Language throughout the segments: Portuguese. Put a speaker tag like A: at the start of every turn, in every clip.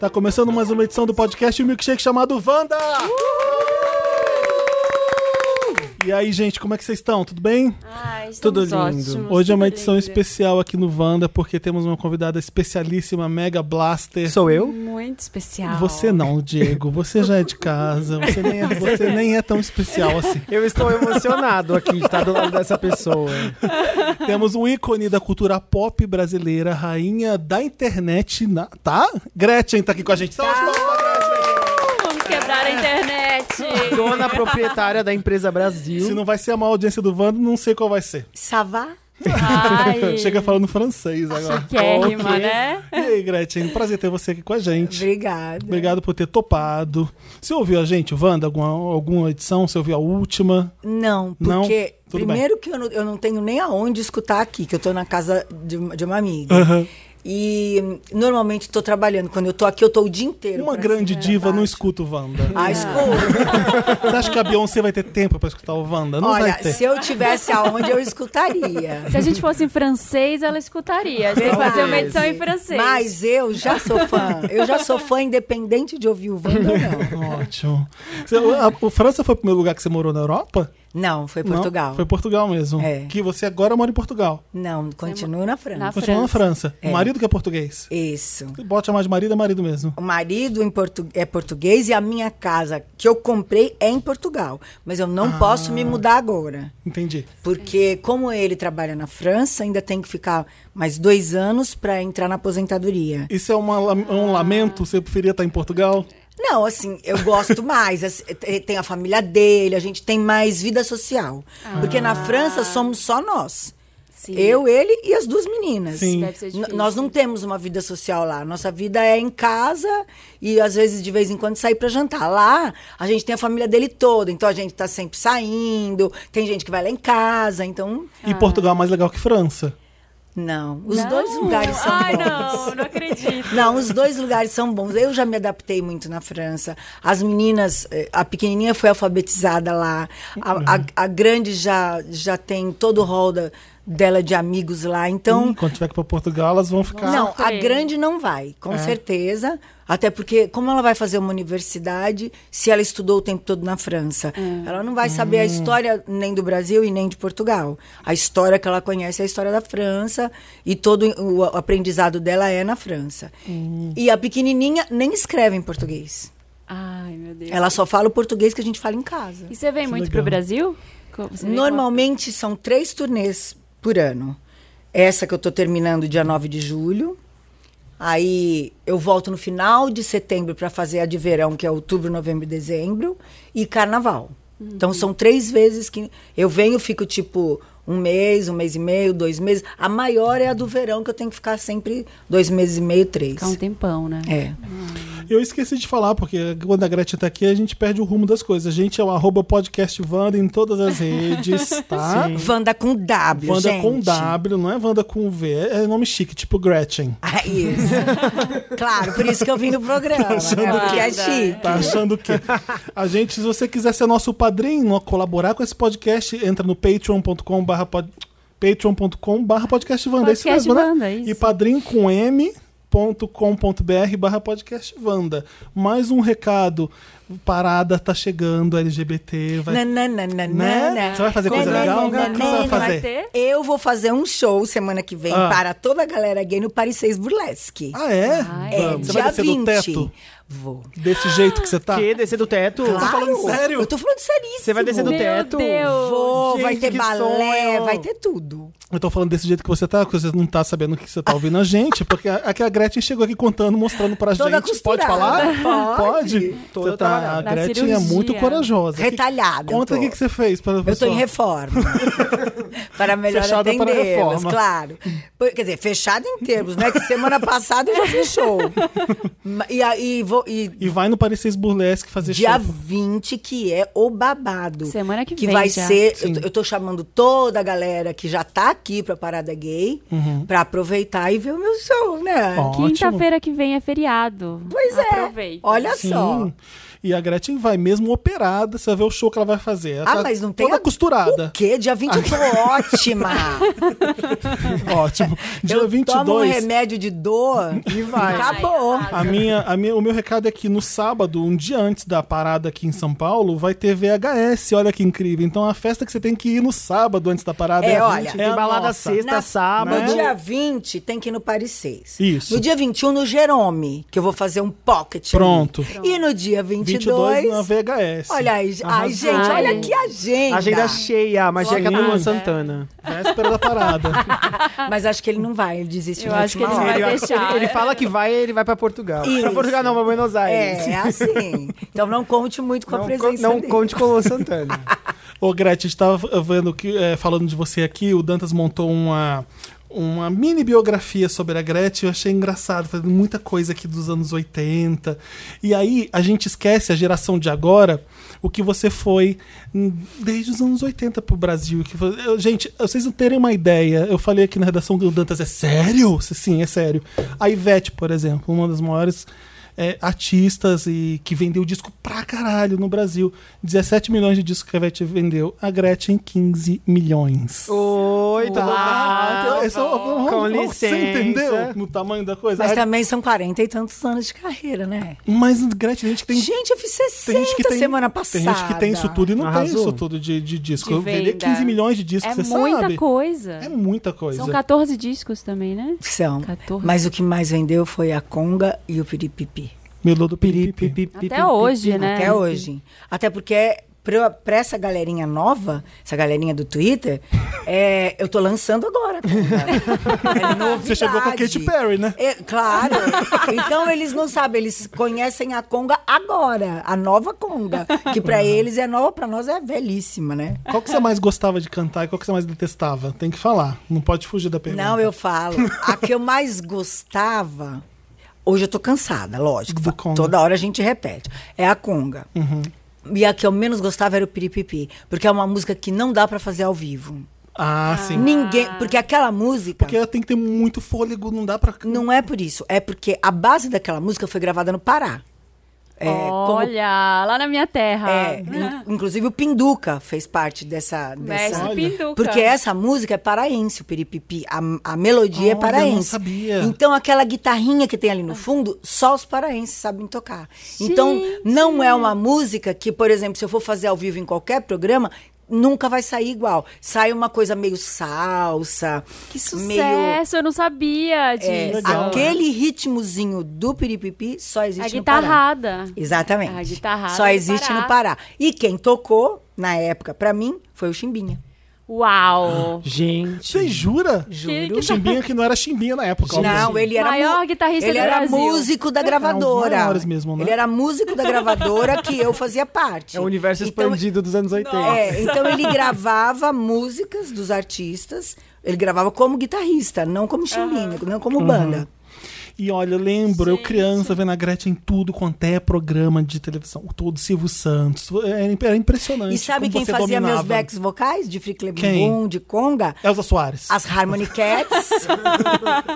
A: Tá começando mais uma edição do podcast Milkshake chamado Vanda. E aí, gente, como é que vocês estão? Tudo bem?
B: Ai, estamos
A: Tudo lindo.
B: ótimos,
A: Hoje é uma
B: tudo
A: edição
B: lindo.
A: especial aqui no Vanda porque temos uma convidada especialíssima, Mega Blaster.
C: Sou eu?
B: Muito especial.
A: Você não, Diego. Você já é de casa. Você nem é, você nem é tão especial assim.
C: Eu estou emocionado aqui de estar do lado dessa pessoa.
A: Temos um ícone da cultura pop brasileira, rainha da internet, na- tá? Gretchen tá aqui com a gente. Salve, palmas pra Gretchen!
B: Vamos quebrar
A: É.
B: a internet.
C: Dona proprietária da empresa
A: Se
C: Brasil.
A: não vai ser a maior audiência do Wanda, não sei qual vai ser.
D: Savá?
B: Ai,
A: Chega falando francês agora.
B: chiquérrima,
C: Ok.
B: né?
A: E aí, Gretchen, prazer ter você aqui com a gente.
D: Obrigada.
A: Obrigado por ter topado. Você ouviu a gente, Wanda, alguma, alguma edição? Você ouviu a última?
D: Não,
A: Não?
D: porque
A: Tudo
D: primeiro que eu não, eu não tenho nem aonde escutar aqui, que eu tô na casa de, uma- de uma amiga. E hum, normalmente tô trabalhando. Quando eu tô aqui, eu tô o dia inteiro.
A: Uma
D: pra
A: grande
D: cima e pra
A: diva não
D: baixo.
A: escuta o Wanda.
D: Ah, escuta.
A: Você acha que a Beyoncé vai ter tempo pra escutar o Wanda? Não vai
D: Olha,
A: ter.
D: se eu tivesse aonde, eu escutaria.
B: Se a gente fosse em francês, ela escutaria. A gente tem que fazer
A: é.
B: uma edição em francês.
D: Mas eu já sou fã. Eu já sou fã independente de ouvir o Wanda, não.
A: Ótimo. Você- a- o França foi o primeiro lugar que você morou na Europa?
D: Não, foi
A: Não,
D: Portugal.
A: foi Portugal mesmo.
D: É.
A: Que você agora mora em Portugal.
D: Não, continuo na França.
B: Na
A: Continua na França. O
D: É.
A: marido que é português.
D: Isso.
A: Bote chamar de marido, é marido mesmo.
D: O marido em portu- é português e a minha casa que eu comprei é em Portugal. Mas eu não posso me mudar agora.
A: Entendi.
D: Porque, como ele trabalha na França, ainda tem que ficar mais dois anos para entrar na aposentadoria.
A: Isso é uma la- um lamento? Você preferia estar em Portugal?
D: Não, assim, eu gosto mais. assim, te- Tem a família dele, a gente tem mais vida social. Porque na França somos só nós.
B: Ah. Sim.
D: Eu, ele e as duas meninas.
A: Sim.
B: Deve ser
D: N-
B: difícil.
D: Nós não temos uma vida social lá. Nossa vida é em casa e às vezes de vez em quando sair para jantar. Lá a gente tem a família dele toda, então a gente tá sempre saindo. Tem gente que vai lá em casa, então
A: E Portugal é mais legal que França.
D: não. Os
B: Não.
D: dois lugares são
B: Ai,
D: bons.
B: não, não acredito.
D: Não, os dois lugares são bons. Eu já me adaptei muito na França. As meninas, eh, a pequenininha foi alfabetizada lá. A, a- a grande já, já tem todo o rol da- dela de amigos lá. Então,
A: Ih, Hum, quando tiver que ir pra Portugal, elas vão ficar.
D: não, a
B: sofrer.
D: grande não vai, com certeza. Até porque, como ela vai fazer uma universidade, se ela estudou o tempo todo na França, ela não vai saber a história nem do Brasil e nem de Portugal. A história que ela conhece é a história da França e todo o aprendizado dela é na França. E a pequenininha nem escreve em português.
B: Ai, meu Deus.
D: Ela só fala o português que a gente fala em casa.
B: E você vem muito
A: legal.
B: pro Brasil? Co- você vem
D: Normalmente são três turnês por ano. Essa que eu tô terminando dia 9 de julho. Aí eu volto no final de setembro para fazer a de verão, que é outubro, novembro e dezembro, e carnaval. Então são três vezes que eu venho, fico tipo um mês, um mês e meio, dois meses. A maior é a do verão, que eu tenho que ficar sempre dois meses e meio, três.
B: Ficar um tempão, né?
D: É.
A: Eu esqueci de falar, porque quando a Gretchen tá aqui, a gente perde o rumo das coisas. A gente é o arroba podcast Wanda em todas as redes, tá?
D: Wanda com W,
A: Wanda
D: gente.
A: com W, não é Wanda com V. É nome chique, tipo Gretchen.
D: Ah, isso. claro, por isso que eu vim no programa, né? Porque é
B: que-
D: chique.
A: Tá achando que. A gente, se você quiser ser nosso padrinho, colaborar com esse podcast, entra no patreon.com barra pod- patreon.com barra podcast Wanda. É isso
B: Podcast
A: mesmo, né?
B: Wanda, é isso.
A: E padrinho com M. .com.br barra podcast Wanda. Mais um recado. Parada tá chegando, LGBT. Vai... Né?
D: Nananana.
A: Você vai fazer coisa
D: Nananana.
A: legal? O que
D: Nananana.
A: você vai fazer?
B: Vai ter?
D: Eu vou fazer um show semana que vem
A: Ah.
D: para toda a galera gay no Paris 6 Burlesque.
A: Ah, é?
B: é.
D: é,
A: Vamos. Você
D: dia
A: vai descer
D: 20.
A: do teto?
D: Vou.
A: Desse jeito que você tá?
C: Que descer do teto?
D: Claro.
A: falando sério?
D: Eu tô Tá falando seríssimo.
C: Você vai descer do
B: Meu
C: teto?
B: Deus.
D: Vou,
C: Gente,
D: vai ter
C: que
D: balé,
C: sonho.
D: vai ter tudo.
A: Eu tô falando desse jeito que você tá, que você não tá sabendo o que você tá ouvindo a gente, porque a- aqui a Gretchen chegou aqui contando, mostrando pra
D: Toda
A: gente. Pode
D: costurada.
A: falar?
D: Pode.
C: Toda
A: Você tá, a
B: trabalhada.
A: Gretchen
B: Na
A: é
B: cirurgia.
A: muito corajosa.
D: Retalhada.
A: Conta
D: eu
A: o
D: tô.
A: que, que você fez para
D: Eu tô em reforma. para melhor
A: Fechada para
D: atendê-los,
A: reforma.
D: claro. Pô, Quer dizer, fechada em termos, né? Que semana passada já fechou. Ma- E, aí vou, e
A: E vai no Parecer Burlesque fazer
D: Dia
A: show.
D: 20, que é o babado.
B: Semana que vem
D: vai
B: já.
D: ser.
A: Sim.
D: Eu, tô- eu tô chamando toda a galera que já tá aqui pra Parada Gay pra aproveitar e ver o meu show, né?
A: Uhum. Ó. Ótimo.
B: Quinta-feira que vem é feriado.
D: Pois é.
B: Aproveita.
D: Olha
A: Sim.
D: só.
A: E a Gretchen vai mesmo operada, você vai ver o show que ela vai fazer. Ela
D: Ah,
A: tá
D: mas não tem.
A: Toda
D: a-
A: costurada.
D: O quê? Dia 20 eu tô ótima!
A: Ótimo. Dia
D: eu tomo um
A: 22.
D: remédio de dor
C: E vai.
D: acabou.
A: A minha, a minha, o meu recado é que no sábado, um dia antes da parada aqui em São Paulo, vai ter VHS, olha que incrível. Então a festa que você tem que ir no sábado antes da parada
D: É,
A: a
D: olha,
A: gente-
C: Tem
A: a
C: balada
A: nossa.
C: sexta,
D: Na-
C: sábado.
D: No dia 20 tem que ir no Paris 6.
A: Isso.
D: No dia 21 no Jerome, que eu vou fazer um pocket. ali.
A: Pronto.
D: E no dia 22,
A: 22 na VHS.
D: olha aí, ai,
C: Arrasou.
D: gente, olha
B: Ai. é
D: que agenda.
C: Agenda cheia, magia
A: Sim.
C: do Luan Santana.
A: Véspera da parada.
D: Mas acho que ele não vai, ele desiste
B: Eu
D: na
B: acho que
D: última
B: ele vai
D: hora.
C: ele,
B: deixar.
C: ele fala que vai, ele vai pra Portugal. Pra
D: Isso.
C: Portugal não, pra Buenos Aires.
D: É, é assim. Então não conte muito com a
C: Não,
D: presença
C: con- não
D: dele.
C: conte com o Luan Santana.
A: Ô, Gretchen, estava vendo que, é, falando de você aqui, o Dantas montou uma, uma mini biografia sobre a Gretchen, eu achei engraçado, fazendo muita coisa aqui dos anos 80. E aí a gente esquece a geração de agora, o que você foi hum, desde os anos 80 pro Brasil. Que foi- eu- gente, vocês não terem uma ideia, eu falei aqui na redação que o Dantas é sério? Sim, é sério. A Ivete, por exemplo, uma das maiores é, artistas e que vendeu disco pra caralho no Brasil. 17 milhões de discos que a Ivete vendeu. A Gretchen, 15 milhões.
C: Oi, tudo
A: Então,
C: bom?
A: esse é o- o- o-
C: Com
A: o-
C: licença.
A: Você entendeu no tamanho da coisa?
D: Mas
A: A-
D: também são 40 e tantos anos de carreira, né?
A: Mas, Gretchen, a gente que tem...
D: gente, eu fiz 60
A: Tem gente, que tem,
D: semana passada.
A: tem gente que tem isso tudo e não tem
C: Arrasou.
A: isso tudo de, de disco.
B: De
A: Eu vendei
B: venda.
A: 15 milhões de discos,
B: É
A: você
B: muita
A: sabe?
B: coisa.
A: É muita coisa.
B: São 14 discos também, né?
D: São.
B: 14.
D: Mas o que mais vendeu foi a conga e o piripipi.
A: Melô do Piripi.
B: Até hoje, né?
D: Até hoje. Até porque pra, pra essa galerinha nova, essa galerinha do Twitter, é, eu tô lançando agora. cara. É
A: Você chegou com a
D: novidade.
A: Katy Perry, né?
D: É, claro. Então eles não sabem, eles conhecem a conga agora, a nova conga, que
A: Uhum.
D: pra eles é nova, pra nós é velhíssima, né?
A: Qual que você mais gostava de cantar e qual que você mais detestava? Tem que falar, não pode fugir da pergunta.
D: Não, eu falo. A que eu mais gostava. Hoje eu tô cansada, lógico.
A: Do
D: fa-
A: conga. Uhum.
D: Toda hora a gente repete. É a conga. E a que eu menos gostava era o piripipi. Porque é uma música que não dá pra fazer ao vivo.
A: Ah, sim.
D: Ninguém. Porque aquela música.
A: Porque tem que ter muito fôlego, não dá pra...
D: Não é por isso. É porque a base daquela música foi gravada no Pará. É, como-
B: Olha, lá na minha terra.
D: é, in- inclusive o Pinduca fez parte dessa. dessa
B: Ah. Mestre
A: Olha.
B: Pinduca.
D: Porque essa música é paraense, o peripipi. A, a melodia é
A: Olha,
D: paraense.
A: eu não sabia.
D: Então, aquela guitarrinha que tem ali no fundo, só os paraenses sabem tocar. Então, não é uma música que, por exemplo, se eu for fazer ao vivo em qualquer programa, nunca vai sair igual. Sai uma coisa meio salsa.
B: Que
D: Meio,
B: sucesso, eu não sabia
D: é,
B: disso.
A: Legal.
D: aquele ritmozinho do peripipi só existe
B: A
D: no Pará.
B: guitarrada.
D: Exatamente.
B: A guitarrada
D: Só
B: do
D: existe
B: Pará.
D: no Pará. E quem tocou, na época, pra mim, foi o Chimbinha.
B: Uau!
C: Gente.
A: Você jura?
B: Que-
A: O
B: que-
A: Chimbinha que não era Chimbinha na época.
D: Não,
A: obviamente.
D: ele era
B: Maior
D: mu-
B: guitarrista
D: ele
B: do
D: era
B: Brasil.
D: músico
A: É,
D: da
A: um dos
D: gravadora.
A: maiores mesmo, né?
D: Ele era músico da gravadora que eu fazia parte.
C: É o universo
D: Então,
C: expandido dos anos 80.
D: é, então ele gravava músicas dos artistas. Ele gravava como guitarrista, não como chimbinha, não como banda.
A: E olha, eu lembro, eu criança vendo a Gretchen em tudo quanto é programa de televisão. Todo Silvio Santos. Era imp- era impressionante.
D: E sabe
A: Uhum. como
D: quem
A: você
D: fazia meus
A: dominava.
D: backs vocais de Friclebum,
A: Quem?
D: de conga?
A: Elza Soares.
D: As Harmony Cats.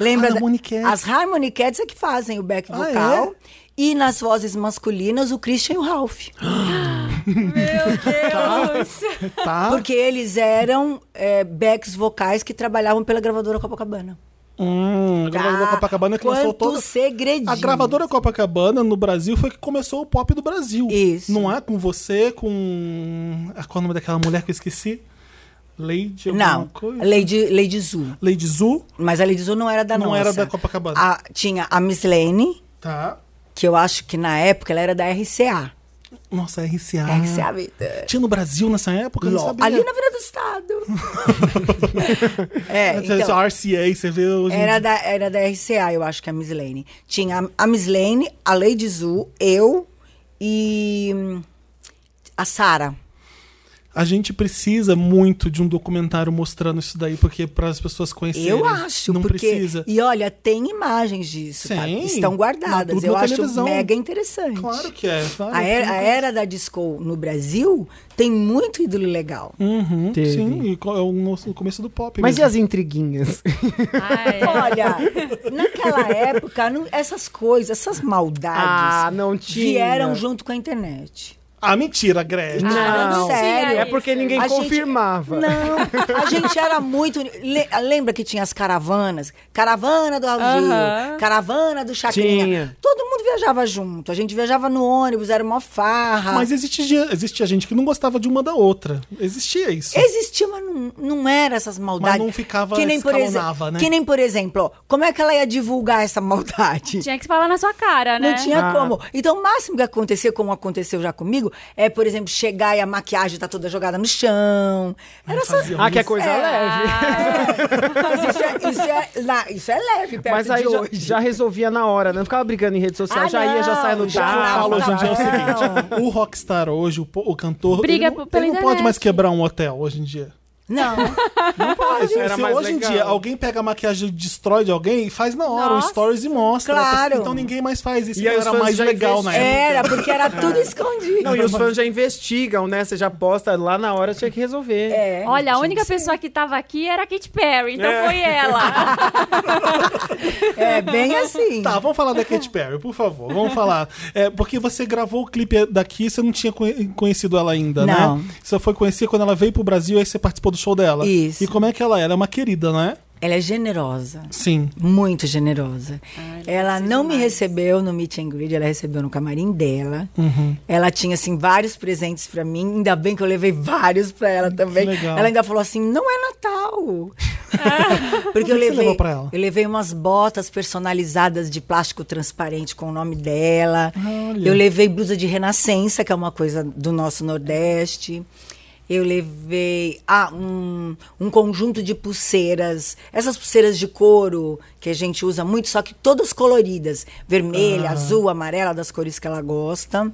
D: Lembra?
A: As
D: da-
A: Harmony Cats.
D: As Harmony Cats é que fazem o back
A: Ah,
D: vocal.
A: é?
D: E nas vozes masculinas, o Christian e o Ralph.
B: Meu Deus!
A: Tá?
D: Porque eles eram é, backs vocais que trabalhavam pela gravadora Copacabana.
A: Hum, a gravadora
D: Tá?
A: Copacabana que lançou
D: Quanto
A: toda...
D: segredinho.
A: A gravadora Copacabana no Brasil foi que começou o pop do Brasil.
D: Isso.
A: Não é com você, com. Ah, Qual é o nome daquela mulher que eu esqueci? Lady. alguma
D: Não,
A: Coisa?
D: Lady, Lady Zu.
A: Lady Zu.
D: Mas a Lady Zu não era da
A: Não
D: nossa.
A: era da Copacabana.
D: A- tinha a Miss Lane,
A: Tá.
D: que eu acho que na época ela era da RCA.
A: Nossa, RCA.
D: RCA Vida.
A: Tinha no Brasil nessa época? Eu não
D: Ló.
A: sabia.
D: Ali na Vila do Estado. é,
A: Essa-
D: então,
A: essa RCA, você vê hoje. em
D: Era
A: dia.
D: da, era da RCA, eu acho que é a Miss Lane. Tinha a, a Miss Lane, a Lady Zu, eu e hum, a Sara.
A: A gente precisa muito de um documentário mostrando isso daí, porque para as pessoas conhecerem.
D: Eu acho,
A: não
D: porque.
A: precisa.
D: E olha, tem imagens disso, tá?
A: Sim.
D: Estão guardadas.
A: Tudo
D: Eu
A: na
D: acho
A: televisão.
D: mega interessante.
A: Claro que é. Claro,
D: A era,
A: tudo
D: a era da disco no Brasil tem muito ídolo legal.
A: Uhum,
C: Teve.
A: sim, e co- é o nosso- o começo do pop.
C: Mas e
A: mesmo.
C: as intriguinhas?
B: Ah, é.
D: Olha, naquela época, não- essas coisas, essas maldades
C: Ah, não tinha.
D: vieram junto com a internet.
A: Ah, mentira, Gretchen.
B: Ah,
C: Não,
B: tinha
D: sério.
C: É
B: isso.
C: porque ninguém
D: A gente-
C: confirmava.
D: Não, a gente era muito. le- Lembra que tinha as caravanas? Caravana do Raul
B: Aham.
D: Gil, caravana do Chacrinha.
C: Tinha.
D: Todo mundo viajava junto. A gente viajava no ônibus, era uma farra.
A: Mas existia, existia gente que não gostava de uma da outra. Existia isso.
D: Existia, mas não, não era essas maldades.
A: Mas não ficava
D: por exe-
A: escalonava, né?
D: Que nem, por exemplo, ó, como é que ela ia divulgar essa maldade?
B: Tinha que falar na sua cara, né?
D: Não tinha
C: Ah.
D: como. Então, o máximo que acontecia, como aconteceu já comigo, é, por exemplo, chegar e a maquiagem tá toda jogada no chão. Era só...
A: Faziam
C: Ah, que é
A: isso.
C: coisa leve.
D: É
B: Ah,
D: Mas isso é, isso é, lá- isso é leve perto
C: Mas aí
D: de
C: já,
D: hoje.
C: já resolvia na hora, né? Não ficava brigando em rede social,
D: Ah,
C: já ia, já
D: não,
C: saia no
D: já
C: tapa.
A: Fala,
D: não,
A: hoje em dia é o
D: não.
A: seguinte: o rockstar hoje, o, po- o cantor,
B: Briga
A: ele, não-
B: p- pela
A: ele não pode
B: internet.
A: mais quebrar um hotel hoje em dia.
D: Não, não pode.
A: Ah, Se
C: Era mais
A: hoje
C: legal.
A: em dia alguém pega a maquiagem e destrói de alguém, faz na hora
B: Nossa.
A: um stories e mostra.
D: Claro.
A: Então ninguém mais faz isso.
C: E aí os
A: era
C: fãs
A: mais
C: já
A: legal na época.
D: Era, porque era tudo escondido.
C: é Não, e os fãs já investigam, né? Você já posta lá na hora, tinha que resolver.
D: É.
B: Olha, a única pessoa que tava aqui era a Katy Perry, então foi ela.
D: É bem assim.
A: Tá, vamos falar da Katy Perry, por favor. Vamos falar. É, porque você gravou o clipe daqui, você não tinha conhe- conhecido ela ainda,
D: Não.
A: né? Você foi conhecer quando ela veio pro Brasil, aí você participou do show dela.
D: Isso.
A: E como é que ela era? É uma querida, né?
D: Ela é generosa.
A: Sim.
D: Muito generosa. ela
B: deve ser
D: não me
B: demais.
D: recebeu no meet and greet, ela recebeu no camarim dela.
A: Uhum.
D: Ela tinha, assim, vários presentes pra mim. Ainda bem que eu levei vários pra ela também.
A: legal.
D: Ela ainda falou assim, não é Natal. Porque eu
A: que você
D: levei,
A: levou pra ela?
D: eu levei umas botas personalizadas de plástico transparente com o nome dela.
A: Olha.
D: Eu levei blusa de renascença, que é uma coisa do nosso Nordeste. Eu levei ah, um, um conjunto de pulseiras, essas pulseiras de couro que a gente usa muito, só que todas coloridas: vermelha,
A: Ah.
D: azul, amarela, das cores que ela gosta.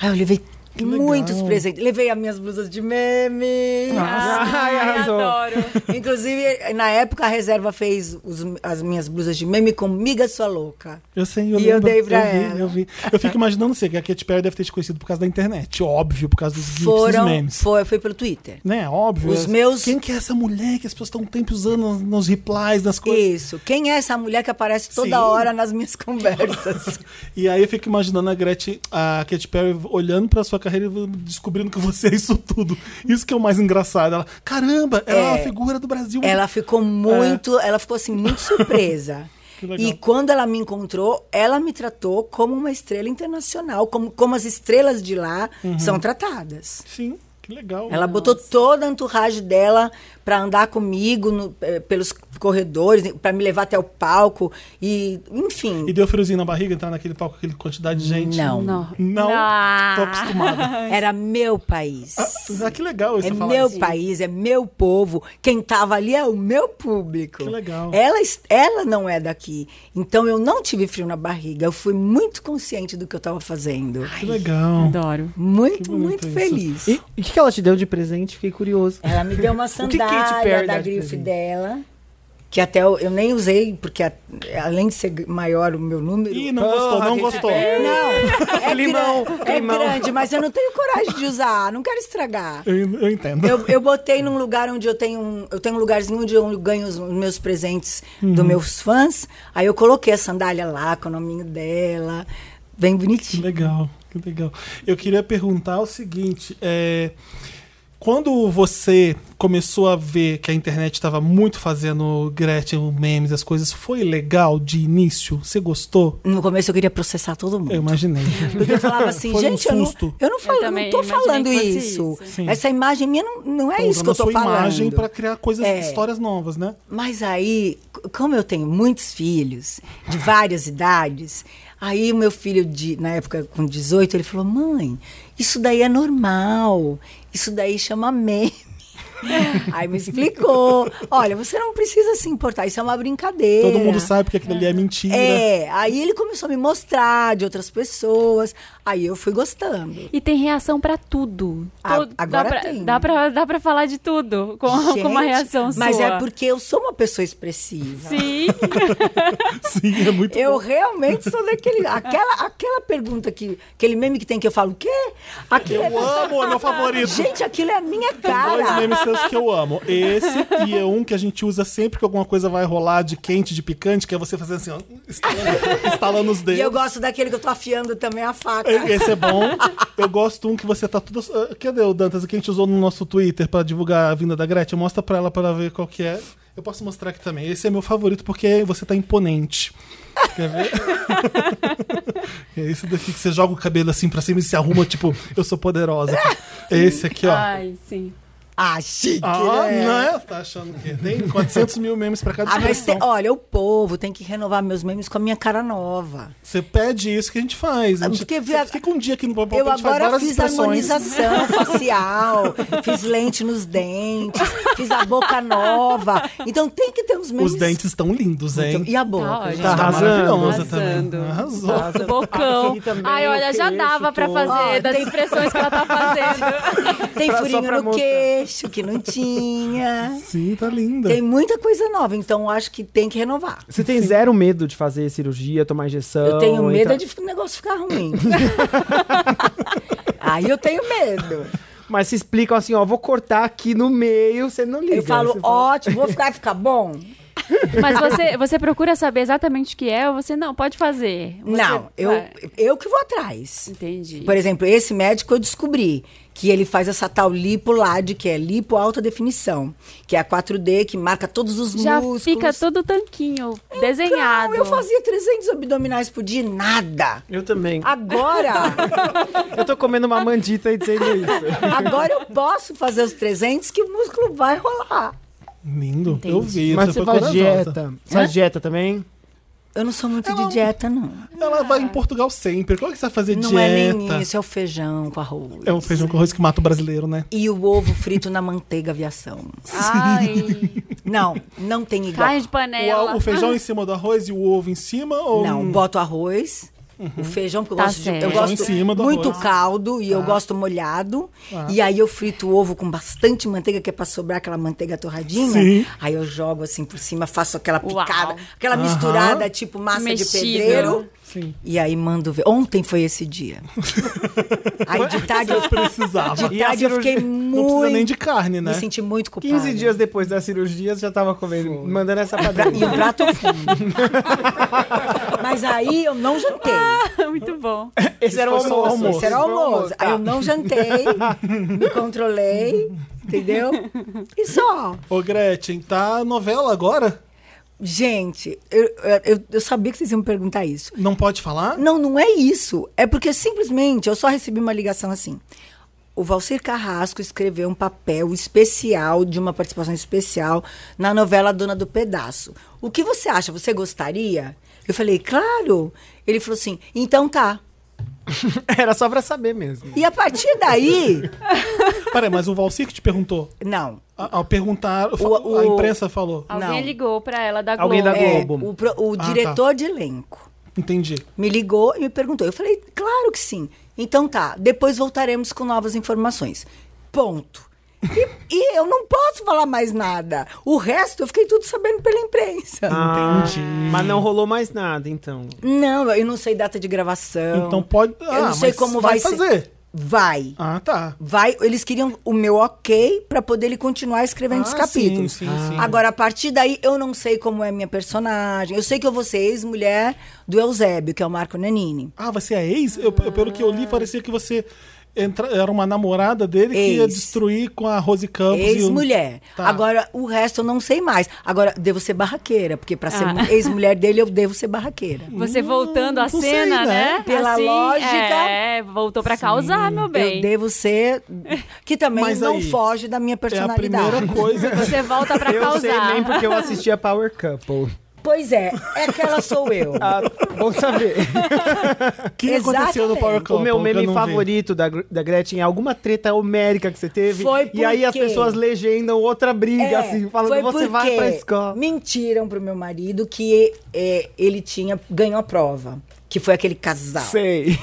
D: Ah, eu levei
A: legal.
D: muitos presentes. Levei as minhas blusas de meme.
C: Ai, arrasou.
B: adoro.
D: Inclusive, na época, a reserva fez os- as minhas blusas de meme com Miga Sua Louca.
A: Eu sei, eu
D: E eu
A: lembro.
D: dei pra
A: vi,
D: ela.
A: Eu vi. Eu fico imaginando você, que a Katy Perry deve ter te conhecido por causa da internet, óbvio, por causa dos gifs, dos
D: Foram,
A: memes.
D: foi, foi pelo Twitter.
A: Né, óbvio.
D: Os
A: É-
D: meus-
A: Quem que é essa mulher que as pessoas estão um tempo usando nos- nos replies, nas coisas?
D: Isso. Quem é essa mulher que aparece toda
A: Sim.
D: hora nas minhas conversas?
A: E aí eu fico imaginando a Gretchen, a Katy Perry olhando pra sua carreira e descobrindo que você é isso tudo. Isso que é o mais engraçado. Ela, caramba, ela é, uma figura do Brasil.
D: ela ficou muito, ela ficou assim muito surpresa.
A: É. Que legal.
D: E quando ela me encontrou, ela me tratou como uma estrela internacional, como, como as estrelas de lá
A: Uhum.
D: são tratadas.
A: Sim, que legal.
D: Ela botou toda a entourage dela pra andar comigo no- eh, pelos corredores, pra me levar até o palco e, enfim.
A: E deu friozinho na barriga entrar naquele palco com aquela quantidade de gente?
D: Não.
B: Não.
A: Não?
B: Ah.
A: Tô acostumada.
D: Era meu país.
A: Ah, que legal isso
D: É
A: você falar
D: meu
A: isso.
D: país, é meu povo. Quem tava ali é o meu público.
A: Que legal.
D: Ela, es- ela não é daqui. Então eu não tive frio na barriga. Eu fui muito consciente do que eu tava fazendo.
A: Que legal.
B: Adoro.
D: Muito,
A: bonito
D: muito
A: isso.
D: feliz.
C: E e o que, que ela te deu de presente? Fiquei curioso.
D: Ela me deu uma
C: que Katy
D: sandália
C: Perry
D: da
C: dá de
D: grife
C: presente?
D: dela. Que até eu, eu nem usei, porque a- além de ser maior o meu número.
A: Ih, não gostou,
C: Porra,
A: não
C: Katy
A: gostou.
C: Perry.
D: Não, é
C: Climão,
D: gran-
C: climão.
D: É grande, mas eu não tenho coragem de usar. Não quero estragar.
A: Eu, eu entendo.
D: Eu, eu botei num lugar onde eu tenho um, eu tenho um lugarzinho onde eu ganho os meus presentes
A: Uhum.
D: dos meus fãs. Aí eu coloquei a sandália lá com o nominho dela, bem
A: Que
D: bonitinho.
A: legal, que legal. Eu queria perguntar o seguinte: é, quando você começou a ver que a internet estava muito fazendo Gretchen, memes, as coisas, foi legal de início? Você gostou?
D: No começo eu queria processar todo
A: Eu
D: mundo.
A: imaginei.
D: Porque eu falava assim,
A: Foi um
D: gente, eu, não,
A: susto.
D: eu não falo,
B: Eu também
D: não tô
B: imaginei
D: falando
B: que fosse
D: isso.
B: isso.
A: Sim.
D: Essa imagem minha não, não é isso que
A: Usando
D: eu
A: a
D: tô
A: sua
D: falando.
A: imagem para criar coisas,
D: É.
A: histórias novas, né?
D: Mas aí, c- como eu tenho muitos filhos, de várias idades, aí o meu filho, de, na época com 18, ele falou: mãe, isso daí é normal, isso daí chama meme. Aí me explicou. Olha, você não precisa se importar, isso é uma brincadeira.
A: Todo mundo sabe que aquilo ali é mentira.
D: É, aí ele começou a me mostrar de outras pessoas. Aí eu fui gostando.
B: E tem reação pra tudo.
D: Ah,
B: Todo-
D: agora
B: dá pra,
D: tem.
B: Dá pra, dá pra falar de tudo com, com uma
D: Gente,
B: reação
D: Mas
B: sua.
D: é porque eu sou uma pessoa expressiva.
B: Sim.
A: Sim, é muito
D: Eu realmente sou daquele. Aquela, aquela pergunta que. Aquele meme que tem que eu falo, o quê? Aquilo
A: Eu
D: é-
A: amo, é meu favorito.
D: Gente, aquilo é a minha
A: Dois
D: cara.
A: memes seus que eu amo. Esse e é um que a gente usa sempre que alguma coisa vai rolar de quente, de picante, que é você fazer assim, ó, estalando, estalando os dedos.
D: E eu gosto daquele que eu tô afiando também a faca.
A: Esse é bom. Eu gosto um que você tá tudo. Ah, Cadê o Dantas? O que a gente usou no nosso Twitter pra divulgar a vinda da Gretchen? Mostra pra ela pra ela ver qual que é. Eu posso mostrar aqui também. Esse é meu favorito porque você tá imponente. Quer ver? é esse daqui que você joga o cabelo assim pra cima e se arruma, tipo, eu sou poderosa. É esse aqui, ó.
B: Ai, sim.
D: Ah, chique,
A: Ah,
D: né?
A: né? Tá achando que tem 400 mil memes pra cada
D: Ah, mas
A: expressão.
D: tem- olha, o povo tem que renovar meus memes com a minha cara nova.
A: Você pede isso que a gente faz. A gente,
D: Ah, Porque
A: você
D: via-
A: fica um dia aqui no Pop
D: Eu
A: a gente faz
D: agora
A: várias
D: fiz
A: expressões.
D: harmonização facial, fiz lente nos dentes, fiz a boca nova. Então tem que ter uns memes.
A: Os dentes estão lindos, hein?
D: Então, e a boca?
B: Tá ótimo.
A: Gente,
C: Tá
A: maravilhosa
C: arrasando.
A: também.
B: Arrasando.
A: Arrasou.
D: Tá.
C: Nossa,
B: Bocão.
C: aqui também,
D: é
B: Ai, olha,
C: o
B: já
C: queixo
B: dava pra
C: todo.
B: fazer
D: Ó,
B: das
D: tem-
B: expressões que ela tá fazendo.
D: Tem
C: Pra- só
D: furinho
C: pra
D: no
C: mostrar.
D: queixo que não tinha.
A: Sim, tá linda.
D: Tem muita coisa nova, então acho que tem que renovar.
C: Você tem zero medo de fazer cirurgia, tomar injeção?
D: Eu tenho medo é
C: entrar-
D: de o negócio ficar ruim. Aí eu tenho medo.
C: Mas se explicam assim, ó, vou cortar aqui no meio, você não liga.
D: Eu falo,
C: você fala-
D: ótimo, vou ficar, vai ficar bom?
B: Mas você, você procura saber exatamente o que é ou você não pode fazer? Você-
D: Não, eu,
B: Vai.
D: eu que vou atrás.
B: Entendi.
D: Por exemplo, esse médico eu descobri que ele faz essa tal lipolade, que é lipo alta definição, que é a 4D, que marca todos os
B: Já
D: músculos.
B: fica todo tanquinho, desenhado.
D: Não, eu fazia 300 abdominais por dia, e nada.
C: Eu também.
D: Agora,
C: Eu tô comendo uma mandita e dizendo isso.
D: agora eu posso fazer os 300 que o músculo vai rolar.
A: Lindo. Eu vi.
C: Mas você
A: foi
C: faz
A: corajosa.
C: dieta. Você faz dieta também?
D: Eu não sou muito
A: Ela-
D: de dieta, não.
A: Ela vai em Portugal sempre. Como é que você vai fazer
D: Não
A: dieta?
D: é nem isso, é o feijão com arroz.
A: É um feijão com arroz que mata o brasileiro, né?
D: E o ovo frito na manteiga aviação.
B: Ai,
D: Não, não tem igual.
B: carne de
A: O,
B: panela.
A: a- o feijão em cima do arroz e o ovo em cima? Ou
D: Não, boto arroz, o feijão, porque eu
B: Tá
D: gosto, de, eu
B: certo.
D: gosto
A: Feijão em cima do
D: muito
A: arroz. Tá.
D: caldo e eu gosto molhado. E aí eu frito o ovo com bastante manteiga, que é pra sobrar aquela manteiga torradinha.
A: Sim.
D: Aí eu jogo assim por cima, faço aquela
B: Uau.
D: picada, aquela misturada, tipo massa
B: Mexido.
D: de pedreiro.
A: Sim.
D: E aí mando ver. Ontem foi esse dia. aí de tarde, eu-
A: precisava?
D: de
C: E a
D: tarde eu
C: cirurgia-
D: fiquei
A: Não precisa nem
D: muito...
A: de carne, né?
D: Me senti muito culpada.
C: 15 dias depois da cirurgia, você já tava comendo, mandando essa padrão.
D: E um prato fundo. Mas aí eu não jantei.
B: Muito bom.
C: Esse era o
A: Isso foi só o
C: almoço.
A: almoço.
D: Esse era o
C: Esse foi o
D: almoço. Aí eu não jantei, me controlei, entendeu? E só.
A: Ô, Gretchen, tá novela agora?
D: Gente, eu, eu, eu sabia que vocês iam me perguntar isso.
A: Não pode falar?
D: Não, não é isso. É porque simplesmente eu só recebi uma ligação assim. O Valcir Carrasco escreveu um papel especial, de uma participação especial, na novela Dona do Pedaço. O que você acha? Você gostaria? Eu falei, claro. Ele falou assim, então tá.
C: Era só pra saber mesmo.
D: E a partir daí.
A: Peraí, mas o Valsir que te perguntou.
D: Não,
A: A, a perguntar, fa-
D: O-
A: a
D: o-
A: imprensa falou.
B: Alguém
D: Não.
B: ligou pra ela da
C: Alguém da
B: Globo.
D: É,
C: Globo.
D: o, pro- o
A: Ah,
D: diretor de elenco
A: Entendi.
D: me ligou e me perguntou. Eu falei, claro que sim. Então tá, depois voltaremos com novas informações. Ponto. E, e eu não posso falar mais nada. O resto eu fiquei tudo sabendo pela imprensa.
A: Ah.
C: Entendi. Ah, Mas não rolou mais nada, então.
D: Não, eu não sei data de gravação.
A: Então pode.
D: Eu não sei
A: mas
D: como vai ser.
A: fazer.
D: Vai.
A: Ah, tá.
D: Vai, eles queriam o meu ok pra poder ele continuar escrevendo os
A: Ah,
D: capítulos.
A: sim, sim, sim.
D: Agora, a partir daí, eu não sei como é minha personagem. Eu sei que eu vou ser ex-mulher do Eusébio, que é o Marco Nanini.
A: Ah, você é ex? Eu- pelo que eu li, parecia que você entra- era uma namorada dele que ia
D: Ex.
A: destruir com a Rose Campos. e o-
D: Ex-mulher.
A: Tá.
D: Agora, o resto eu não sei mais. Agora, devo ser barraqueira, porque pra ser mu- ex-mulher dele, eu devo ser barraqueira.
B: Você voltando à
A: não sei, né?
B: cena, né?
D: Pela
B: Assim,
D: lógica.
B: É, voltou pra causar, meu
D: Eu
B: bem.
D: devo ser. Que também
A: Mas
D: não
A: aí,
D: foge da
A: É
D: minha
A: a
D: personalidade.
A: primeira coisa.
B: Você volta pra
C: eu sei
B: causar.
C: nem porque eu assisti a Power Couple.
D: Pois é, é aquela sou eu.
C: Ah, bom saber.
A: O que aconteceu no
D: Exatamente.
A: Power Couple?
C: o meu
A: que eu
C: meme
A: não vi?
C: favorito da, Gr- da Gretchen é alguma treta homérica que você teve.
D: Foi
C: E aí as
D: porque-
C: pessoas legendam outra briga,
D: É,
C: assim, falando
D: foi
C: você vai pra
D: porque
C: escola.
D: Mentiram pro meu marido que é, ele tinha ganhou a prova, que foi aquele casal.
C: Sei.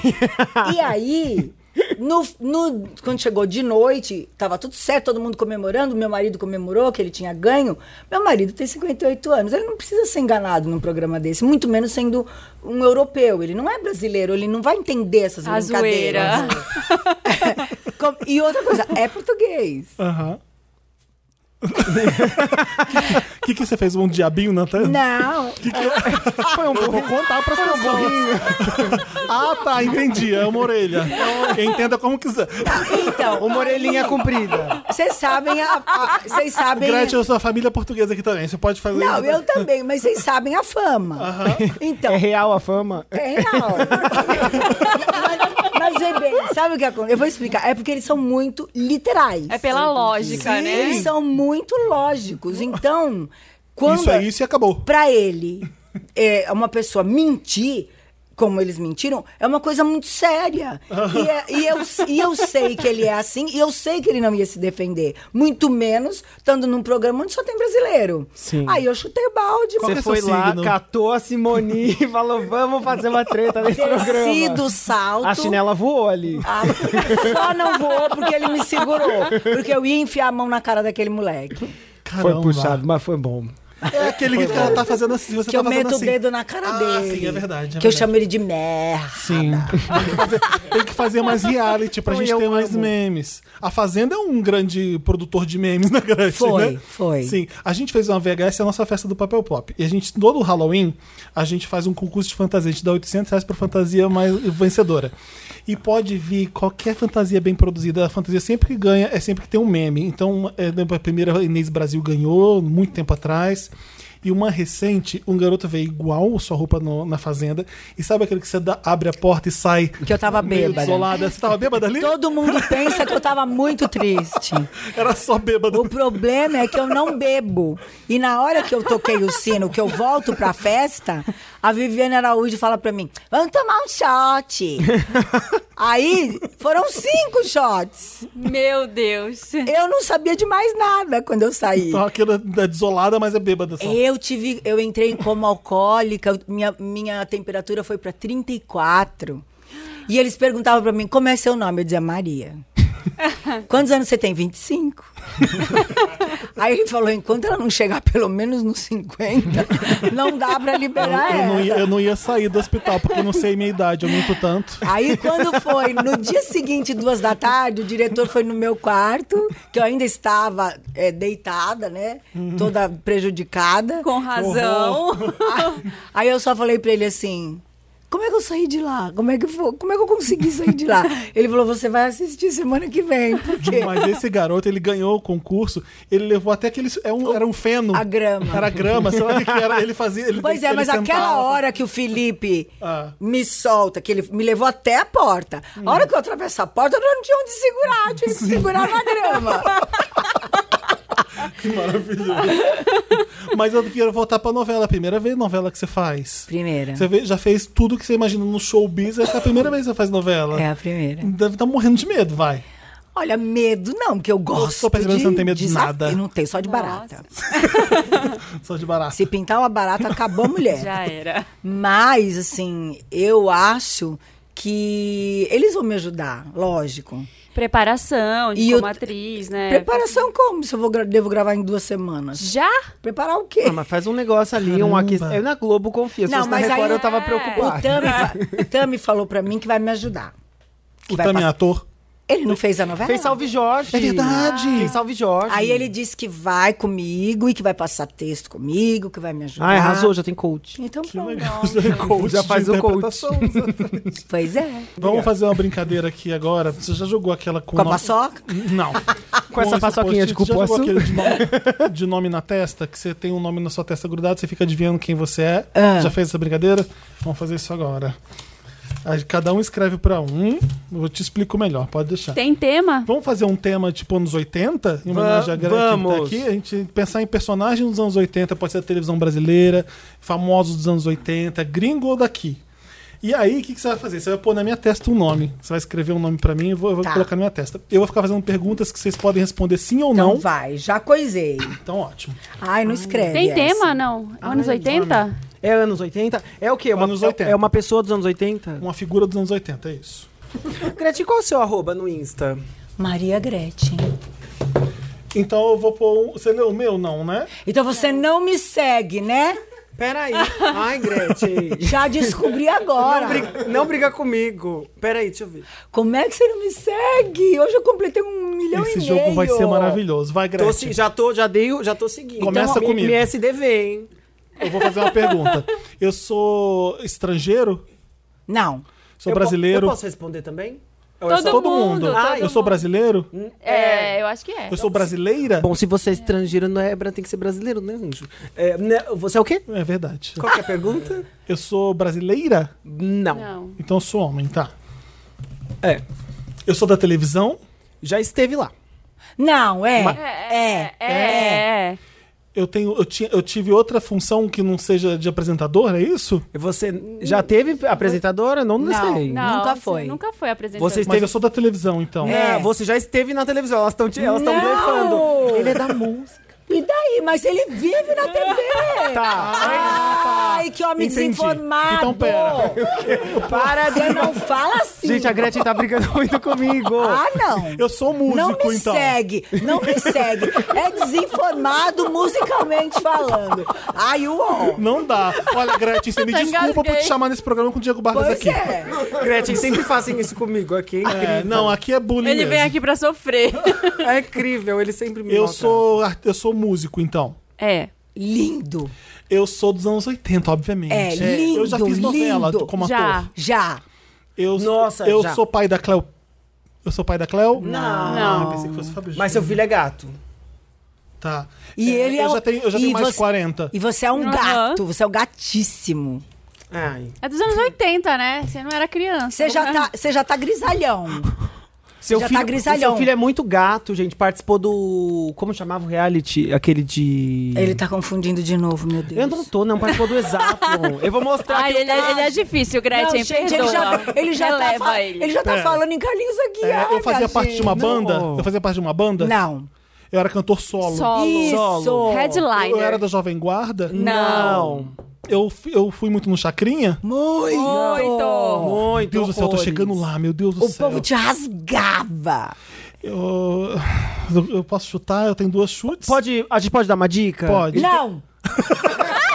D: E aí, no- no- quando chegou de noite, tava tudo certo, todo mundo comemorando, meu marido comemorou que ele tinha ganho. Meu marido tem 58 anos, ele não precisa ser enganado num programa desse, muito menos sendo um europeu. Ele não é brasileiro, ele não vai entender essas
B: A
D: brincadeiras.
B: zoeira.
D: Com- E outra coisa, é português.
A: Aham. O que, que você fez? Um diabinho na tela?
D: Não,
C: Foi um pouco contar pra ser um burrinho.
A: Ah, tá, entendi. É uma orelha. Entenda como quiser.
D: então.
C: Uma orelhinha comprida.
D: Vocês sabem a. a- Vocês sabem.
A: Gretchen, eu sou a família portuguesa aqui também. Você pode fazer
D: Não,
A: isso.
D: eu também, mas vocês sabem a fama. Então,
C: É real a fama?
D: é real. mas, mas vê bem, sabe o que acontece? Eu vou explicar. É porque eles são muito literais.
B: É pela lógica,
A: Sim.
B: né?
D: Eles são muito lógicos. Então, quando.
A: Isso é isso e acabou.
D: Pra ele, é, uma pessoa mentir, como eles mentiram, é uma coisa muito séria. E, é- e eu, e eu sei que ele é assim, e eu sei que ele não ia se defender. Muito menos estando num programa onde só tem brasileiro.
C: Sim.
D: Aí eu chutei o balde.
A: Qual que
D: porque
A: é
C: Você foi
A: seu
C: lá,
A: signo?
C: catou a Simoni e falou: vamos fazer uma treta nesse
D: Desci do
C: programa.
D: salto.
A: Ah,
C: A chinela voou ali.
D: Ah, só não voou porque ele me segurou. Porque eu ia enfiar a mão na cara daquele moleque.
A: Caramba.
C: Foi puxado, mas foi bom.
A: É aquele que ela tá fazendo assim. Você
D: que
A: tá
D: eu
A: fazendo
D: meto
A: assim.
D: o dedo na cara
A: Ah,
D: dele.
A: sim, é verdade, é
D: que eu
A: verdade.
D: chamo ele de merda.
A: Sim. Tem que fazer- Tem que fazer mais reality pra
C: Ai,
A: gente
C: eu
A: ter mais
C: amo.
A: memes. A Fazenda é um grande produtor de memes na Gretchen,
D: Foi,
A: né?
D: foi.
A: Sim. A gente fez uma VHS, é a nossa festa do papel pop. E a gente, todo Halloween, a gente faz um concurso de fantasia. A gente dá 800 reais pra fantasia mais vencedora. E pode vir qualquer fantasia bem produzida. A fantasia sempre que ganha é sempre que tem um meme. Então, é, lembra, a primeira Inês Brasil ganhou, muito tempo atrás. E uma recente, um garoto veio igual sua roupa no- na fazenda. E sabe aquele que você dá- abre a porta e sai
D: Que eu tava
A: meio
D: bêbada.
A: desolada? Você tava bêbada ali?
D: Todo mundo pensa que eu tava muito triste.
A: Era só bêbada.
D: O problema é que eu não bebo. E na hora que eu toquei o sino, que eu volto pra festa, a Viviane Araújo fala pra mim: vamos tomar um shot. Aí foram cinco shots.
B: Meu Deus.
D: Eu não sabia de mais nada quando eu saí.
A: Então aquela é desolada, mas é bêbada só.
D: Eu tive, eu entrei como alcoólica, minha, minha temperatura foi pra 34. E eles perguntavam pra mim, como é seu nome? Eu dizia, Maria. Quantos anos você tem? 25. Aí ele falou, enquanto ela não chegar pelo menos nos 50, não dá pra
A: Eu,
D: liberar
A: eu
D: ela.
A: não ia, eu não ia sair do hospital, porque eu não sei minha idade, eu minto tanto.
D: Aí quando foi no dia seguinte, duas da tarde, o diretor foi no meu quarto, que eu ainda estava eh, deitada, né? Toda prejudicada.
B: Com razão.
D: Aí eu só falei pra ele assim: como é que eu saí de lá? Como é que, foi? Como é que eu consegui sair de lá? Ele falou: você vai assistir semana que vem, porque
A: Mas esse garoto, ele ganhou o concurso, ele levou até aquele. É um, era um feno.
D: a grama.
A: Era grama, sei lá o que que era. Ele fazia. Ele,
D: Pois é,
A: ele
D: mas aquela
A: sentava.
D: hora que o Felipe
A: Ah.
D: me solta, que ele me levou até a porta. A hora que eu atravesso a porta, eu não tinha onde segurar, eu tinha que segurar na grama.
A: Que maravilhoso. mas eu quero voltar pra novela. Primeira vez novela que você faz.
D: Primeira.
A: Você vê- já fez tudo que você imagina no showbiz, essa é a primeira vez que você faz novela.
D: É a primeira.
A: Deve estar morrendo de medo, vai.
D: Olha, medo não, porque eu gosto.
A: tô percebendo
D: de,
A: que você não tem medo de
D: desaf-
A: nada.
D: Eu não tenho, só de barata.
A: Só de barato.
D: Se pintar uma barata, acabou a mulher.
B: Já é. era.
D: Mas, assim, eu acho que eles vão me ajudar, lógico.
B: Preparação, de
D: E
B: como
D: eu-
B: atriz, né?
D: Preparação como? um Se eu vou gra- devo gravar em duas semanas?
B: Já?
D: Preparar o quê?
C: Ah, mas faz um negócio ali, um aqui.
A: Caramba.
C: Eu na Globo confio. Se
D: Não,
C: fosse na
D: mas aí-
C: Record eu tava
B: É.
D: O
C: preocupado.
D: Tami, fa- o Tami falou pra mim que vai me ajudar. Que
A: O
D: vai
A: também é
D: passar-
A: ator.
D: Ele não fez a novela?
C: Fez Salve Jorge.
A: É verdade.
C: Fez Salve Jorge.
D: Aí ele disse que vai comigo e que vai passar texto comigo, que vai me ajudar.
C: Ah, arrasou, já tem coach.
D: Então
A: Que
D: pronto.
A: legal. Já, é coach
C: Já
A: de
C: faz o coach.
A: interpretação, exatamente.
D: Pois é.
A: Vamos fazer uma brincadeira aqui agora. Você já jogou aquela com.
D: Com a
A: nome-
D: paçoca?
A: Não.
C: Com essa
A: esse
C: paçoquinha de
A: post-it, você já jogou
C: cupuaçu?
A: aquele de nome, de nome na testa, que você tem um nome na sua testa grudado, você fica adivinhando quem você é.
D: Ah.
A: Já fez essa brincadeira? Vamos fazer isso agora. Aí Cada um escreve pra um. Eu te explico melhor, pode deixar.
B: Tem tema?
A: Vamos fazer um tema tipo anos 80, em homenagem à Greta que tá
C: vamos.
A: aqui. A gente pensar em personagens dos anos 80, pode ser a televisão brasileira, famosos dos anos 80, gringo ou daqui. E aí, o que, que você vai fazer? Você vai pôr na minha testa um nome. Você vai escrever um nome pra mim e eu vou, eu vou
D: Tá.
A: colocar na minha testa. Eu vou ficar fazendo perguntas que vocês podem responder sim ou
D: Então
A: não.
D: vai, já coisei.
A: Então, ótimo.
D: Ai, não escreve.
B: Tem
D: essa.
B: tema, Ah, não? Anos 80?
C: É anos 80? É o quê? Uma,
A: Anos 80.
C: É uma pessoa dos anos 80?
A: Uma figura dos anos 80, é isso.
C: Gretchen, qual é o seu arroba no Insta?
D: Maria Gretchen.
A: Então eu vou pôr um. Você leu o meu, não, né?
D: Então você não me segue, né?
C: Peraí. Ai, Gretchen.
D: Já descobri
C: Não
D: agora.
C: briga, não briga comigo. Peraí, deixa eu ver.
D: Como é que você não me segue? Hoje eu completei um milhão
A: Esse
D: e meio.
A: jogo vai ser maravilhoso. Vai,
C: Tô
A: Gretchen.
C: se- já tô, já dei, o- já tô seguindo. Então,
A: Começa
C: me,
A: comigo.
C: Me é SDV, hein?
A: Eu vou fazer uma pergunta. Eu sou estrangeiro?
D: Não.
A: Sou
C: Eu po-
A: brasileiro?
C: eu posso responder também? Ou é
B: Todo
C: só-
A: Todo mundo.
B: mundo,
A: Ah,
B: todo
A: eu sou
B: mundo.
A: brasileiro?
B: É, eu acho que é.
A: Eu sou brasileira?
C: Bom, se você é estrangeiro, não é, tem que ser brasileiro, né, anjo? É, né, você é o quê?
A: É verdade.
C: Qual que é a pergunta?
A: Eu sou brasileira?
C: Não.
B: Não.
A: Então eu sou homem, tá.
C: É.
A: Eu sou da televisão?
C: Já esteve lá.
D: Não, é.
B: É, é, é. é.
A: Eu, tenho, eu, tinha, eu tive outra função que não seja de apresentador, é isso?
C: Você já teve apresentadora? Não,
D: Não.
C: sei.
B: Não,
D: Nunca
B: você
D: foi.
B: Nunca foi apresentado.
C: Vocês-
A: Mas
C: Teve-
A: eu sou da televisão, então.
D: É.
C: É, você já esteve na televisão, elas estão elas estão
D: Não!
C: blefando. Ele é da música.
D: E daí? Mas ele vive na TV.
C: Tá.
D: Ai, que homem
A: Entendi.
D: desinformado.
A: Então, pera.
D: Para de... Não fala assim.
C: Gente, a Gretchen tá brigando muito comigo.
D: Ah, não.
A: Eu sou músico,
D: não me
A: então.
D: segue, não me segue. É desinformado musicalmente falando. Ai, uó.
A: Não dá. Olha, Gretchen, você me
B: Até
A: desculpa por te
B: engasguei.
A: chamar nesse programa com o Diego Barros
D: Pois
A: aqui.
D: é.
C: Gretchen, sempre fazem isso comigo aqui. É incrível.
A: É, não, aqui é bullying.
B: Ele vem
A: mesmo.
B: aqui pra sofrer.
C: É incrível, ele sempre me
A: Eu
C: nota.
A: sou, art- eu sou músico, então.
B: É.
D: Lindo.
A: Eu sou dos anos 80, obviamente.
D: É,
A: eu já fiz
D: lindo,
A: novela
D: lindo.
A: como
B: Já.
A: ator.
D: Já.
A: Eu,
C: Nossa,
A: eu
C: já.
A: sou pai da Cleo. Eu sou pai da Cleo?
C: Não.
A: Ah,
B: Não.
A: pensei que fosse Fabio.
C: Mas seu filho é gato.
A: Tá.
D: E ele é
A: eu
D: um-
A: já tenho, eu já
D: e
A: tenho mais de
D: você-
A: 40.
D: E você é um
B: Aham.
D: gato, você é um gatíssimo.
C: Ai.
B: É dos anos 80, né? Você não era criança.
D: Você já tá, você já tá grisalhão.
C: Seu
D: Já tá
C: filho,
D: grisalhão.
C: Seu filho é muito gato, gente. Participou do. Como chamava o reality? Aquele de.
D: Ele tá confundindo de novo, meu Deus.
C: Eu não tô, não. Participou do exato. Eu vou
D: Ah,
C: mostrar
B: Ai,
C: aqui.
B: ele, é- ele é difícil,
D: Não,
B: Gretchen.
D: gente, ele
B: perdoa.
D: já, ele já tá,
B: Releva
D: fa-
B: ele.
D: ele já tá
A: Pera.
D: falando em Carlinhos Aguiar.
A: É, eu fazia parte de uma
D: gente.
A: banda.
C: Não.
A: Eu fazia parte de uma banda?
D: Não.
A: Eu era cantor solo.
B: Solo.
D: Isso.
B: Headliner.
A: Eu era da Jovem Guarda.
C: Não.
A: Eu, f- eu fui muito no Chacrinha.
D: Muito.
B: Muito.
A: Meu
C: Muito
A: Deus do céu, eu tô
C: horrores.
A: chegando lá, meu Deus do
D: O
A: céu.
D: povo te rasgava.
A: Eu, eu posso chutar? Eu tenho duas chutes?
C: Pode, a gente pode dar uma dica?
A: Pode.
D: Não.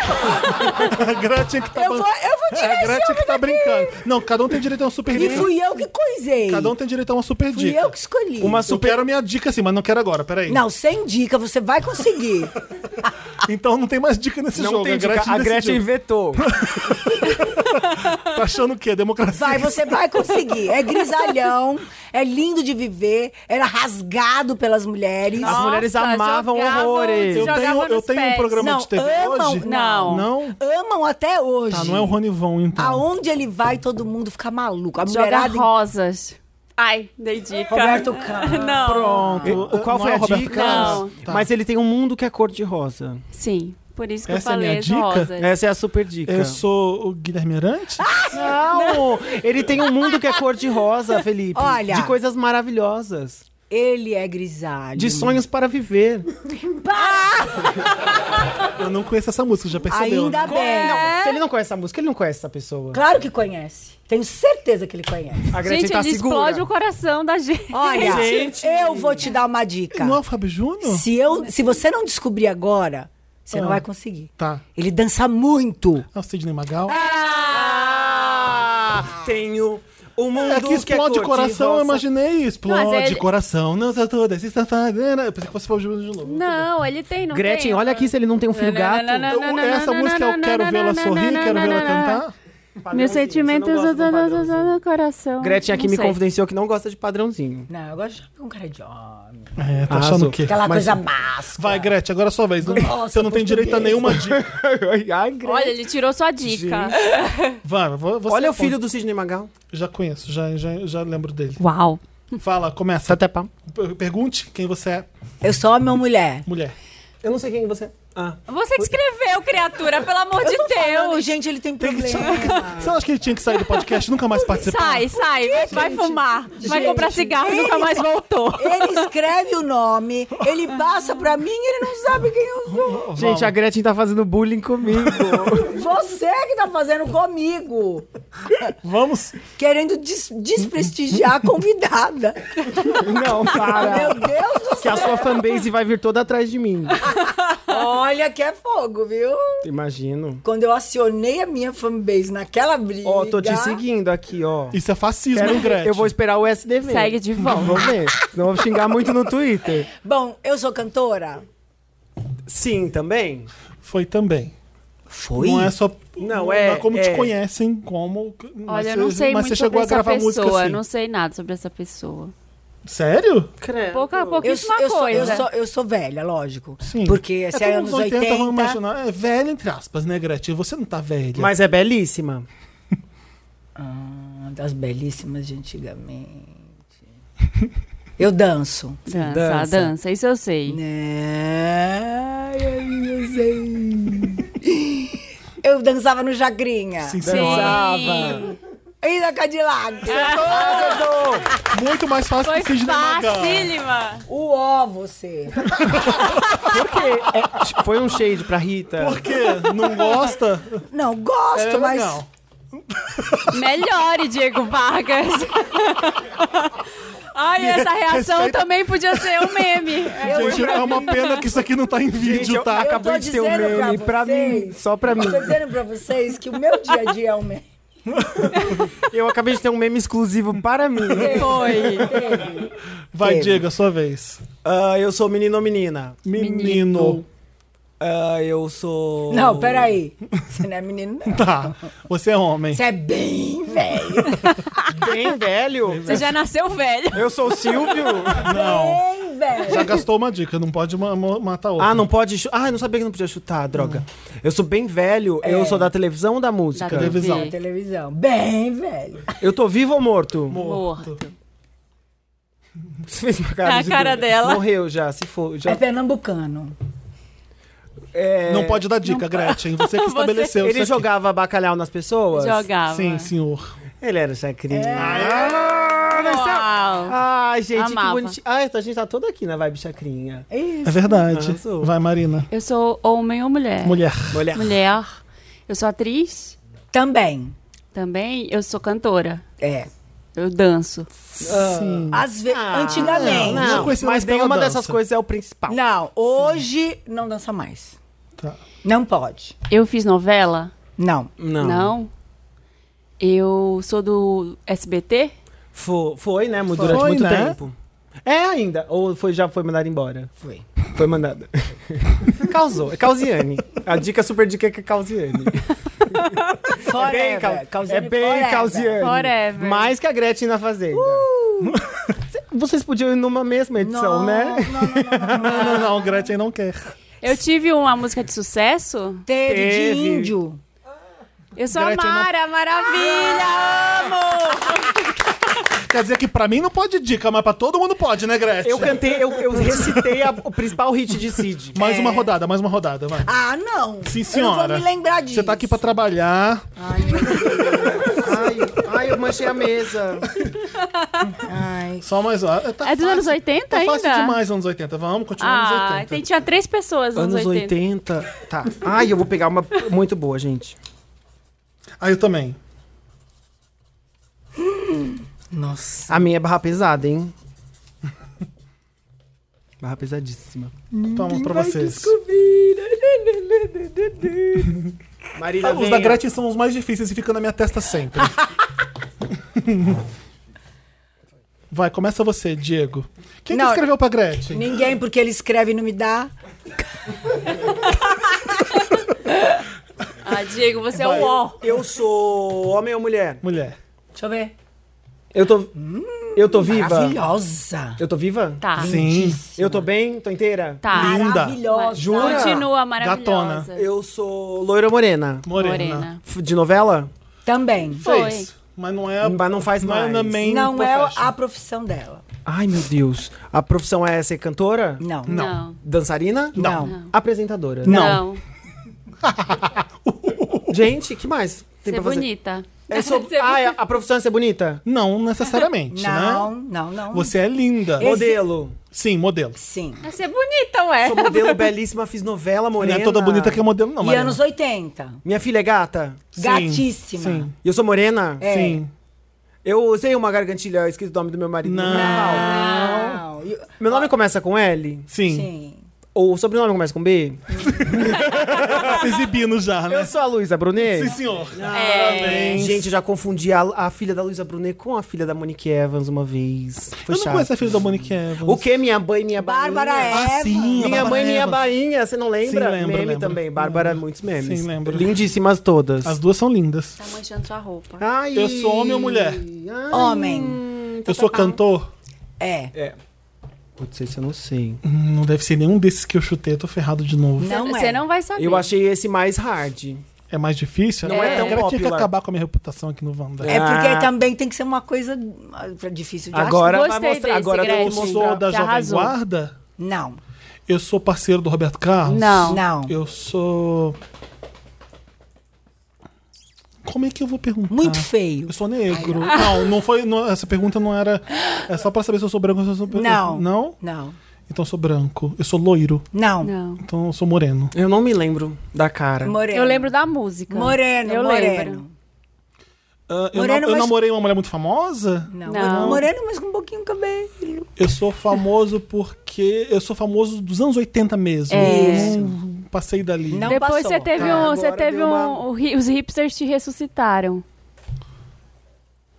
A: A Gretchen que tá
D: Eu
A: ban-
D: vou, eu vou
A: É
D: tirar
A: a
D: esse
A: Gretchen
D: homem
A: que tá
D: daqui.
A: brincando. Não, cada um tem direito a uma super
D: E
A: dica.
D: fui eu que coisei.
A: Cada um tem direito a uma super
D: fui
A: dica.
D: eu que escolhi.
A: Uma super... Eu quero minha dica assim, mas não quero agora, peraí.
D: Não, sem dica, você vai conseguir.
A: Então não tem mais dica nesse
C: Não
A: jogo.
C: tem
A: a
C: dica.
A: Gretchen,
C: A é Gretchen
A: decidiu.
C: inventou.
A: Tá achando o quê? Democracia.
D: Vai, você vai conseguir. É grisalhão, é lindo de viver, era rasgado pelas mulheres.
C: As mulheres amavam
B: jogavam-
C: horrores.
A: Eu
B: jogava
A: tenho, eu
B: nos
A: tenho um
B: pés.
A: programa
D: Não,
A: de TV
D: amam-
A: hoje?
B: não.
A: Não?
D: Amam até hoje.
A: Tá, não é o Rony Von, então.
D: Aonde ele vai, todo mundo fica maluco. A
B: Joga
D: mulherada.
B: rosas. Ai, dei dica.
D: Roberto Carlos.
B: Não.
A: Pronto.
C: O- Qual
A: Não
C: foi
A: é
C: a
A: o Roberto
C: dica?
A: Carlos?
B: Não.
A: Tá.
C: Mas ele tem um mundo que é cor de rosa.
B: Sim, por isso que
A: Essa é
B: eu falei
A: minha
B: as
A: dica?
B: rosas.
C: Essa é a super dica.
A: Eu sou o Guilherme Arantes?
C: Não! Ele tem um mundo que é cor de rosa, Felipe.
D: Olha.
C: De coisas maravilhosas.
D: Ele é grisalho.
C: De sonhos para viver.
A: Eu não conheço essa música, já percebeu?
D: Ainda
A: né?
B: É.
D: bem.
C: Não, se ele não conhece essa música, ele não conhece essa pessoa.
D: Claro que conhece. Tenho certeza que ele conhece.
C: A Gretchen
B: Gente,
C: tá
B: ele
C: segura.
B: explode o coração da gente.
D: Olha,
C: Gente.
D: eu vou te dar uma dica.
A: Não é o Fábio Júnior?
D: Se, eu, se você não descobrir agora, você não vai conseguir.
A: Tá.
D: Ele dança muito.
A: É o Sidney Magal?
C: Ah, tenho o mundo
A: É que explode
C: cor de
A: coração,
C: rosa.
A: eu imaginei. Explode
B: Mas ele-
A: coração, não sou toda, se está fazendo. Eu pensei que fosse Fábio Júnior de novo.
B: Não, ele tem, não tem.
C: Gretchen, olha aqui se ele não tem um filho gato.
A: é Eu- essa música eu quero vê-la sorrir, quero vê-la cantar.
B: Meus
C: você não
B: sentimentos
C: gosta do
B: estão
C: padrãozinho.
B: no coração.
C: Gretchen aqui
B: Não
C: me
B: sei.
C: confidenciou que não gosta de padrãozinho.
D: Não, eu gosto de com cara de homem.
A: É, tá
C: Arrasou.
A: achando o quê?
D: Aquela
C: Mas-
D: coisa máscara.
A: Vai, Gretchen, agora é sua vez. Não-
D: Nossa,
A: você não tem direito a
D: português.
A: nenhuma dica.
C: Ai, Gretchen.
B: Olha, ele tirou sua dica.
A: Vai, vo- você é
C: Olha o
A: aponta.
C: filho do Sidney Magal.
A: Já conheço, já, já, já lembro dele.
B: Uau.
A: Fala, começa.
C: tá Até pau.
A: P- Pergunte quem você é,
D: Eu sou homem ou mulher?
A: mulher.
C: Eu não sei quem você é. Ah.
B: Você que escreveu, criatura, pelo amor de
D: tô falando,
B: Deus.
D: gente, ele tem
A: Tem que-
D: problema.
A: Você acha que ele tinha que sair do podcast e nunca mais participar?
B: Ah. Sai, sai, vai- vai fumar, vai
D: Gente,
B: comprar cigarro, nunca mais voltou.
D: Ele escreve o nome, ele passa pra mim e ele não sabe quem eu sou.
A: Vamos.
C: Gente, a Gretchen tá fazendo bullying comigo.
D: Você que tá fazendo comigo.
A: Vamos.
D: Querendo des- desprestigiar a convidada.
C: não,
D: Meu
C: para.
D: Deus do
C: Que a
D: céu.
C: sua fanbase vai vir toda atrás de mim.
D: Olha que é fogo, viu?
C: Imagino.
D: Quando eu acionei a minha fanbase naquela briga...
C: Ó, tô te seguindo aqui, ó.
A: Isso é fascismo,
C: Quero
A: hein,
C: ver.
A: Gretchen?
C: Eu vou esperar o SDV.
B: Segue de volta.
C: Vamos ver. Não vou xingar muito no Twitter.
D: Bom, eu sou cantora?
C: Sim, também.
A: Foi também.
D: Foi.
A: Não é só.
C: Não, é-
A: como te
C: é.
A: conhecem, como. mas
B: Olha, eu
A: você-
B: não sei
A: mas
B: muito
A: você chegou
B: sobre
A: a
B: essa
A: gravar música
B: pessoa,
A: assim.
B: não sei nada sobre essa pessoa.
A: Sério?
C: Credo.
B: Pouca,
D: Eu,
B: pouquíssima
D: eu, sou, eu,
B: é coisa.
D: sou, eu sou velha, lógico.
A: Sim.
D: Porque se é,
A: todo
D: anos
A: mundo
D: 80...
A: vamos imaginar. É velha, entre aspas, né, Gretchen? Você não tá velha.
C: Mas é belíssima.
D: Ah, das belíssimas de antigamente. Eu danço.
B: Dança, dança,
C: dança.
B: isso eu sei.
D: Né? Ai, eu sei. Eu dançava no Jagrinha.
A: Sim, senhora.
C: Dançava.
D: E na Cadillac.
C: Acertou!
A: Muito mais fácil
B: Foi
A: que Sidney Magal.
B: facílima.
D: O ó, você.
C: Por quê? É, foi um shade pra Rita.
A: Por quê? Não gosta?
D: Não, gosto,
A: É
D: mas.
A: legal.
B: Melhore, Diego Vargas. Ai, essa reação
A: Respeita-
B: também podia ser um meme. É,
A: Gente, é uma pena que isso aqui não tá em vídeo,
C: Gente, eu-
A: tá?
D: eu
A: Acabou.
D: tô
C: de ter um
D: dizendo
C: meme pra
D: vocês-
C: mim, só pra mim.
D: Eu tô dizendo pra vocês que o meu dia a dia é um meme.
C: Eu acabei de ter um meme exclusivo para mim.
B: Foi.
D: Teve.
A: Vai,
D: Teve.
A: Diego, a sua vez.
C: Ah, eu sou menino ou menina?
A: Menino.
C: Ah, eu sou.
D: Não, peraí. Você não é menino, não.
A: Tá. Você é homem.
D: Você é bem velho.
C: Bem velho.
B: Você já nasceu velho.
C: Eu sou o Silvio.
B: é
A: Não.
D: Bem velho.
A: Já gastou uma dica, não pode ma- ma- matar outra.
C: ah, não pode. chu- Ah, eu não sabia que não podia chutar, droga. Eu sou bem velho. Eu sou da televisão ou da
B: Da
C: música?
B: TV.
A: Televisão.
D: Na televisão. Bem velho.
C: Eu tô vivo ou morto?
B: Morto.
C: Você fez uma cara
B: A
C: de
B: cara
C: doido.
B: dela.
C: Morreu já, se for. Já...
D: É pernambucano.
C: É,
A: Não pode dar dica, Gretchen. Você que estabeleceu.
C: Ele
A: isso aqui.
C: jogava bacalhau nas pessoas?
B: Jogava.
A: Sim, senhor.
C: Ele era chacrinha.
D: É.
B: Uau.
C: Ai, gente,
B: Amava.
C: que bonitinho. Ai, a gente tá toda aqui na vibe chacrinha.
A: É verdade.
C: Arrasou.
A: Vai, Marina.
B: Eu sou homem ou mulher?
A: Mulher.
C: Olha.
B: Mulher. Eu sou atriz
D: Também.
B: também. Eu sou cantora.
D: É.
B: Eu danço.
A: Sim.
D: Às vezes.
C: Ah,
D: antigamente.
A: não.
D: Não.
A: com esse
C: mas
A: lance dela
C: nenhuma
A: dança.
C: dessas coisas é o principal.
D: hoje não dança mais.
A: Tá.
D: Não pode.
B: Eu fiz novela?
D: Não.
C: Não.
B: Eu sou do SBT?
C: Fo- Foi, né? mu- Durante
A: Foi,
C: muito
A: né?
C: tempo. É ainda. Ou foi, já foi mandada embora?
D: Foi.
C: Foi mandada. Causou. É Causiane. A dica, super dica é que é Causiane. É
D: Forever.
C: bem, cau- é
D: Causiane
C: bem
D: forever.
C: Causiane.
B: Forever.
C: Mais que a Gretchen na Fazenda. Uh! Vocês podiam ir numa mesma edição,
D: Não,
C: né?
D: não, não, não,
A: Não,
D: não.
A: não, não. Gretchen não quer.
B: Eu tive uma música de sucesso.
D: Teve,
C: Teve.
D: de índio.
B: Eu sou
A: Gretchen,
B: a
A: não-
B: Mara, maravilha, amo!
A: Quer dizer que pra mim não pode dica, mas pra todo mundo pode, né, Gretchen?
C: Eu cantei, eu, eu recitei a- o principal hit de Cid.
A: Mais uma rodada, mais uma rodada, vai.
D: Ah, não.
A: Sim,
D: Eu não
A: senhora.
D: vou me lembrar disso.
A: Você tá aqui pra trabalhar.
C: Ai, ai, eu manchei a mesa.
D: Ai.
A: Só mais. ó, Tá
B: É dos
A: fácil.
B: anos 80
A: tá fácil
B: ainda?
A: demais, anos 80. Vamos continuar nos
B: Ah,
A: 80.
B: tem, tinha três pessoas nos
C: Anos 80. Tá. Ai, eu vou pegar uma muito boa, gente.
A: Ah, eu também.
D: Nossa.
C: A minha é barra pesada, hein? Barra pesadíssima.
A: Toma Então, pra vocês.
C: Marília,
A: Ah, Os da Gretchen são os mais difíceis e ficam na minha testa sempre. Vai, começa você, Diego. Quem que
D: Não.
A: escreveu pra Gretchen?
D: Ninguém, porque ele escreve e não me dá.
B: Ai, Diego, você é o ó.
C: Eu sou homem ou mulher?
A: Mulher.
D: Deixa eu ver.
C: Eu tô. eu tô viva.
D: Maravilhosa.
C: Eu tô viva?
B: Tá.
A: Sim.
C: Eu tô bem? Tô inteira?
B: Tá.
A: Linda.
D: Maravilhosa.
C: Jura?
B: Continua maravilhosa.
C: Eu sou loira ou morena?
A: Morena.
C: F- De novela?
D: Também.
B: Foi.
A: Fez. Mas não é.
C: Mas não faz
A: é
C: mais.
A: na main
D: Não é
A: profession.
D: a profissão dela.
C: Ai, meu Deus. A profissão é ser cantora?
D: Não.
B: Não.
C: Dançarina?
D: Não.
C: Apresentadora.
A: Não.
C: Gente, que mais tem
B: Ser
C: pra fazer?
B: bonita.
C: É sobre-
B: Ser
C: Ah, é- a profissão é ser bonita?
A: Não necessariamente,
D: Não,
A: né?
D: não, não.
A: Você é linda.
D: Esse-
C: Modelo.
A: Sim, modelo.
D: Sim.
B: É ser bonita, ué.
C: Sou modelo belíssima, fiz novela, morena.
A: Não é toda bonita que é modelo, não,
D: E
A: Mariana.
D: anos 80.
C: Minha filha é gata?
A: Sim,
D: Gatíssima.
A: Sim.
C: E eu sou morena?
D: É.
A: Sim.
C: Eu usei uma gargantilha escrito o nome do meu marido. no
A: Não.
C: carnaval.
D: Não. E-
C: Meu nome começa com L?
A: Sim.
D: Sim.
C: Ou o sobrenome começa com B?
A: Tá se exibindo já, né?
C: Eu sou a Luísa Brunet.
A: Sim, senhor.
B: É.
A: Parabéns.
C: Gente, eu já confundi a, a filha da Luísa Brunet com a filha da Monique Evans uma vez.
A: eu não
C: Foi chato.
A: conheço a filha da Monique Evans.
C: O que? Minha mãe, minha
D: Bárbara
C: bainha?
D: Evans.
A: Ah, sim. a
C: Minha
A: Bárbara
C: É, mãe, minha
A: Evans.
C: bainha. Você não lembra?
A: Sim, lembro,
C: Meme
A: lembro. Uhum.
C: também. Bárbara, muitos memes.
A: Sim, lembro.
C: Lindíssimas todas.
A: As duas são lindas.
B: Tá manchando sua roupa.
C: Ai.
A: Eu sou homem ou mulher?
C: Ai.
D: Homem.
C: Tá,
A: Eu sou
C: tá, tá.
A: cantor?
D: É.
C: É. Putz, esse eu não sei.
A: Hum, Não deve ser nenhum desses que eu chutei, eu tô ferrado de novo.
D: Não
B: Você
D: é.
B: não vai saber.
C: Eu achei esse mais hard.
A: É mais difícil?
C: Não
A: né?
B: é tão
A: Eu tinha que
C: popular.
A: acabar com a minha reputação aqui no Wanda.
D: É
C: Ah.
D: porque também tem que ser uma coisa ah, difícil de
C: Agora vai
B: Gostei
C: mostrar.
B: desse,
C: agora
A: Eu
B: Gretchen.
C: vou
A: sou da
B: Já
A: Jovem
B: arrasou.
A: Guarda?
D: achar. Não.
A: Eu sou parceiro do Roberto Carlos?
B: Não.
D: Não.
A: Eu sou. Como é que eu vou perguntar?
D: Muito feio.
A: Eu sou negro. Não, não foi. não- essa pergunta não era. É só pra saber se eu sou branco ou se eu sou
D: Não.
A: Não?
D: Não.
A: Então eu sou branco. Eu sou loiro.
D: Não.
B: Não.
A: Então eu sou moreno.
C: Eu não me lembro da cara.
D: Moreno.
B: Eu lembro da música.
D: Moreno,
B: eu
D: moreno.
B: lembro.
A: Ah, eu
D: Moreno,
A: na- eu
D: mas-
A: namorei uma mulher muito famosa?
D: Não.
B: Não.
D: Moreno, mas com um pouquinho de cabelo.
A: Eu sou famoso porque. Eu sou famoso dos anos 80 mesmo.
B: É.
A: Não passei dali.
D: Não
B: Depois
D: passou.
B: você teve
A: É,
C: Tá,
B: um.
C: agora
B: Você teve
C: deu
B: um.
C: uma-
B: o hi- Os hipsters te ressuscitaram.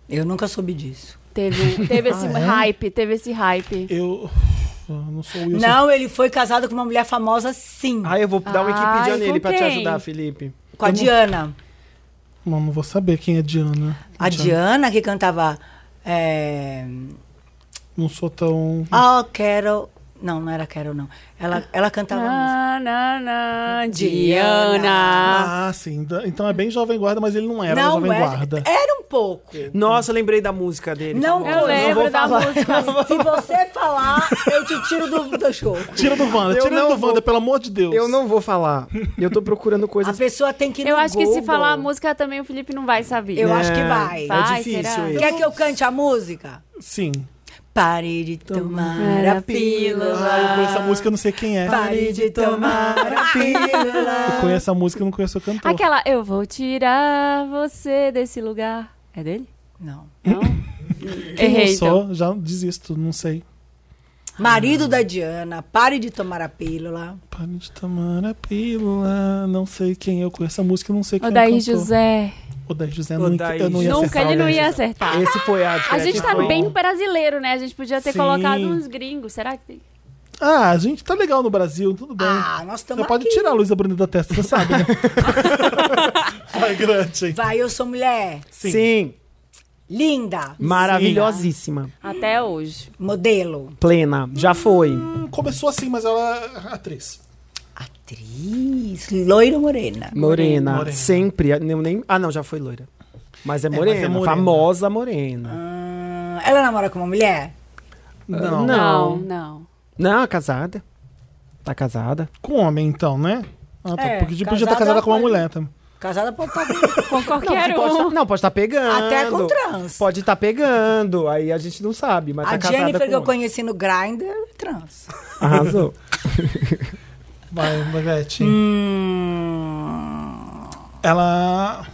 D: Eu nunca soube disso.
B: Teve, um- teve esse
A: Ah, é?
B: hype, teve esse hype.
A: Eu. eu não sou o Wilson.
D: não, ele foi casado com uma mulher famosa, sim.
C: Ai, Ah, eu vou dar uma
B: Ai,
C: equipe de
B: com
C: nele pra te
B: quem?
C: ajudar, Felipe.
D: com a
A: eu não-
D: Diana.
A: Não, não vou saber quem é Diana.
D: A Diana que cantava. é,
A: Não sou tão.
D: Oh, Carol. Não, não era Carol, não. Ela, ela cantava. música.
B: Na, na, na, Diana.
D: Ah, Diana.
A: Ah, sim. Da- Então é bem Jovem Guarda, mas ele não era
D: não,
A: Jovem
D: era,
A: Guarda.
D: era um pouco.
C: Nossa, eu lembrei da música dele.
D: Não,
C: famosa.
B: Eu lembro
C: vou
B: da
C: falar.
B: música.
D: Se você falar, eu te tiro do, do show.
A: Tira do Wanda,
C: Eu
A: tira
C: não
A: ele do
C: vou-
A: Wanda, pelo amor de Deus.
C: Eu não vou falar. Eu tô procurando
D: A
C: coisas.
D: pessoa tem que ir
B: Eu
D: no
B: acho que se
D: Google.
B: falar a música também o Felipe não vai saber.
A: Né?
D: Eu acho que
C: É,
D: vai.
C: É
B: Vai,
C: difícil
B: será?
C: isso.
D: Quer que eu cante a música?
A: Sim.
D: Pare de tomar a
A: Ah, eu
D: pílula.
A: conheço a música, eu não sei quem é.
D: Pare de tomar a
A: Eu
D: pílula.
A: conheço a música, eu não conheço o cantor.
B: Aquela, eu vou tirar você desse lugar. É dele?
D: Não.
B: Não?
A: Quem
B: Errei,
A: eu
B: então.
A: sou, já desisto, não sei.
D: Marido da Diana, pare de tomar a pílula.
A: Pare de tomar a pílula, não sei quem eu conheço a música, eu não sei quem é
B: Odair
A: o cantor.
B: José.
A: Odair José, eu não-
C: Odair
A: eu não ia
C: José.
B: Nunca,
A: acertar.
B: ele não
C: Odair
B: ia
C: José.
B: acertar.
C: Esse foi a.
B: A gente tá
C: foi-
B: bem brasileiro, né? A gente podia ter
A: Sim.
B: colocado uns gringos. Será que tem?
A: Ah, a gente tá legal no Brasil, tudo bem.
D: Ah, nós
A: você
D: estamos
A: pode
D: aqui.
A: tirar a Luísa Bruno da testa, você sabe, né? Vai, Então, Gretchen.
D: Vai, eu sou mulher.
C: Sim.
D: Linda.
C: Maravilhosíssima.
B: Até hoje.
D: Modelo.
C: Plena. Já foi.
A: Hum, Começou assim, mas ela é atriz.
D: Atriz. Loira ou morena.
C: Morena.
A: Morena.
C: Sempre. Eu nem... Ah, não, já foi loira. Mas é morena.
A: mas é morena.
C: Famosa morena.
D: Hum, ela namora com uma mulher?
A: Não.
C: Não.
B: Não, não.
C: Não, casada. Tá casada.
A: Com homem, então, né? Ah, tá.
D: É,
A: Porque podia estar
D: casada
A: casada com uma
D: pode-
A: mulher também.
D: Casada pode estar
B: Com qualquer
C: Pode tá-
B: um.
C: não, pode estar pegando.
D: até com trans.
C: Pode estar pegando. Aí a gente não sabe, mas
D: a
C: tá casada
D: Jennifer
C: com
D: que eu
C: homem.
D: conheci no Grindr é trans.
C: Arrasou.
A: Vai, Bagete.
D: Hum,
A: Ela.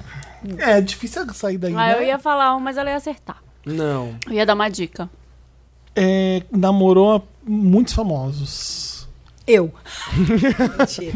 A: É difícil sair daí.
B: Ah,
A: né?
B: eu ia falar um, mas ela ia acertar.
C: Não.
B: Eu ia dar uma dica.
A: É, namorou muitos famosos.
D: eu. Mentira.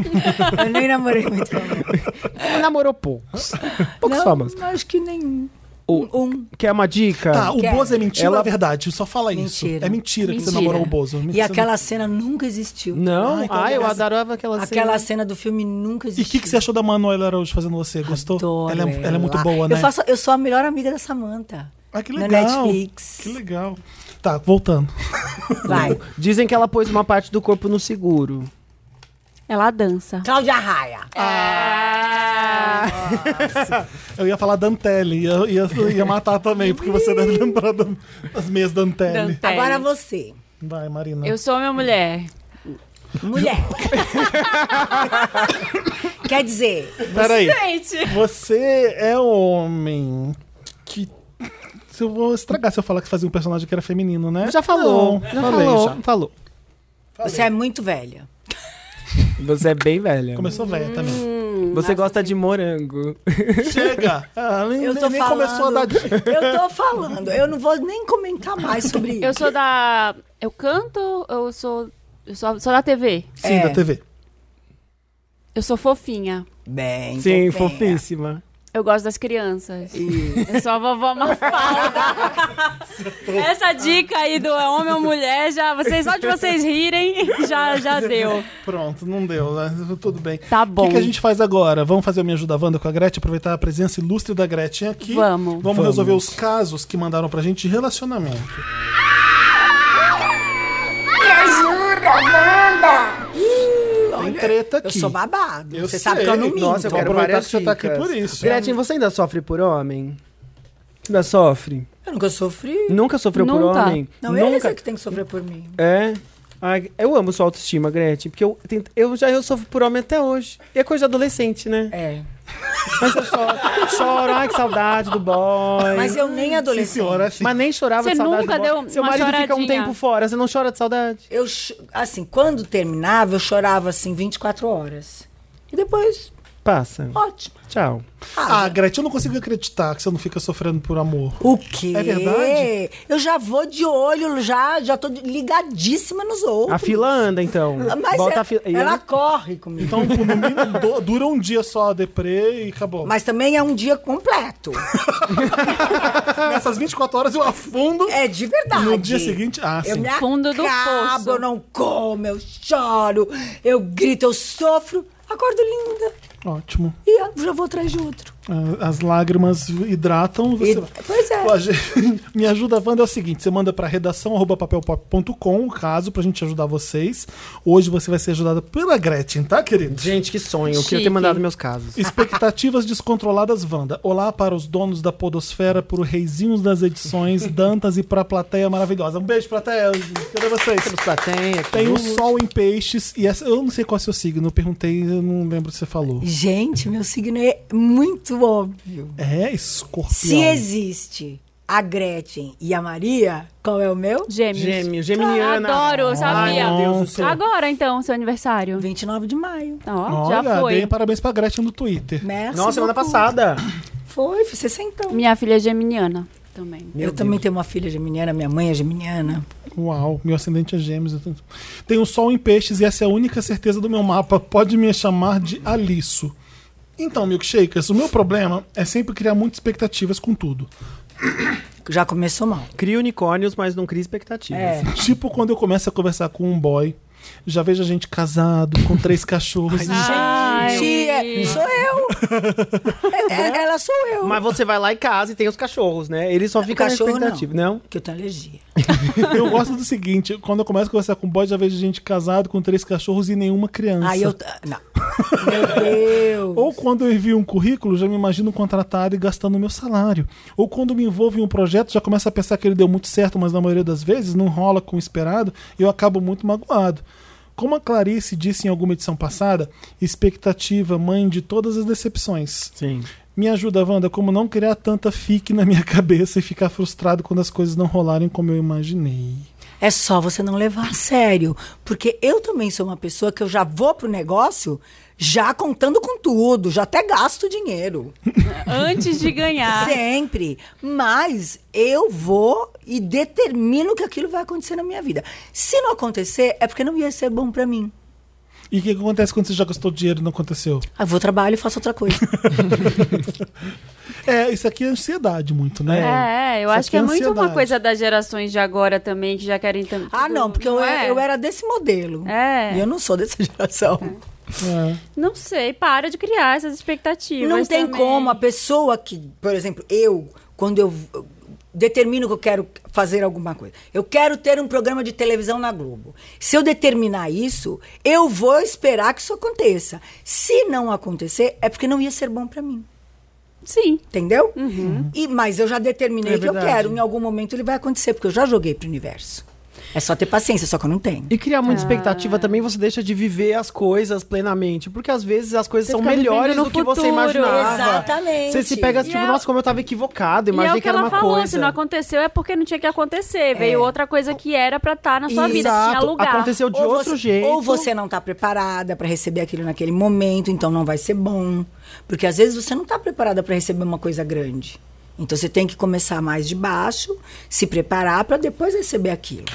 D: Eu nem namorei muito famoso.
C: Namorou poucos. Poucos famosos.
D: Acho que nem. Um, um.
C: Quer uma dica?
A: Tá, o
D: Quero.
A: Bozo é mentira
C: Ela-
A: ou é verdade? Só fala isso.
D: Mentira.
A: É mentira, que você
B: Mentira.
A: namorou o Bozo.
D: E
A: é Mentira.
D: aquela cena nunca existiu.
A: Ah,
C: Não? Ah,
A: então
C: eu
A: essa-
C: adorava aquela cena.
D: Aquela cena do filme nunca
A: E
D: existiu.
A: o que, que você achou da Manuela Araújo fazendo você? Gostou?
D: Adoro
A: ela, é, ela é muito boa, né?
D: Eu, faço, eu sou a melhor amiga da Samantha.
A: Ah, que
D: na
A: legal.
D: Netflix.
A: Que legal. Tá, voltando.
D: Vai.
C: Dizem que ela pôs uma parte do corpo no seguro.
B: Ela dança.
D: Cláudia Raia.
B: É.
A: Eu ia falar Dantelli, ia, ia, ia matar também, porque você deve lembrar da- das meias Dantelli.
B: Dantelli.
D: Agora você.
A: Vai, Marina.
B: É. Eu sou minha mulher.
D: Mulher. Quer dizer,
A: Peraí.
B: Gente!
A: Você é homem que. Se eu vou estragar se eu falar que fazia um personagem que era feminino, né?
C: Já falou.
A: Não,
C: já
A: falei
C: falou.
A: já.
C: Falou.
D: você é muito velha.
C: Você é bem velha.
A: Começou velha também.
C: Você gosta de morango.
A: Chega! Ah, nem
D: Eu tô
A: nem
D: falando.
A: começou a dar dica.
D: Eu tô falando. Eu não vou nem comentar mais sobre isso.
B: Eu sou da. Eu canto, eu sou. Eu sou, sou da TV.
A: Sim,
D: É.
A: da TV.
B: Eu sou fofinha.
D: Bem,
C: Sim,
D: fofinha.
C: fofíssima.
B: Eu gosto das crianças. Eu sou a vovó Mafalda. Essa dica aí do homem ou mulher, já, vocês, só de vocês rirem, já, já deu.
A: Pronto, não deu, né? Tudo bem.
B: Tá
A: O
B: bom.
A: que, que a gente faz agora? Vamos fazer o Me Ajuda Wanda com a Gretchen, aproveitar a presença ilustre da Gretchen aqui.
B: Vamos.
A: Vamos
C: Vamos.
A: resolver os casos que mandaram pra gente de relacionamento.
E: Me ajuda, Amanda!
A: Tem treta
D: Eu
A: aqui.
D: sou babado.
A: Eu
D: você sabe que eu
A: sei.
D: não minto.
A: Nossa, eu
D: eu,
A: quero aproveitar que você tá aqui por isso.
C: Gretchen, você ainda sofre por homem? Ainda sofre?
D: nunca sofri.
C: Nunca sofreu por
B: Nunca.
C: homem?
D: Não, eles é
C: Nunca.
D: que tem que sofrer por mim.
C: É. Ai, eu amo sua autoestima, Gretchen, porque eu, tento- eu já eu sofro por homem até hoje. E é coisa de adolescente, né?
D: É.
C: Mas eu choro, choro, ai que saudade do boy.
D: Mas
C: Mas,
D: eu nem adolescente.
A: senhora, é assim. sim.
C: nem chorava
B: Você
C: de saudade
B: nunca
C: do boy.
B: deu
C: Seu
B: uma
C: marido fica um
B: choradinha.
C: tempo fora, você não chora de saudade?
D: Eu, cho- assim, quando terminava, eu chorava, assim, 24 horas. E depois,
C: Passa.
D: ótimo.
C: Tchau.
A: Ah,
D: Ah,
A: Gretchen, eu não consigo acreditar que você não fica sofrendo por amor.
D: o quê?
A: É verdade?
D: Eu já vou de olho, já, já tô de- ligadíssima nos outros.
C: A fila anda, então.
D: Mas
C: Bota
D: ela,
C: a fila. e
D: ela
C: eu-
D: corre comigo.
A: Então, por no mínimo, do- dura um dia só a deprê e acabou.
D: Mas também é um dia completo.
A: Nessas 24 horas eu afundo.
D: É de verdade.
A: No dia seguinte- ah,
D: eu
A: sim.
D: me
B: Fundo do
D: acabo,
B: poço.
D: Eu não como, eu choro, eu grito, eu sofro. Acordo linda
A: Ótimo.
D: e eu já vou atrás de outro.
A: Ah, As lágrimas hidratam. Você...
D: E- pois é.
A: Ó, a gente- Me ajuda, Wanda, é o seguinte: você manda pra redação arroba papelpop.com o caso pra gente ajudar vocês. Hoje você vai ser ajudada pela Gretchen, tá, querido?
C: Gente, que sonho. Eu queria
B: Chique.
C: ter mandado meus casos.
A: Expectativas descontroladas, Wanda. Olá para os donos da Podosfera, para os reizinhos das edições, Dantas e pra plateia maravilhosa. Um beijo, plateia. Cadê vocês?
C: Temos plateia,
A: Tem o
C: temos-
A: sol em peixes e essa, eu não sei qual é o seu signo, eu perguntei, eu não lembro se você falou.
D: Gente, meu signo é muito óbvio.
A: É escorpião.
D: Se existe a Gretchen e a Maria, qual é o meu?
B: Gêmeos.
C: Gêmeo, geminiana.
B: Ah, Adoro, sabia.
C: Ai, meu Deus do céu.
B: Agora então, seu aniversário.
D: 29 de maio.
B: Ó,
A: Olha,
B: já foi.
A: dei parabéns pra Gretchen no Twitter.
D: Merci
C: Nossa, semana
D: beaucoup.
C: passada.
D: Foi, foi 60.
B: Minha filha é geminiana também.
D: eu também tenho uma filha geminiana, minha mãe é geminiana.
A: Uau, meu ascendente é gêmeos. eu tô- Tem o sol em peixes e essa é a única certeza do meu mapa. Pode me chamar de Alisso. Então, milkshakers, o meu problema é sempre criar muitas expectativas com tudo.
D: Já começou mal.
C: Cria unicórnios, mas não cria expectativas.
D: É.
A: Tipo quando eu começo a conversar com um boy, já vejo a gente casado, com três cachorros.
B: Ah, Ai.
D: Tia, sou eu. É- é- ela sou eu.
C: Mas você vai lá em casa e tem os cachorros, né? Eles só ficam na
D: cachorro,
C: expectativa. Não.
D: Que eu tenho alergia.
A: Eu gosto do seguinte, quando eu começo a conversar com um boy, já vejo gente casado com três cachorros e nenhuma criança.
D: Aí eu. ah, Não. Meu Deus.
A: Ou quando eu envio um currículo, já me imagino contratado e gastando meu salário. Ou quando me envolvo em um projeto, já começo a pensar que ele deu muito certo, mas na maioria das vezes não rola com o esperado e eu acabo muito magoado. Como a Clarice disse em alguma edição passada, expectativa, mãe de todas as decepções.
C: Sim.
A: Me ajuda, Wanda, como não criar tanta fique na minha cabeça e ficar frustrado quando as coisas não rolarem como eu imaginei.
D: É só você não levar a sério. Porque eu também sou uma pessoa que eu já vou pro negócio já contando com tudo, já até gasto dinheiro.
B: Antes de ganhar.
D: Sempre. Mas eu vou e determino que aquilo vai acontecer na minha vida. Se não acontecer, é porque não ia ser bom pra mim.
A: E o que acontece quando você já gastou dinheiro e não aconteceu?
D: Ah, vou trabalho e faço outra coisa.
A: É, isso aqui é ansiedade muito, né?
B: É, é, eu
A: Isso
B: acho que
A: aqui
B: é
A: é
B: muito uma
A: ansiedade.
B: coisa das gerações de agora também, que já querem é? também.
D: ah, não, porque eu, eu era desse modelo.
B: É.
D: E eu não sou dessa geração.
A: É.
B: Não sei, para de criar essas expectativas.
D: Não tem
B: também.
D: como. A pessoa que, por exemplo, eu, quando eu eu determino que eu quero fazer alguma coisa, eu quero ter um programa de televisão na Globo. Se eu determinar isso, eu vou esperar que isso aconteça. Se não acontecer, é porque não ia ser bom pra mim.
B: Sim.
D: Entendeu? E, mas eu já determinei
A: Uhum. É
D: que eu
A: verdade.
D: quero. Em algum momento ele vai acontecer, porque eu já joguei pro universo. É só ter paciência, só que eu não tenho.
C: E criar
B: Ah.
C: muita expectativa também, você deixa de viver as coisas plenamente. Porque às vezes as coisas são
B: fica vivendo
C: melhores
B: no
C: do que você
B: futuro.
C: imaginava.
D: Exatamente.
C: Você se pega tipo,
B: E é-
C: nossa, como eu tava
B: E
C: equivocado,
B: é
C: imaginei
B: o que,
C: era
B: ela
C: uma
B: falou,
C: coisa.
B: se não aconteceu é porque não tinha que acontecer.
D: É.
B: Veio outra coisa que era pra estar na sua vida, que tinha
C: Exato.
B: lugar.
C: Aconteceu de
D: ou
C: outro
D: você,
C: jeito.
D: Ou você não tá preparada para receber aquilo naquele momento, então não vai ser bom. Porque às vezes você não tá preparada para receber uma coisa grande. Então você tem que começar mais de baixo, se preparar para depois receber aquilo.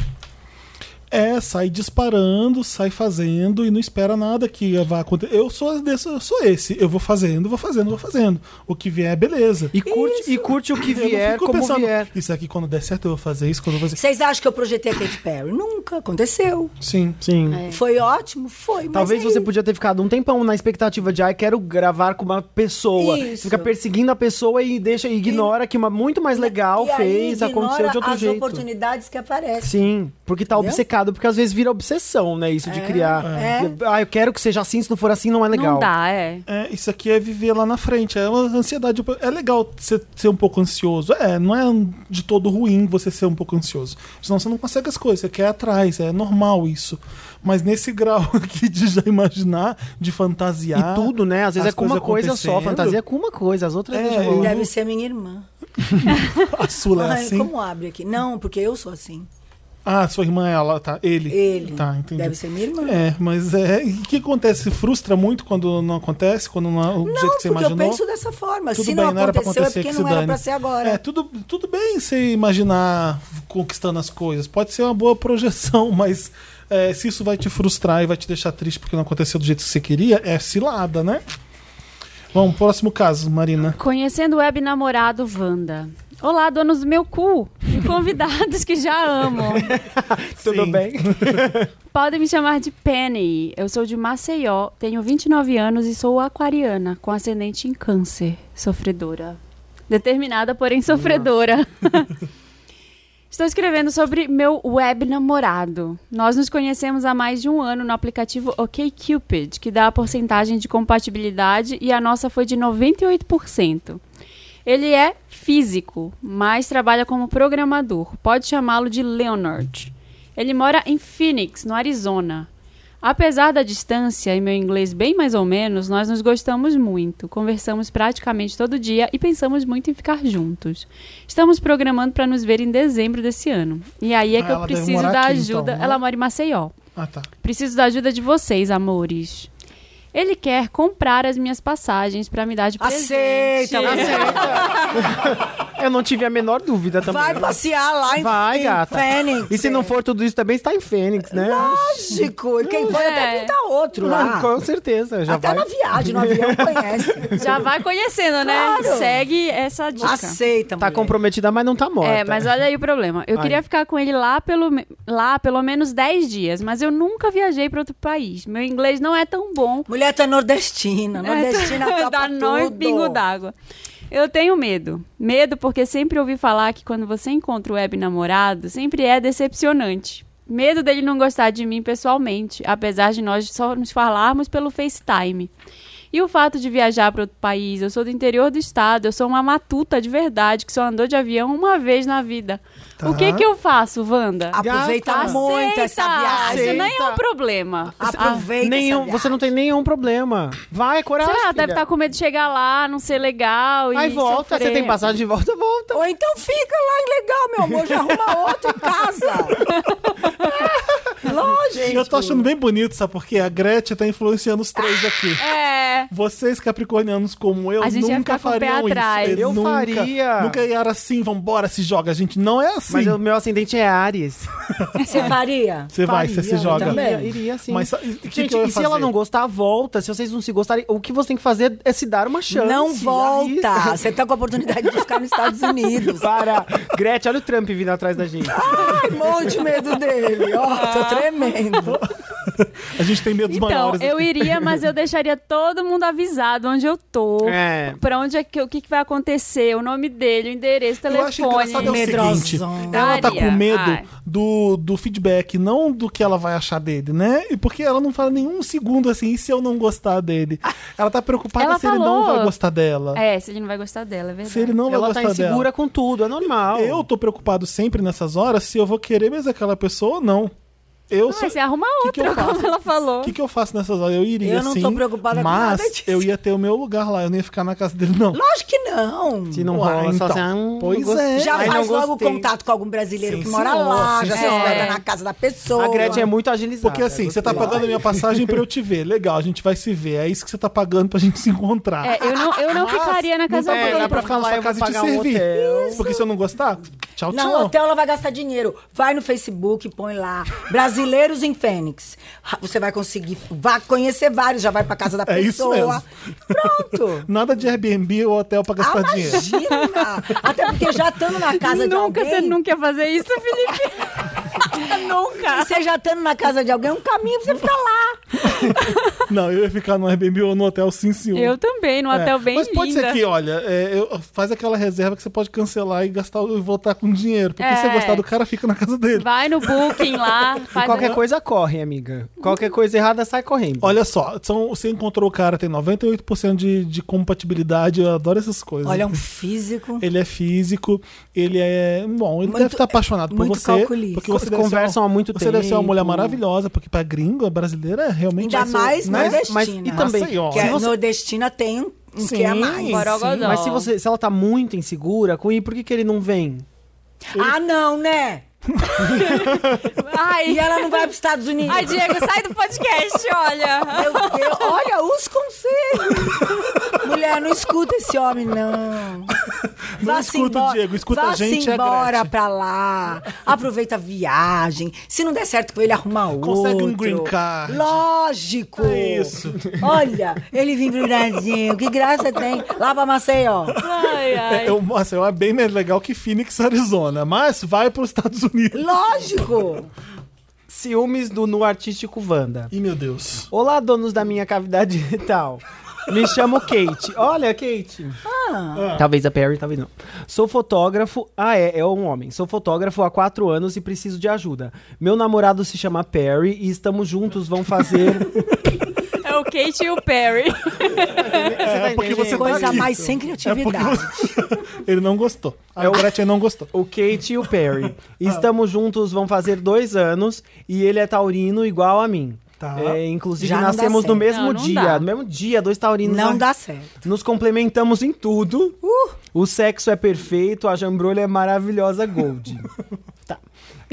A: É, sai disparando, sai fazendo e não espera nada que vá acontecer. Eu sou desse, eu sou esse. Eu vou fazendo, vou fazendo, vou fazendo. O que vier, beleza.
C: E curte, e curte o que
A: Eu não
C: vier
A: fico
C: como
A: pensando,
C: vier.
A: Isso aqui quando der certo eu vou fazer isso, quando eu vou fazer.
D: Vocês acham que eu projetei a Katy Perry? Nunca aconteceu.
A: Sim.
C: Sim.
B: É.
D: Foi ótimo, foi, mas
C: É.
D: é
C: Talvez
D: aí-
C: você podia ter ficado um tempão na expectativa de, ai, quero gravar com uma pessoa.
D: Isso.
C: Você fica perseguindo a pessoa e deixa, ignora que uma muito mais legal
D: E aí
C: fez,
D: ignora
C: aconteceu de outro
D: as
C: jeito.
D: oportunidades que aparecem.
C: Sim, porque tá
D: Entendeu? É,
C: obcecado, porque às vezes vira obsessão, né? Isso de criar. Ah, eu quero que seja assim, se não for assim, não é legal.
B: Não dá, é.
A: É, isso aqui é viver lá na frente. É uma ansiedade. É legal você ser um pouco ansioso. É, não é de todo ruim você ser um pouco ansioso. Senão você não consegue as coisas, você quer ir atrás, é normal isso. Mas nesse grau aqui de já imaginar, de
C: E
D: Tá.
A: fantasiar.
C: tudo, né? Às vezes
A: as
C: é com uma
A: coisas
C: coisa só,
A: acontecendo.
C: fantasia é com uma coisa, as outras
A: É,
C: deixam
A: eu-
C: rolar.
D: Deve ser minha irmã.
A: A Sula é
D: Ai,
A: assim.
D: como abre aqui? Não, porque eu sou assim.
A: Ah, sua irmã é ela, tá. Ele.
D: Ele.
A: Tá, entendi.
D: Deve ser minha irmã.
A: É, mas é. E o que acontece? Se frustra muito quando não acontece, quando não, do jeito que você
D: porque
A: imaginou?
D: eu penso dessa forma.
A: Tudo bem,
D: se não,
A: não era pra
D: aconteceu,
A: acontecer
D: é
A: que
D: porque
A: se
D: não era
A: dane.
D: pra ser agora.
A: É, tudo, tudo bem você imaginar conquistando as coisas. Pode ser uma boa projeção, mas é, se isso vai te frustrar e vai te deixar triste porque não aconteceu do jeito que você queria, é cilada, né? Vamos, próximo caso, Marina.
B: Conhecendo o web namorado Wanda. Olá, donos do meu cu e convidados que já amam.
C: Tudo
A: Sim.
C: bem?
B: Podem me chamar de Penny. Eu sou de Maceió, tenho 29 anos e sou aquariana, com ascendente em câncer, sofredora. Determinada, porém sofredora. Estou escrevendo sobre meu web namorado. Nós nos conhecemos há mais de um ano no aplicativo OkCupid, que dá a porcentagem de compatibilidade e a nossa foi de 98%. Ele é físico, mas trabalha como programador. Pode chamá-lo de Leonard. Ele mora em Phoenix, no Arizona. Apesar da distância e meu inglês bem mais ou menos, nós nos gostamos muito, conversamos praticamente todo dia e pensamos muito em ficar juntos. Estamos programando para nos ver em dezembro desse ano. E aí é
A: Ah,
B: que eu
A: ela deve
B: preciso
A: morar
B: da
A: aqui, então,
B: ajuda.
A: né?
B: Ela mora em Maceió.
A: Ah, tá.
B: Preciso da ajuda de vocês, amores. Ele quer comprar as minhas passagens para me dar de presente.
D: Aceita,
C: Eu não tive a menor dúvida também.
D: Vai passear lá em,
C: Vai,
D: em
C: gata.
D: Fênix.
C: E se não for tudo isso também, está em Fênix, né? Ah,
D: Lógico. E quem pode
B: É.
D: até pintar outro lá.
C: Com certeza, já
D: até
C: vai.
D: na viagem, no avião conhece.
B: Já vai conhecendo, né?
D: Claro.
B: Segue essa dica.
D: Aceita,
C: Tá
D: mulher.
C: comprometida, mas não tá morta.
B: É, mas olha aí o problema. Eu
C: Ai.
B: queria ficar com ele lá pelo, me- lá pelo menos 10 dias, mas eu nunca viajei para outro país. Meu inglês não é tão bom
D: Mulher tá
B: É,
D: nordestina. Nordestina topa
B: Dá nó e
D: tudo.
B: pingo d'água. Eu tenho medo. Medo porque sempre ouvi falar que quando você encontra o web namorado, sempre é decepcionante. Medo dele não gostar de mim pessoalmente, apesar de nós só nos falarmos pelo FaceTime. E o fato de viajar para outro país, eu sou do interior do estado, eu sou uma matuta de verdade que só andou de avião uma vez na vida. O que que eu faço, Wanda?
D: Tá. Aproveita
C: Gata,
D: muito essa viagem.
B: Isso nem é um
C: Aceita.
B: problema.
D: Aproveita
C: Nenhum,
D: essa
C: você não tem nenhum problema. Vai, coragem.
B: Sei lá,
C: filha.
B: deve tá estar com medo de chegar lá, não ser legal e
C: Aí volta,
B: sofrer.
C: você tem passagem de volta, volta.
D: Ou então fica lá legal, meu amor. Já arruma outra casa. Lógico.
A: eu tô achando bem bonito, sabe por quê? A Gretchen tá influenciando os três aqui.
B: É, É.
A: Vocês capricornianos como eu
B: A gente ia
A: nunca
B: ficar com o pé
A: fariam isso.
B: atrás.
A: Vocês
C: Eu
A: nunca,
C: faria.
A: Nunca era assim, vambora, se joga. A gente não é assim.
C: Mas o meu ascendente é Ares.
D: Você faria?
A: Você vai, você se
C: Faria,
A: joga. É.
D: também.
C: Iria, iria sim.
A: Mas sa- e- o que
C: gente,
A: que eu ia
C: e se ela
A: fazer?
C: não gostar, volta. Se vocês não se gostarem, o que você tem que fazer é se dar uma chance.
D: Não
C: Arrisca.
D: volta. Você tá com a oportunidade de ficar nos Estados Unidos.
C: Para. Gretchen, olha o Trump vindo atrás da gente.
D: Ai, morro de medo dele. Ó, tô tremendo.
A: A gente tem medos
B: Então,
A: maiores. assim.
B: eu iria, mas eu deixaria todo mundo avisado onde eu tô.
C: É.
B: Pra onde é que o que, que vai acontecer, o nome dele, o endereço, o
A: Eu acho
B: telefone.
A: engraçado é o
D: Medrosona.
A: seguinte, ela tá com
B: Daria.
A: medo
B: Ai.
A: do, do feedback, não do que ela vai achar dele, né? E porque ela não fala nenhum segundo assim, e se eu não gostar dele? Ela tá preocupada
B: Ela
A: se ele não
B: falou.
A: vai gostar dela.
B: É, se ele não vai gostar dela, é verdade.
A: Se ele não vai
C: ela tá
A: gostar
C: insegura
A: dela.
C: com tudo, é normal.
A: Eu tô preocupado sempre nessas horas se eu vou querer mesmo aquela pessoa ou não. Eu
B: Ah,
A: sou...
B: você arruma
A: que que
B: outra,
A: eu faço?
B: como ela falou.
A: O que, que eu faço nessas horas? Eu iria
D: Eu não
A: sim,
D: tô preocupada com
A: mas
D: nada disso.
A: eu ia ter o meu lugar lá, eu não ia ficar na casa dele, não.
D: Lógico que não.
C: Se não
A: Ué,
C: rola, só
A: então.
C: assim, ah, hum,
A: Pois
C: não
A: é.
C: gostei.
D: Já
C: Ai,
D: faz
C: não
D: logo
C: gostei.
D: contato com algum brasileiro
A: Sim,
D: que mora
A: senhora,
D: lá,
A: sim,
D: já se
A: senhora.
D: hospeda na casa da pessoa.
C: A Gretchen é muito agilizada.
A: Porque assim, você tá
C: gostei.
A: pagando a minha passagem pra eu te ver. Legal, a gente vai se ver. É isso que você tá pagando pra gente se encontrar.
B: É, eu não, eu não ficaria na casa
C: tá
B: dele.
C: bom, dá pra
A: ficar é, na
C: falar,
A: sua casa
C: eu vou
A: e te
C: pagar um
A: servir.
C: hotel.
A: Isso. Porque se eu não gostar, tchau,
D: Não,
A: tchau.
D: hotel ela vai gastar dinheiro. Vai no Facebook, põe lá. Brasileiros em Fênix. Ra- Você vai conseguir. Vai conhecer vários, já vai pra casa da
A: É isso
D: pessoa.
A: mesmo.
D: Pronto.
A: Nada de Airbnb ou hotel pra
D: Ah,
A: gastar dinheiro.
D: imagina! Até porque já estando na casa
B: nunca,
D: de
B: você
D: alguém.
B: nunca ia fazer isso, Felipe. nunca.
D: Você já estando na casa de alguém, um caminho pra você ficar lá.
A: Não, eu ia ficar no Airbnb ou no hotel, sim, senhor.
B: Eu também, num
A: É,
D: Então,
B: hotel bem
A: Mas pode
B: linda.
A: ser que, olha, é, eu- faz aquela reserva que você pode cancelar e gastar e voltar com dinheiro. Porque se você
B: É.
A: gostar do cara, fica na casa dele.
B: Vai no booking lá,
D: Ah,
B: faz um-
C: Qualquer
B: a-
C: coisa corre, amiga. Qualquer coisa errada sai correndo.
A: Olha só, são, você encontrou o cara, tem 98% de, de compatibilidade. Eu adoro essas coisas.
D: Olha, é um físico.
A: Ele é físico, ele é. Bom, ele
D: Muito-
A: deve estar apaixonado por
D: muito
A: você.
D: calculista.
A: Porque você
C: Eles
A: deve ser
C: conversam
A: uma-
C: há muito
A: Você deve ser uma
C: tempo.
A: mulher maravilhosa, porque pra gringa brasileira é realmente.
D: Ainda
A: vai ser-
D: mais
A: né?
C: mas-
D: nordestina.
C: mas- e também,
A: Maceió.
D: Que a
A: Se você-
D: nordestina tem um, um
A: Sim,
D: que a mais.
B: Borogodó.
C: Mas se, você, se ela tá muito insegura com ele, por que, que ele não vem?
D: Ah, não, né?
B: Ai,
D: E ela não vai pros Estados Unidos.
B: ai, Diego, sai do podcast, olha.
D: Meu Deus, olha os conselhos. Mulher, não escuta esse homem, não.
A: Não escuta o
D: embora-
A: Diego, escuta
D: vá
A: a gente,
D: -se
A: é a
D: embora
A: Gretchen.
D: pra lá. Aproveita a viagem. Se não der certo com ele, arruma outro.
A: Consegue um green card.
D: Lógico.
A: É isso.
D: Olha, ele vem pro Brasil. Que graça tem. Lá pra Maceió.
B: Ai, ai.
A: É, eu, Maceió é bem mais legal que Phoenix, Arizona. Mas vai para os Estados Unidos.
D: Lógico.
C: Ciúmes do nu artístico Wanda.
A: Ih, meu Deus.
C: Olá, donos da minha cavidade retal. Me chamo Kate. Olha, Kate.
D: Ah.
C: Ah. Talvez a Perry, talvez não. Sou fotógrafo. Ah, é, é um homem. Sou fotógrafo há quatro anos e preciso de ajuda. Meu namorado se chama Perry e estamos juntos, vão fazer.
B: É o Kate e o Perry.
A: É porque você tá
D: Coisa
A: aqui. É
D: mais sem criatividade.
A: Ele não gostou. A Gretchen não gostou.
C: O Kate e o Perry.
D: Ah.
C: Estamos juntos, vão fazer dois anos e ele é taurino igual a mim.
A: Tá.
C: É, inclusive,
D: Já não dá
C: nascemos no
D: certo.
C: mesmo
B: Não, não
C: dia.
B: dá.
C: No mesmo dia, dois taurinos.
D: Não
C: na-
D: dá certo.
C: Nos complementamos em tudo. O sexo é perfeito, a jambrolha é maravilhosa, Gold. tá.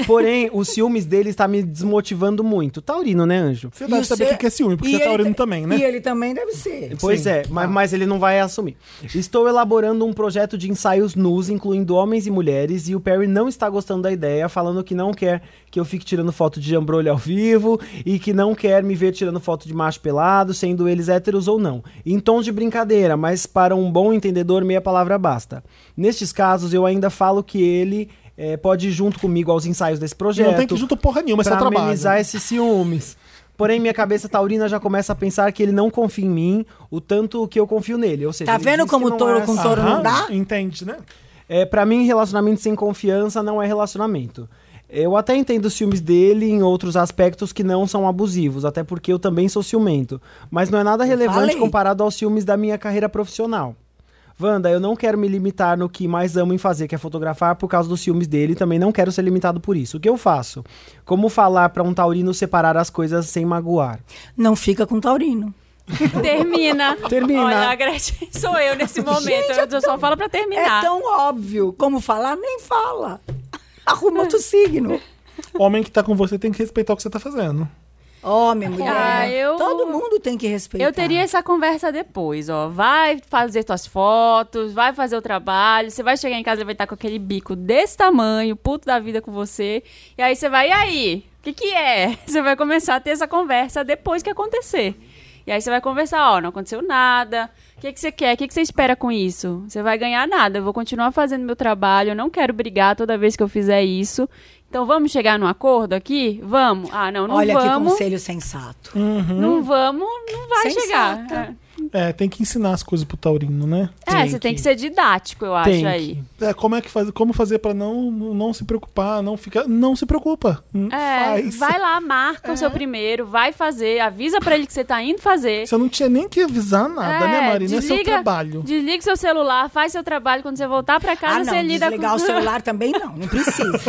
C: Porém, os ciúmes dele está me desmotivando muito. Taurino, né, anjo?
A: Você
D: E
A: deve
D: o
A: saber o
D: seu-
A: que que é ciúme, porque
D: e
A: você tá
D: ele
A: orando
D: te-
A: também, né?
D: E ele também deve ser.
C: Pois
A: Sim. Ah.
C: é, ma- mas, ele não vai assumir. Estou elaborando um projeto de ensaios nus, incluindo homens e mulheres, e o Perry não está gostando da ideia, falando que não quer que eu fique tirando foto de jambrolha ao vivo e que não quer me ver tirando foto de macho pelado, sendo eles héteros ou não. Em tom de brincadeira, mas para um bom entendedor, meia palavra basta. Nestes casos, eu ainda falo que ele. eh, pode ir junto comigo aos ensaios desse projeto
A: Não tem que ir junto porra nenhuma, esse é
C: pra
A: o trabalho.
C: amenizar esses ciúmes. Porém, minha cabeça taurina já começa a pensar que ele não confia em mim o tanto que eu confio nele. Ou seja,
D: Tá
C: ele
D: vendo
C: diz que
D: como
C: não
D: touro
C: é
D: com
C: assim.
D: touro não
A: Aham,
D: dá?
A: Entende, né?
C: É, para mim, relacionamento sem confiança não é relacionamento. Eu até entendo os ciúmes dele em outros aspectos que não são abusivos, até porque eu também sou ciumento. Mas não é nada relevante
D: falei.
C: comparado aos ciúmes da minha carreira profissional. Wanda, eu não quero me limitar no que mais amo em fazer, que é fotografar, por causa dos ciúmes dele. e Também não quero ser limitado por isso. O que eu faço? Como falar pra um taurino separar as coisas sem magoar?
A: é.
D: Não fica com taurino.
B: Termina.
C: Termina.
B: Olha, a Gretchen sou eu nesse momento. eu só falo pra terminar.
D: É tão óbvio. Como falar, nem fala. Arruma outro signo.
A: Homem que tá com você tem que respeitar o que você tá fazendo.
D: Homem, mulher.
B: Ah,
D: né?
B: eu-
D: Todo mundo tem que respeitar.
B: Eu teria essa conversa depois, ó. Vai fazer tuas fotos, vai fazer o trabalho. Você vai chegar em casa, ele vai estar com aquele bico desse tamanho, puto da vida com você. E aí você vai, e aí? O que, que é? Você vai começar a ter essa conversa depois que acontecer. E aí você vai conversar, ó, não aconteceu nada. O que, que você quer? O que, que você espera com isso? Você vai ganhar nada. Eu vou continuar fazendo meu trabalho. Eu não quero brigar toda vez que eu fizer isso. Então vamos chegar num acordo aqui? Vamos. Ah, não, não
D: Olha que
B: vamos.
D: conselho sensato. Hum.
B: Não vamos, não vai
D: Sensata.
B: chegar. É.
A: É, tem que ensinar as coisas pro taurino, né?
B: É, você tem que ser didático, eu acho
C: Tem
B: aí.
A: É, como é que faz, como fazer pra não não se preocupar, não ficar, não se preocupa. Hum,
B: É,
A: faz. É.
B: vai lá, marca o seu primeiro, vai fazer, avisa pra ele que você tá indo fazer.
A: Você não tinha nem que avisar nada,
B: É,
A: né, Marina? é seu
B: desliga-
A: trabalho.
B: Desliga seu celular, faz seu trabalho. Quando você voltar pra casa,
D: ah, não,
B: você lida
D: desligar
B: com
D: o celular também não, não precisa.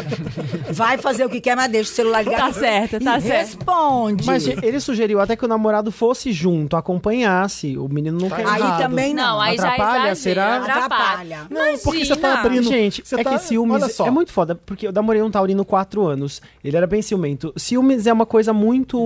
D: Vai fazer o que quer, mas deixa o celular ligado.
B: Tá certo, tá
D: e
B: certo.
D: responde.
C: Mas ele sugeriu até que o namorado fosse junto, acompanhasse. O menino não quer
D: aí
C: errado.
D: também não.
B: Não, aí já
C: Atrapalha,
B: exagera,
C: será?
B: Atrapalha.
D: Atrapalha.
A: Não, porque você tá
B: Imagina.
A: abrindo.
C: Gente,
A: você
C: é
A: tá,
C: que ciúmes
A: Olha só.
C: é muito foda, porque eu namorei um taurino quatro anos. Ele era bem ciumento. Ciúmes é uma coisa muito...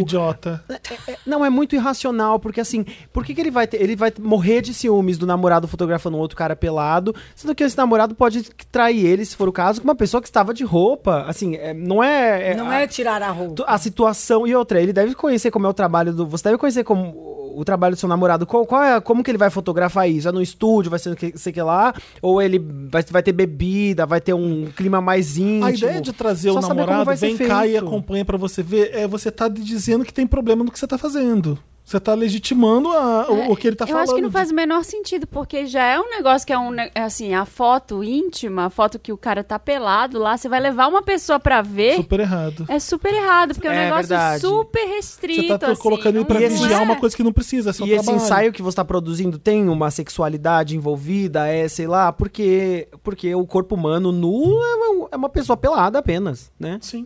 A: idiota.
C: É- é- Não, é muito irracional, porque assim, por que, que ele vai ter- ele vai morrer de ciúmes do namorado fotografando um outro cara pelado, sendo que esse namorado pode trair ele, se for o caso, com uma pessoa que estava de roupa. Assim, é- não é.
D: Não
C: a-
D: é tirar a roupa.
C: tu- A situação e outra, ele deve conhecer como é o trabalho do. Você deve conhecer como o- o trabalho do seu namorado. Qual, qual é, como que ele vai fotografar isso? É no estúdio, vai ser no que, sei que lá? Ou ele vai, vai ter bebida, vai ter um clima mais íntimo?
A: A ideia de trazer
C: tipo, Só
A: o
C: saber como
A: namorado,
C: vai ser
A: vem cá e
C: feito.
A: acompanha pra você ver, é você tá dizendo que tem problema no que você tá fazendo. Você tá legitimando a- o, o que ele tá
B: É, eu
A: falando.
B: acho que não faz o menor sentido, porque já é um negócio que é um. ne- é Assim, a foto íntima, a foto que o cara tá pelado lá, você vai levar uma pessoa pra ver.
A: Super errado. tá
B: É super errado, porque é um
C: É
B: negócio
C: verdade.
B: super restrito.
A: Você tá
B: assim,
A: colocando ele
B: não-
A: pra
B: não
A: vigiar
B: é.
A: uma coisa que não precisa, é seu
C: e
A: trabalho.
C: esse ensaio que você está produzindo tem uma sexualidade envolvida, é, sei lá, porque, porque o corpo humano nu é uma, é uma pessoa pelada apenas, né?
A: Sim.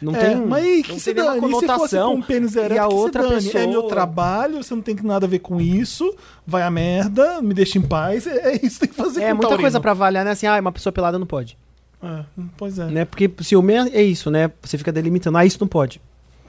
C: Não
A: É,
C: tem.
A: Mas aí, que
C: não
A: se
C: tem nenhuma
A: dane. E se fosse com
C: conotação.
A: um pênis
C: E
A: ereto,
C: a
A: que se
C: outra
A: dane.
C: pessoa-
A: É meu trabalho, você não tem nada a ver com isso. Vai a merda, me deixa em paz. É, é isso que tem que fazer
C: É
A: com o
C: muita
A: taurino.
C: coisa pra avaliar, né? Assim, ah, uma pessoa pelada não pode.
A: É, pois é.
C: Né? Porque ciúme é isso, né? Você fica delimitando. Ah, isso não pode.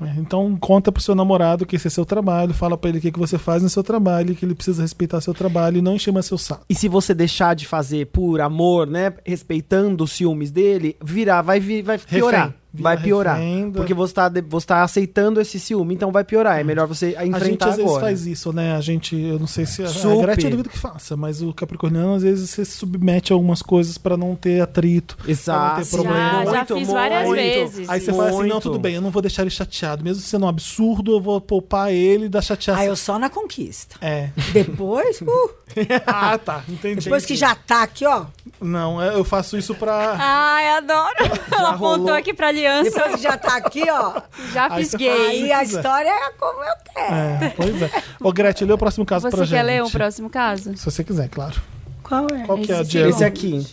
A: É, Então conta pro seu namorado que esse é seu trabalho, fala pra ele o que, que você faz no seu trabalho, que ele precisa respeitar seu trabalho e não encher mais seu saco.
C: E se você deixar de fazer por amor, né? Respeitando os ciúmes dele, virar, vai, vi- vai piorar.
A: Vira
C: vai piorar.
A: refém da-
C: Porque você tá, de- você tá aceitando esse ciúme, então vai piorar. É melhor você
A: A gente
C: enfrentar
A: às vezes
C: agora.
A: faz isso, né? A gente, eu não sei se a, a
C: Super.
A: Gretchen eu duvido que faça, mas o Capricorniano às vezes se submete a algumas coisas pra não ter atrito.
C: Exato.
A: ter problema.
B: Já, já fiz várias
A: muito.
B: vezes.
A: Aí você
B: sim.
A: fala assim: não,
C: Muito.
A: tudo bem, eu não vou deixar ele chateado. Mesmo sendo um absurdo, eu vou poupar ele da chateação.
D: Ah, eu só na conquista.
A: É.
D: Depois, uh,
A: ah, tá. Entendi.
D: depois que já tá aqui, ó.
A: Não, é, eu faço isso pra.
B: Ai, adoro. Ela apontou
C: rolou.
B: aqui pra aliança.
D: Depois que já tá aqui, ó.
B: Já
A: Aí
B: fiz
A: você
B: gay.
D: Aí a
A: quiser.
D: história é como eu quero.
A: É, pois é. Ô, Gretchen, lê o próximo caso
B: Você
A: pra
B: quer
A: gente.
B: ler um próximo caso?
A: Se você quiser, claro.
D: Qual é?
A: Qual que é a
B: Esse
A: de
B: sim.
C: Esse aqui.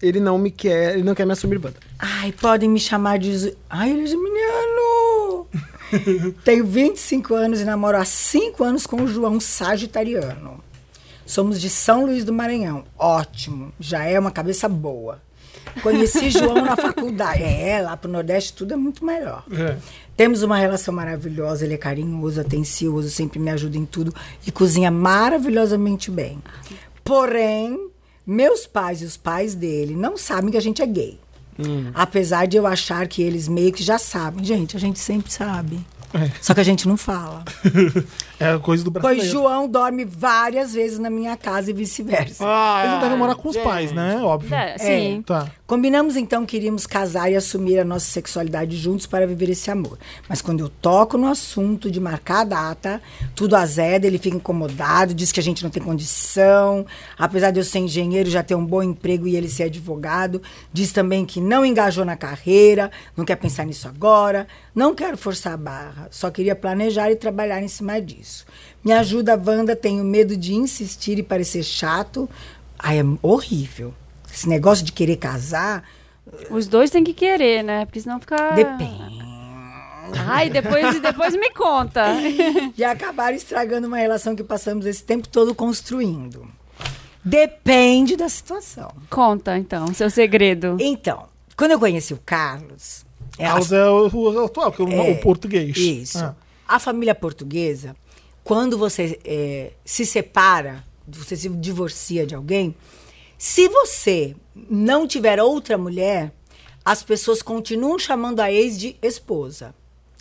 C: Ele não me quer, ele não quer me assumir banda.
D: Ai, podem me chamar de. Zu- Ai, ele é geminiano! Tenho 25 anos e namoro há 5 anos com o João Sagitariano. Somos de São Luís do Maranhão. Ótimo, já é uma cabeça boa. Conheci João na faculdade. É, lá pro Nordeste tudo é muito melhor.
A: É.
D: Temos uma relação maravilhosa, ele é carinhoso, atencioso, sempre me ajuda em tudo e cozinha maravilhosamente bem. Porém, meus pais e os pais dele não sabem que a gente é gay. Apesar de eu achar que eles meio que já sabem. Gente, a gente sempre sabe. Só que a gente não fala.
A: É a coisa do brasileiro.
D: Pois João dorme várias vezes na minha casa e vice-versa.
A: Ah, Ele não deve morar com os pais, né? Óbvio.
B: É, sim.
A: Tá.
D: Combinamos então que iríamos casar e assumir a nossa sexualidade juntos para viver esse amor. Mas quando eu toco no assunto de marcar a data, tudo azeda, ele fica incomodado, diz que a gente não tem condição. Apesar de eu ser engenheiro, já ter um bom emprego e ele ser advogado, diz também que não engajou na carreira, não quer pensar nisso agora. Não quero forçar a barra, só queria planejar e trabalhar em cima disso. Me ajuda, Wanda, tenho medo de insistir e parecer chato. Ai, é horrível. Esse negócio de querer casar
B: Os dois têm que querer, né? Porque senão fica.
D: depende.
B: Ai, depois, depois me conta.
D: E acabaram estragando uma relação que passamos esse tempo todo construindo. Depende da situação.
B: conta, então, seu segredo.
D: Então, quando eu conheci o Carlos, É a-
A: House é o, o atual, que é o, o português.
D: Isso.
A: Ah,
D: A família portuguesa, quando você eh, se separa, você se divorcia de alguém, se você não tiver outra mulher, as pessoas continuam chamando a ex de esposa.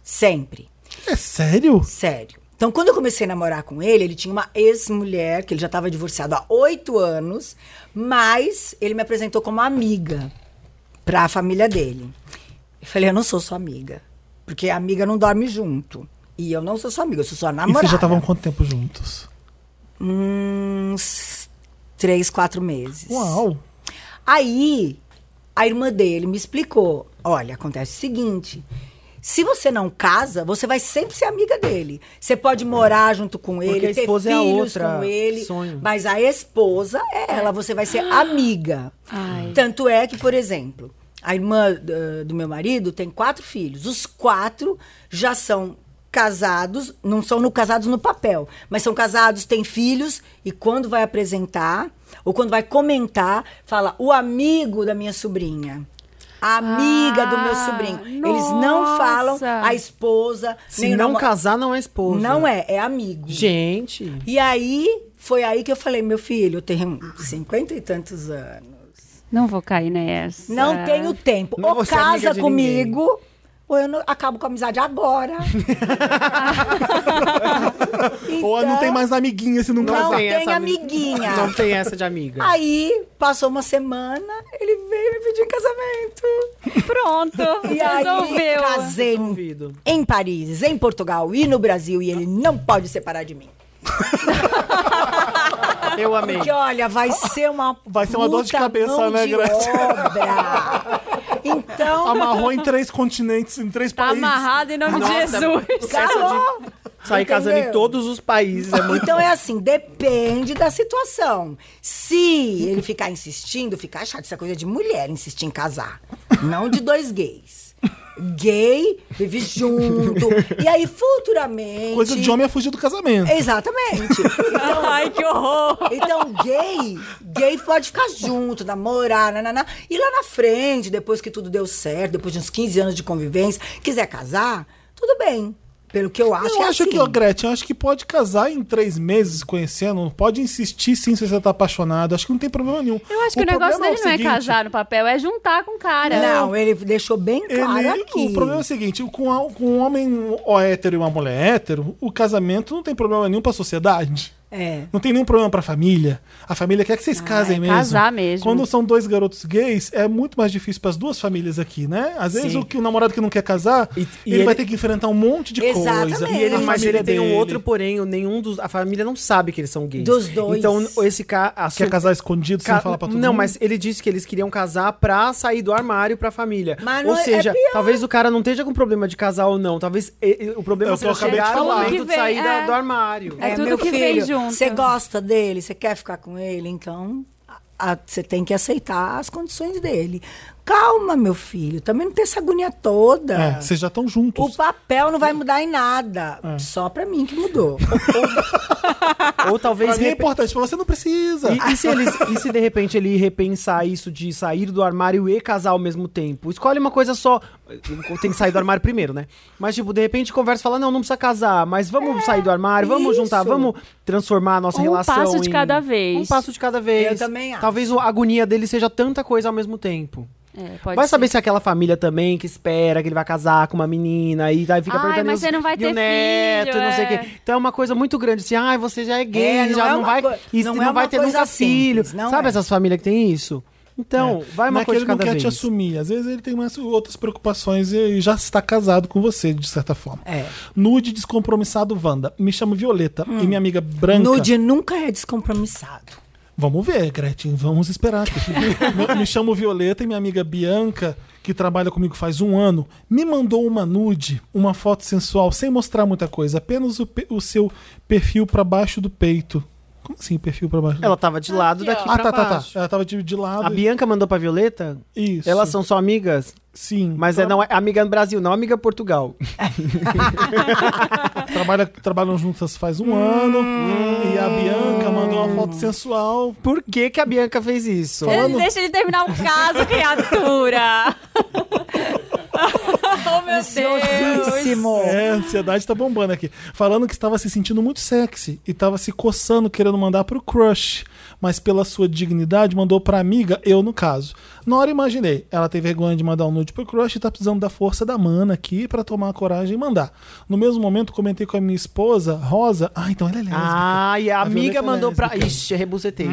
D: Sempre.
A: É sério?
D: Sério. Então, quando eu comecei a namorar com ele, ele tinha uma ex-mulher, que ele já estava divorciado há oito anos, mas ele me apresentou como amiga para a família dele. Eu falei, eu não sou sua amiga, porque a amiga não dorme junto. E eu não sou sua amiga, eu sou sua
A: E
D: namorada.
A: vocês já estavam quanto tempo juntos?
D: Uns três, quatro meses.
A: Uau!
D: Aí a irmã dele me explicou: olha, acontece o seguinte. Se você não casa, você vai sempre ser amiga dele. Você pode morar junto com ele,
C: a
D: ter filhos
C: esposa é a outra,
D: com ele,
C: sonho.
D: mas a esposa é ela, você vai ser amiga.
B: Ai.
D: Tanto é que, por exemplo, a irmã eh, do meu marido tem quatro filhos. Os quatro já são casados, não são no, casados no papel, mas são casados, têm filhos, e quando vai apresentar, ou quando vai comentar, fala o amigo da minha sobrinha. A amiga do meu
B: Ah,
D: sobrinho. Eles não falam
B: nossa.
D: a esposa,
C: Se
D: nem o
C: não
D: namo-
C: casar, não é esposa.
D: Não é, é amigo.
C: Gente.
D: E aí, foi aí que eu falei, meu filho, eu tenho cinquenta e tantos anos.
B: Não vou cair nessa.
D: Não tenho tempo.
C: Não
D: ou
C: vou ser amiga
D: casa
C: de
D: comigo, ou eu não- acabo com a amizade agora.
A: Ou não
D: Então,
A: tem mais amiguinha se não
D: Não
A: casar.
D: tem
C: essa ami-
D: amiguinha.
C: Não tem essa de amiga.
B: Ah,
D: Aí, passou uma semana, ele veio me pedir em casamento.
B: Pronto,
D: E aí,
B: resolveu.
D: casei em,
C: Duvido.
D: em Paris, em Portugal e no Brasil, e ele não pode separar de mim.
C: Eu amei.
D: Porque, olha, vai ser uma.
A: Vai ser uma dor de
D: puta
A: cabeça,
D: mão
A: né,
D: de
A: Grazi?
D: obra. Então.
A: Amarrou em três continentes, em três
B: Tá
A: países.
B: amarrado em nome de
C: Nossa,
B: Jesus.
C: essa de
D: Calou.
C: Sair casando em
D: Entendeu?
C: todos os países é muito
D: Então é assim, depende da situação. Se ele ficar insistindo, ficar chato, isso é coisa de mulher insistir em casar. Não de dois gays. Gay, vive junto. E aí, futuramente.
A: Coisa de homem é fugir do casamento.
D: Exatamente.
B: Ai, que horror.
D: Então, gay, gay pode ficar junto, namorar, nananá. E lá na frente, depois que tudo deu certo, depois de uns 15 anos de convivência, quiser casar, tudo bem. Pelo que eu acho,
A: eu
D: é
A: acho
D: assim.
A: que, ó, Gretchen, eu acho que pode casar em três meses conhecendo. Pode insistir sim se você tá apaixonado. Acho que não tem problema nenhum.
B: Eu acho que o, negócio
A: problema
B: dele não é
A: seguinte,
B: casar no papel, é juntar com o cara.
D: Não, ele deixou bem claro
A: Ele,
D: aqui.
A: o problema é o seguinte: com, a- com um homem ó, hétero e uma mulher hétero, o casamento não tem problema nenhum pra sociedade.
D: É.
A: Não tem nenhum problema pra família. A família quer que vocês casem
B: é
A: mesmo.
B: casar mesmo.
A: Quando são dois garotos gays, é muito mais difícil pras duas famílias aqui, né? Às vezes
C: Sim.
A: o, que- o namorado que não quer casar,
C: E- e
A: ele, vai
C: ele-
A: ter que enfrentar um monte de
D: Exatamente.
A: coisa.
D: E
C: E ele,
D: A
C: mas
A: família
C: ele tem um
A: dele
C: outro, porém, nenhum dos. A família não sabe que eles são gays.
D: Dos dois.
C: Então, esse cara. a sur-
A: Quer casar escondido
C: ca-
A: sem falar pra todo
C: Não,
A: mundo?
C: mas ele disse que eles queriam casar pra sair do armário pra família.
D: Mas
C: ou
D: não é-
C: seja,
D: é pior.
C: talvez o cara não esteja com problema de casar ou não. Talvez e- e- o problema
A: É o que eu
C: seja
A: acabei de
C: chegar no
A: falar.
C: momento
B: Que
C: de sair
B: vem,
C: da-
B: é.
C: do armário.
B: É tudo
D: meu
B: que vem
D: filho,
B: junto.
D: Você gosta dele, você quer ficar com ele, então a- a- você tem que aceitar as condições dele. Calma, meu filho, também não tem essa agonia toda.
A: É, vocês já estão juntos.
D: O papel não vai mudar em nada.
A: É.
D: Só pra mim que mudou.
A: Pra
C: Ou talvez.
A: mim é
C: repen-
A: importante, pra você não precisa.
C: E, e se eles- e se de repente ele repensar isso de sair do armário e casar ao mesmo tempo? Escolhe uma coisa só. Tem que sair do armário primeiro, né? Mas, tipo, de repente conversa e fala: não, não precisa casar, mas vamos sair do armário, vamos
D: isso.
C: juntar, vamos transformar a nossa
B: É, Um
C: relação.
B: passo de
C: em-
B: cada vez.
C: Um passo de cada vez.
D: Eu também acho.
C: Talvez a agonia dele seja tanta coisa ao mesmo tempo.
B: É, pode
C: vai
B: ser.
C: saber se é aquela família também que espera que ele vai casar com uma menina e aí fica
B: Ai,
C: perguntando.
B: mas
C: e o-
B: você não vai
C: e
B: ter
C: o neto,
B: filho,
C: não sei o
B: é.
C: quê. Então é uma coisa muito grande, assim, ai, você já é gay,
D: É, não
C: já
D: é
C: não
D: uma
C: vai.
D: coi-
C: E não,
D: não é
C: não
D: uma
C: vai ter nunca
D: coisa
C: filho.
D: simples, não
C: Sabe
D: é.
C: essas famílias que tem isso? Então, vai uma
A: Não é que
C: coisa de
A: ele não
C: cada
A: quer
C: vez.
A: te assumir. Às vezes ele tem mais outras preocupações e e já está casado com você, de certa forma.
D: É.
A: Nude descompromissado, Wanda. Me chamo Violeta e minha amiga Branca.
D: Nude nunca é descompromissado.
A: Vamos ver, Gretchen, vamos esperar. aqui. Me- me chamo Violeta e minha amiga Bianca, que trabalha comigo faz um ano, me mandou uma nude, uma foto sensual, sem mostrar muita coisa, apenas o, pe- o seu perfil para baixo do peito. Como assim, perfil para baixo? do
C: Ela tava de lado
B: Aqui,
C: daqui
A: Ah,
C: pra
A: tá, tá, tá.
C: baixo.
A: Ela tava de, de lado.
C: A Bianca mandou pra Violeta?
A: Isso.
C: Elas são só amigas?
A: Sim.
C: Mas é, não, é amiga no Brasil, não amiga Portugal.
A: Trabalha, trabalham juntas faz um ano. E a Bianca mandou uma foto sensual.
C: Por que, que a Bianca fez
B: é
C: isso?
B: um Ele deixa ele terminar o caso, criatura. Oh, meu Deus.
D: Ansiosíssimo.
A: É, a ansiedade tá bombando aqui. Falando que estava se sentindo muito sexy e estava se coçando, querendo mandar pro crush. Mas pela sua dignidade, mandou pra amiga, eu no caso. Na hora imaginei, ela tem vergonha de mandar um nude pro crush e tá precisando da força da mana aqui pra tomar a coragem e mandar. No mesmo momento, comentei com a minha esposa, Rosa. Ah, então ela é lésbica.
C: Ah, e a
A: A Violeta
C: amiga
A: é
C: mandou pra.
A: lésbica.
C: Ixi, rebuzetei.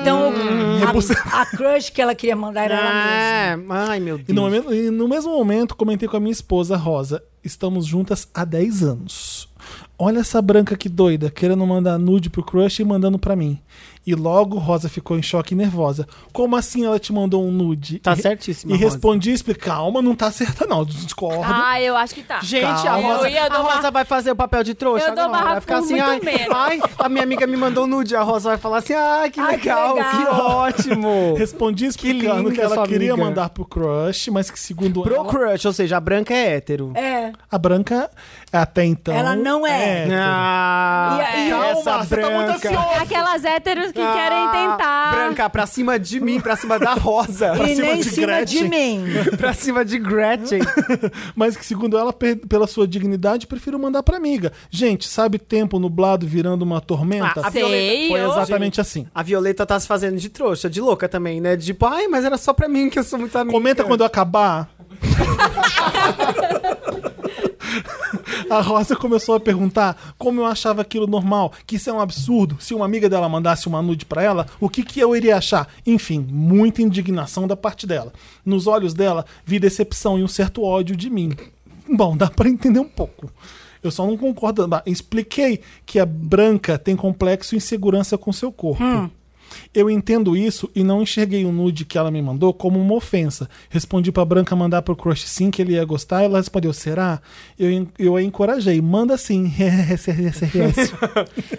D: Então,
A: repulsa-
D: a, a crush que ela queria mandar era
A: Ah.
D: ela mesma.
C: É, ai, meu
A: E no,
C: Deus.
A: momento- e no mesmo momento, comentei com a minha esposa, Rosa. Estamos juntas há 10 anos. Olha essa branca que doida, querendo mandar nude pro crush e mandando pra mim. E logo Rosa ficou em choque e nervosa. Como assim ela te mandou um nude?
C: Tá
A: E re-
C: certíssima,
A: E
C: Rosa.
A: respondi, explica, calma, não tá certa não, discordo.
B: Ah, eu acho que tá.
C: Gente, a
A: Calma.
C: Rosa,
B: Eu ia
C: a
B: dar uma-
C: Rosa vai fazer o papel de trouxa
B: Eu dou
C: agora.
B: barraco
C: Vai ficar
B: por
C: assim,
B: muito
C: ai,
B: menos.
C: ai, a minha amiga me mandou um nude. A Rosa vai falar assim, ai, que
D: Ai, que
C: legal, que,
D: legal.
C: ótimo.
A: Respondi explicando
C: linda
A: que, ela
C: sua
A: queria
C: amiga.
A: mandar pro crush, mas que segundo
C: Pro
A: ela,
C: crush, ou seja, a branca é hétero.
D: É.
A: a branca até então...
D: Ela não
A: hétero.
D: é.
C: Ah,
D: E aí,
C: essa
A: Calma, você tá muito ansiosa.
B: Aquelas héteros que
C: Ah,
B: querem tentar.
C: Branca, pra cima de mim, pra cima da Rosa.
D: e
A: cima
D: nem em
A: de
D: cima de
A: Gretchen.
D: mim.
C: pra cima de Gretchen.
A: mas que segundo ela, pe- pela sua dignidade, prefiro mandar pra amiga. Gente, sabe tempo nublado virando uma tormenta?
C: Ah, a
B: Sei,
A: Foi
B: eu-
A: exatamente assim.
C: A Violeta tá se fazendo de trouxa, de louca também, né? Tipo, ai, mas era só pra mim que eu sou muito amiga.
A: Comenta quando eu acabar. A Rosa começou a perguntar como eu achava aquilo normal, que isso é um absurdo. Se uma amiga dela mandasse uma nude pra ela, o que, que eu iria achar? Enfim, muita indignação da parte dela. Nos olhos dela, vi decepção e um certo ódio de mim. Bom, dá pra entender um pouco. Eu só não concordo. Bah, Expliquei que a branca tem complexo e insegurança com seu corpo. Eu entendo isso e não enxerguei o nude que ela me mandou como uma ofensa. Respondi pra Branca mandar pro crush sim que ele ia gostar. Ela respondeu, será? Eu, en- eu a encorajei. Manda sim.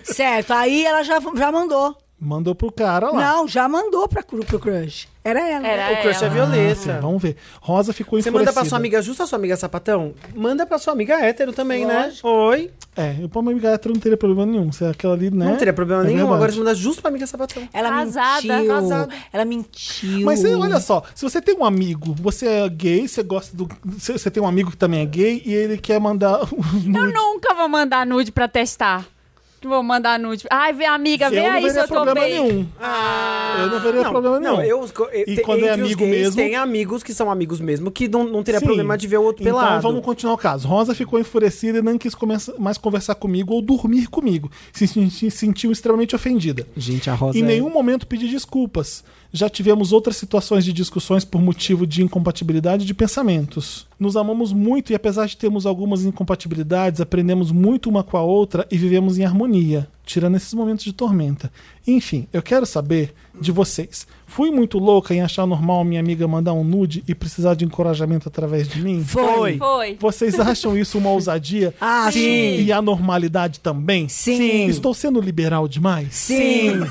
D: Certo. Aí ela já, já mandou.
A: Mandou pro cara lá.
D: Não, já mandou pra, cru- pro crush. Era ela.
B: Era
C: O crush é
B: ela.
C: Violeta.
A: Ah, Sim, vamos ver. Rosa ficou
C: Você
A: enfurecida.
C: manda pra sua amiga justa, sua amiga sapatão? Manda pra sua amiga hétero também,
D: Lógico.
C: né? Oi.
A: É, eu pra uma amiga hétero não teria problema nenhum. Se é aquela ali, né?
C: Não teria problema
A: É
C: nenhum.
A: verdade.
C: Agora você manda justo pra amiga sapatão.
D: Ela
B: Casada,
D: mentiu.
B: casada.
D: Ela mentiu.
A: Mas você- olha só, se você tem um amigo, você é gay, você gosta do. Você você tem um amigo que também é gay e ele quer mandar.
B: Eu nunca vou mandar nude pra testar. Vou mandar nude. Ai, vê amiga, vê aí se Ah, eu tô
A: problema
B: bem.
A: nenhum. eu não veria problema nenhum.
C: Ah, Não, eu, eu,
A: E
C: te-
A: quando é
C: entre os
A: amigo
C: gays,
A: mesmo-
C: Tem amigos que são amigos mesmo, que não, não teria
A: Sim.
C: problema de ver o outro pelado.
A: Então vamos continuar o caso. Rosa ficou enfurecida e não quis começa- mais conversar comigo ou dormir comigo. Se, sen- se sentiu extremamente ofendida.
C: Gente, a Rosa
A: Em
C: é-
A: nenhum momento pedi desculpas. Já tivemos outras situações de discussões por motivo de incompatibilidade de pensamentos. Nos amamos muito e apesar de termos algumas incompatibilidades, aprendemos muito uma com a outra e vivemos em harmonia, tirando esses momentos de tormenta. Enfim, eu quero saber de vocês. Fui muito louca em achar normal minha amiga mandar um nude e precisar de encorajamento através de mim?
C: Foi.
B: Foi.
A: Vocês acham isso uma ousadia?
D: Acho.
A: Sim. E a normalidade também?
D: Sim. Sim.
A: Estou sendo liberal demais?
D: Sim.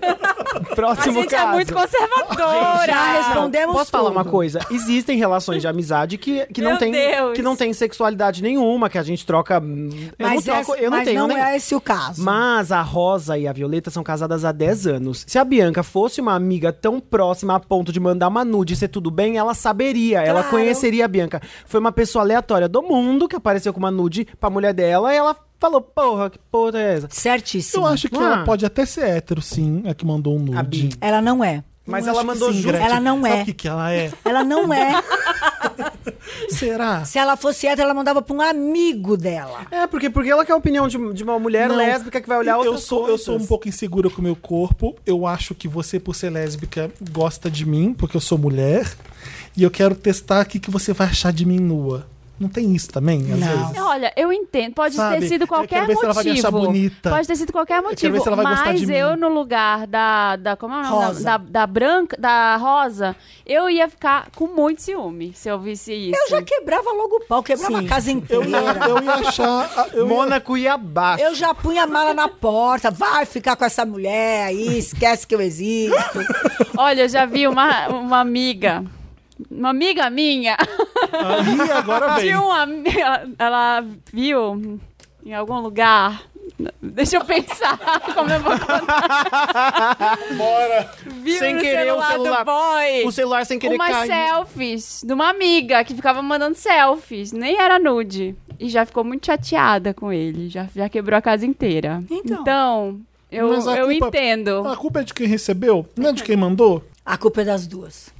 B: A
C: Próximo
B: gente
C: caso.
B: é muito conservadora.
D: Já
C: Ah,
D: respondemos
C: Posso falar
D: tudo.
C: uma coisa? Existem relações de amizade que, que, não
B: Meu
C: tem,
B: Deus.
C: que não tem sexualidade nenhuma, que a gente troca. hum, Eu
D: Mas,
C: não troco,
D: essa-
C: eu não
D: mas
C: tenho.
D: não
C: nem-
D: é esse o caso.
C: Mas a Rosa e a Violeta são casadas há 10 anos. Se a Bianca fosse uma amiga tão próxima a ponto de mandar uma nude e ser tudo bem, ela saberia, ela
D: Claro.
C: conheceria a Bianca. Foi uma pessoa aleatória do mundo que apareceu com uma nude pra mulher dela e ela falou: porra, que porra é essa?
D: Certíssimo.
A: Eu acho que
C: Ah.
A: ela pode até ser hétero, sim, a que mandou um
C: A Bi.
A: nude.
D: Ela não é.
C: Mas
A: Eu acho
C: ela
A: que
C: mandou
A: sim,
C: justo.
A: Gretchen.
D: Ela não
A: Sabe
D: é.
A: o que, que ela é?
D: Ela não é.
A: Será?
D: Se ela fosse hétero, ela mandava pra um amigo dela.
C: É, porque, porque ela quer a opinião de, de uma mulher
A: Não.
C: lésbica que vai olhar
A: eu
C: outras
A: sou
C: coisas.
A: Eu sou um pouco insegura com o meu corpo. Eu acho que você, por ser lésbica, gosta de mim, porque eu sou mulher. E eu quero testar o que, que você vai achar de mim nua. Não tem isso também, às
D: Não.
A: vezes?
B: É, Olha, eu entendo. Pode
A: Sabe,
B: ter sido
A: eu quero
B: qualquer
A: ver se ela vai me
B: motivo.
A: achar bonita.
B: Pode ter sido qualquer
A: quero ver
B: motivo.
A: se ela vai gostar
B: mas
A: de
B: eu,
A: mim.
B: no lugar da. da como é o nome?
D: Rosa.
B: Da, da, da branca, da rosa, eu ia ficar com muito ciúme se eu visse isso.
D: Eu já quebrava logo o pau, quebrava
A: Sim.
D: a casa
A: Eu ia,
D: inteira.
A: eu ia achar. Eu ia
C: Mônaco e abaixo.
D: Eu já punha a mala na porta. Vai ficar com essa mulher aí, esquece que eu existo.
B: Olha, eu já vi uma, uma amiga. Uma amiga minha.
A: Aí agora vem.
B: Tinha uma. Ela, ela viu Em algum lugar. Deixa eu pensar como eu vou contar.
A: Bora!
B: Viro
C: Sem
B: no
C: querer, o
B: celular do
C: celular-
B: boy.
C: O celular sem querer
B: umas
C: cair.
B: selfies de uma amiga que ficava mandando selfies. Nem era nude. E já ficou muito chateada com ele. Já, já quebrou a casa inteira.
D: Então.
B: eu,
A: Mas a
B: eu
A: culpa-
B: entendo.
A: A culpa é de quem recebeu, não é de quem mandou?
D: A culpa é das duas.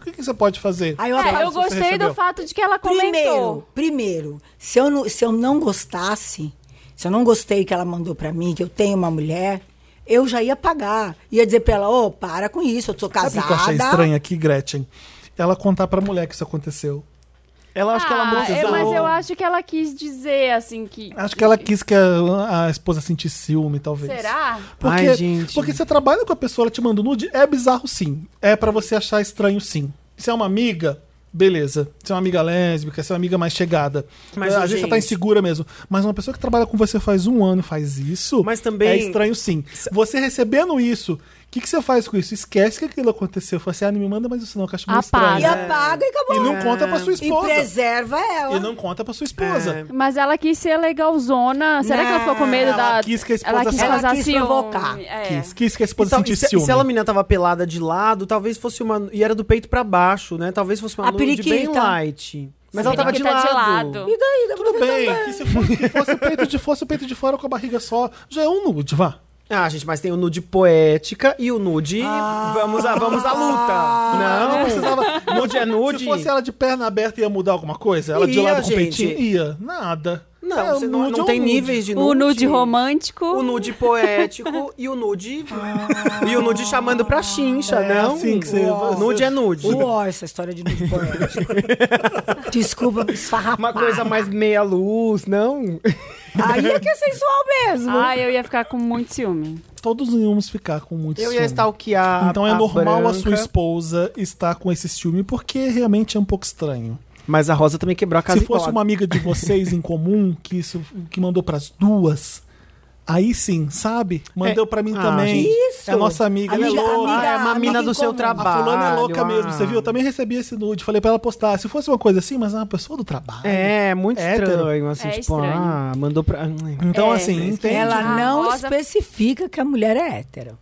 A: O que, que você pode fazer?
D: Aí eu
B: É,
D: apago.
B: eu gostei
A: recebeu.
B: do fato de que ela
D: Primeiro,
B: comentou.
D: primeiro se, eu não, se eu não gostasse, se eu não gostei que ela mandou pra mim, que eu tenho uma mulher, eu já ia pagar. Ia dizer pra ela, ô, para com isso, eu sou
A: Sabe
D: casada.
A: o que eu achei estranho aqui, Gretchen? Ela contar pra mulher que isso aconteceu.
C: Ela acho que ela
B: Ah,
C: precisou.
B: eu- mas eu acho que ela quis dizer, assim, que...
A: Acho que ela quis que a, a esposa sentisse ciúme, talvez.
B: Será?
A: Porque,
C: Ai, gente.
A: porque você trabalha com a pessoa, ela te manda nude, é bizarro sim. É pra você achar estranho sim. Se é uma amiga, beleza. Se é uma amiga lésbica, se é uma amiga mais chegada.
C: Mas,
A: Mas, Às vezes você tá
C: gente-
A: insegura mesmo. Mas uma pessoa que trabalha com você faz um ano faz isso,
C: Mas também-
A: é estranho sim. Você recebendo isso, o que, que você faz com isso? Esquece que aquilo aconteceu. Fala assim, ah, não me manda mais isso não, que eu acho meio
B: Apaga.
D: E
A: estranho.
D: apaga e acabou.
A: É. E não conta pra sua
D: E
A: esposa.
D: preserva ela.
A: E não conta pra sua esposa.
C: É.
B: Mas ela quis ser legalzona. Será que ela ficou com medo
A: Não,
B: da...
A: ela quis que a esposa
B: Ela quis
A: saiba.
B: causar
D: Ela quis
B: ciúme.
D: provocar.
B: É.
A: Quis, quis que a esposa
C: Então, e
A: sentisse
C: se,
A: ciúme.
C: se ela menina tava pelada de lado, talvez fosse uma. E era do peito pra baixo, né? Talvez fosse uma
D: A
C: nude bem
D: periquita.
C: light. Mas ela tava de
B: Periquita
A: tá
C: lado.
B: tá de lado.
D: E daí? Dá pra
A: Tudo
D: ver
A: bem,
D: também.
A: que se for- que fosse o peito de fosse o peito de fora com a barriga só, já é um nude, vá.
C: Ah, gente, mas tem o nude poética e o nude.
A: Ah.
C: Vamos, à, vamos à luta. não,
A: não precisava-
C: Nude é nude.
A: Se fosse ela de perna aberta, ia mudar alguma coisa? Ela de
C: Ia,
A: lado com o
C: gente.
A: peitinho? Ia. Nada.
C: Não,
A: É,
C: você não,
A: nude é
C: não
A: um
C: tem
A: nude.
C: níveis de nude.
B: O nude romântico.
C: O nude poético e o nude. e o nude chamando pra chincha,
A: Ah. É
C: não?
A: assim que você-
C: O nude é nude.
D: Uó, essa história de nude poético. Desculpa me esfarrapar.
C: Uma coisa mais meia-luz, não?
D: Aí é que é sensual mesmo.
B: Ah, eu ia ficar com muito ciúme.
A: Todos íamos ficar com muito
C: Eu ia
A: ciúme.
C: stalkear.
A: Então é
C: a
A: normal a
C: branca.
A: sua esposa estar com esse ciúme, porque realmente é um pouco estranho.
C: Mas a Rosa também quebrou a casa
A: Se fosse
C: inteira.
A: uma amiga de vocês em comum, que isso que mandou pras duas, aí sim, sabe? Mandou pra mim
C: Ah,
A: também.
C: gente.
D: Isso.
A: É nossa amiga, ela é
D: Amiga-
A: louca.
C: Ah, é uma
D: amiga
C: mina
D: em
C: do seu
D: comum.
C: trabalho.
A: A fulana é louca
C: ah.
A: mesmo, você viu? Eu também recebi esse nude. Falei pra ela postar. Se fosse uma coisa assim, mas é uma pessoa do trabalho.
C: É, muito
A: Hétero.
C: estranho, assim,
B: É
C: tipo,
B: estranho.
C: ah, mandou pra.
A: Então,
B: É,
A: assim, entende?
D: Ela
B: A
D: não
B: Rosa-
D: especifica que a mulher é hétero.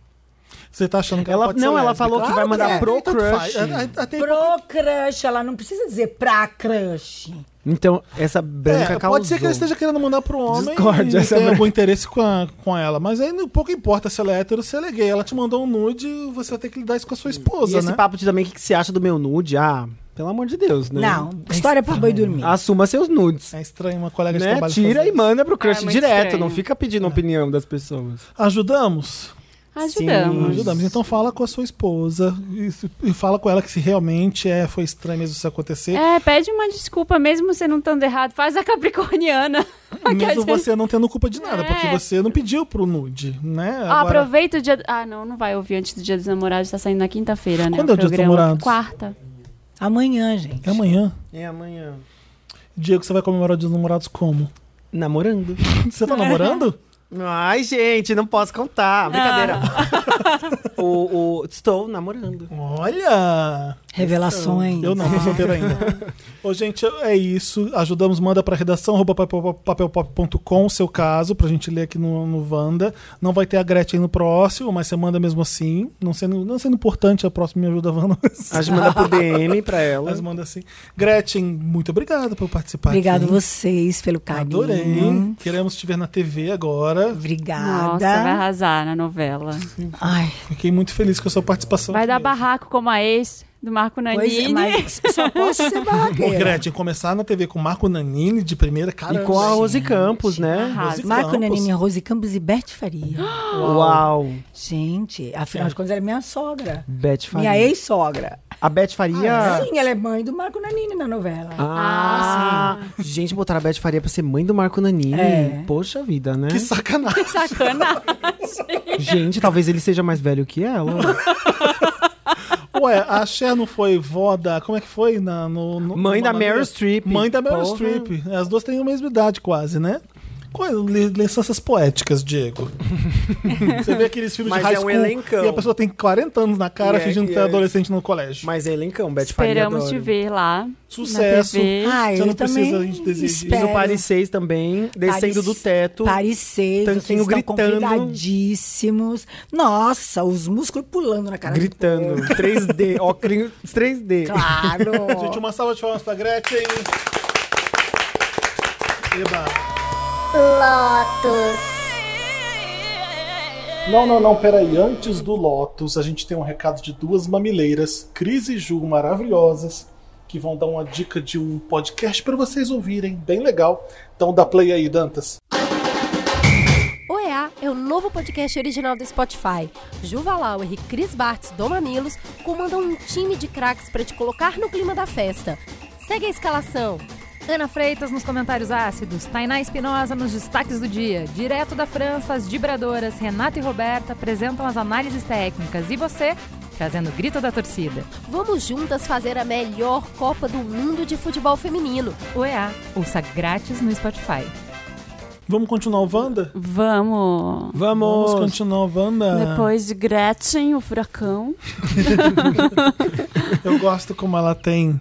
A: Você tá achando que ela,
C: Ela-
A: pode ser
C: não, ela
A: lésbica.
C: falou que vai mandar
A: é.
C: pro
A: Aí tanto faz.
C: crush.
A: É, é, é, tem-
D: Pro crush, ela não precisa dizer pra crush.
C: Então, essa branca
A: é,
C: causou.
A: pode ser que ela esteja querendo mandar pro homem
C: Discórdia,
A: e
C: essa é
A: tenha
C: mulher.
A: algum interesse com, a- com ela. Mas aí não- pouco importa se ela é hétero ou se ela é gay. Ela te mandou um nude você vai ter que lidar isso com a sua
C: E
A: esposa,
C: esse
A: né?
C: papo de também, o que, que você acha do meu nude? Ah, pelo amor de Deus, né?
D: Não, história pra boi dormir.
A: Ah.
C: Assuma seus nudes.
A: É estranho uma colega de
C: Né?
A: trabalho
C: Tira
A: fazer É.
C: e manda pro crush
B: É, muito
C: direto,
B: estranho.
C: não fica pedindo opinião das pessoas.
A: isso. Ajudamos?
B: Ajudamos.
A: Ajudamos. Então fala com a sua esposa e, se- e fala com ela que se realmente é, foi estranho mesmo isso acontecer.
B: É, pede uma desculpa, mesmo você não estando errado. Faz a capricorniana. Que a
A: Mesmo
B: gente-
A: você não tendo culpa de nada,
B: É.
A: porque você não pediu pro nude, né?
B: Ah,
A: Agora-
B: aproveita o dia. do- Ah, não, não vai ouvir antes do dia dos namorados. Tá saindo na quinta-feira, né?
A: Quando
B: o
A: é o dia dos
B: programa?
A: namorados?
B: Quarta.
D: Amanhã, gente.
A: É amanhã.
C: É amanhã.
A: Diego, você vai comemorar o Dia dos Namorados como?
C: Namorando.
A: Você
B: É.
A: tá namorando?
C: Ai, gente, não posso contar. Brincadeira. Ah. o, o- estou namorando.
A: Olha!
D: Revelações.
A: Eu não, tô solteiro ainda. Ô, gente, é isso. Ajudamos, manda pra redação, arroba papel- papelpop.com, o seu caso, pra gente ler aqui no, no Wanda. Não vai ter a Gretchen no próximo, mas você manda mesmo assim. Não sendo, não sendo importante, a próxima me ajuda a Wanda. mas-
C: A gente manda por DM pra ela.
A: Mas manda assim. Gretchen, muito obrigado por participar.
D: Obrigado
A: aqui.
D: vocês pelo carinho.
A: Adorei. Queremos te ver na TV agora.
D: Obrigada.
B: Nossa, vai arrasar na novela.
D: Ai,
A: Fiquei muito feliz com a sua participação.
B: Vai
A: aqui
B: dar
A: mesmo.
B: barraco como a ex do Marco
D: pois é,
B: Nanini.
D: mas só posso ser
A: Ô,
D: barraqueira.
A: Gretchen, começar na TV com Marco Nanini de primeira, cara.
C: E com a Rose Campos, né?
B: Arrasa.
D: Marco
A: Campos.
D: Nanini, Rose Campos e Beth Faria.
C: Uau.
D: Gente, afinal de contas, ela é minha sogra.
C: Beth Faria.
D: Minha ex-sogra.
C: A Beth Faria.
A: Ah.
D: Sim, ela é mãe do Marco Nanini na novela.
C: Ah, sim. Gente, botaram a Beth Faria pra ser mãe do Marco Nanini.
D: É.
C: Poxa vida, né?
A: Que sacanagem.
B: Sacana.
C: Gente, talvez ele seja mais velho que ela.
A: Ué, a Cher não foi vó da. Como é que foi? Na, no, no-
C: Mãe
A: na
C: da Meryl
A: Mania?
C: Streep.
A: Mãe da Meryl
C: Porra.
A: Streep. As duas têm a mesma idade, quase, né? Coisa- li- Licenças poéticas, Diego. Você vê aqueles filmes
C: Mas
A: de high
C: é um
A: school
C: elencão.
A: e a pessoa tem 40 anos na cara
C: E é-
A: fingindo
C: e
A: que é
C: é-
A: adolescente no colégio.
C: Mas é elencão, Beth Faria
B: Esperamos te
C: adoro.
B: ver lá.
A: Sucesso.
B: Na TV.
D: Ah,
A: Você
D: eu
A: não
D: também
A: precisa de desejo.
C: E
D: espero.
C: no Paris 6 também, descendo
D: Paris-
C: do teto.
D: Paris 6, vocês
C: tanquinho
D: estão
C: gritando.
D: convidadíssimos. Nossa, os músculos pulando na cara. do
C: Gritando. 3D, óculos 3D.
D: povo. Claro.
A: Gente, uma salva de palmas pra Gretchen. Eba.
E: Lotus,
A: Não, não, não, peraí. Antes do Lotus, a gente tem um recado de duas mamileiras, Cris e Ju, maravilhosas, que vão dar uma dica de um podcast pra vocês ouvirem, bem legal. Então dá play aí, Dantas.
F: OEA é o novo podcast original do Spotify. Juva Lauer e Cris Bartz do Mamilos comandam um time de craques para te colocar no clima da festa. Segue a escalação.
G: Ana Freitas nos comentários ácidos, Tainá Espinosa nos destaques do dia. Direto da França, as vibradoras Renata e Roberta apresentam as análises técnicas e você trazendo o grito da torcida.
F: Vamos juntas fazer a melhor Copa do Mundo de futebol feminino.
G: OEA, ouça grátis no Spotify.
A: Vamos continuar o Wanda?
B: Vamos.
A: Vamos continuar o Wanda.
B: Depois de Gretchen, o furacão.
A: Eu gosto como ela tem.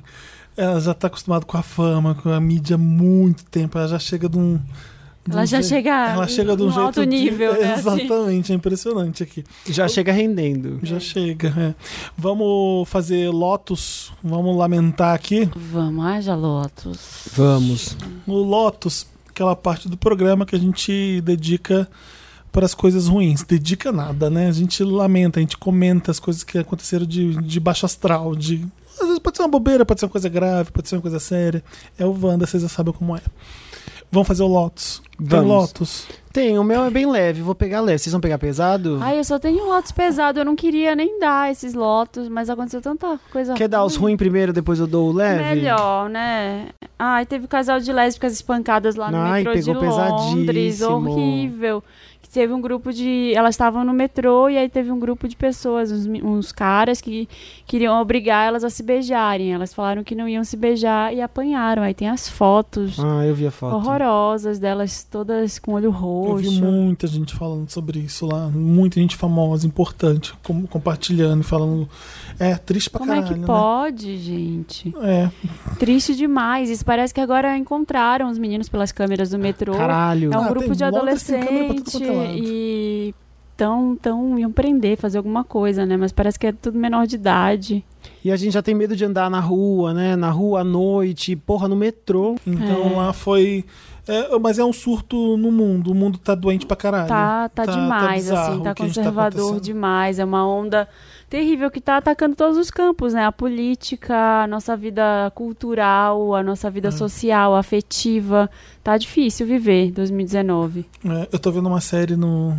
A: Ela já tá acostumada com a fama, com a mídia há muito tempo. Ela já chega de um. de
B: Ela
A: um
B: já
A: jeito-
B: chega
A: Ela chega de um
B: num
A: jeito.
B: Ah, alto
A: de-
B: nível, né, assim.
A: Exatamente, é impressionante aqui.
C: Já chega rendendo.
A: Já chega. é. Vamos fazer Lotus. Vamos lamentar aqui.
B: Vamos, haja Lotus.
C: Vamos.
A: O Lotus, aquela parte do programa que a gente dedica para as coisas ruins. Dedica nada, né? A gente lamenta, a gente comenta as coisas que aconteceram de, de baixo astral, de. Às vezes pode ser uma bobeira, pode ser uma coisa grave, pode ser uma coisa séria. É o Wanda, vocês já sabem como é. Vamos fazer o Lotus. Tem
C: Vamos.
A: Lotus.
C: Tem, o meu é bem leve, vou pegar leve. Vocês vão pegar pesado?
B: Ai, eu só tenho Lotus pesado. Eu não queria nem dar esses Lotus, mas aconteceu tanta coisa.
C: Quer dar os ruins primeiro, depois eu dou o leve?
B: Tá Melhor, né? Ai, teve casal de lésbicas espancadas lá no
C: Ai,
B: metrô de
C: pegou
B: Londres.
C: pesadíssimo.
B: Horrível. Que teve um grupo de. Elas estavam no metrô e aí teve um grupo de pessoas, uns, mi- uns caras que queriam obrigar elas a se beijarem. Elas falaram que não iam se beijar e apanharam. Aí tem as fotos
C: Ah, eu vi a foto.
B: horrorosas delas, todas com olho
A: Eu vi um
B: roxo.
A: muita gente falando sobre isso lá. Muita gente famosa, importante, com- compartilhando, falando. É, triste pra
B: Como é
A: caralho.
B: que pode, gente?
A: Né? É,
B: Triste demais. Isso parece que agora encontraram os meninos pelas câmeras do metrô.
C: Caralho.
B: É um
A: Ah,
B: grupo
A: tem
B: de
A: Londres, tem câmera pra tudo
B: adolescente
A: quanto é lado.
B: e tão, tão iam prender, fazer alguma coisa, né? Mas parece que é tudo menor de idade.
C: E a gente já tem medo de andar na rua, né? Na rua à noite, porra, no metrô.
A: Então
B: É.
A: lá foi. é, mas é um surto no mundo. O mundo tá doente pra caralho.
B: Tá, tá,
A: tá
B: demais,
A: bizarro
B: assim,
A: o
B: tá
A: que a gente tá
B: conservador
A: acontecendo.
B: demais. É uma onda terrível que tá atacando todos os campos, né? A política, a nossa vida cultural, a nossa
A: É.
B: vida social, afetiva. Tá difícil viver 2019.
A: É, eu tô vendo uma série no,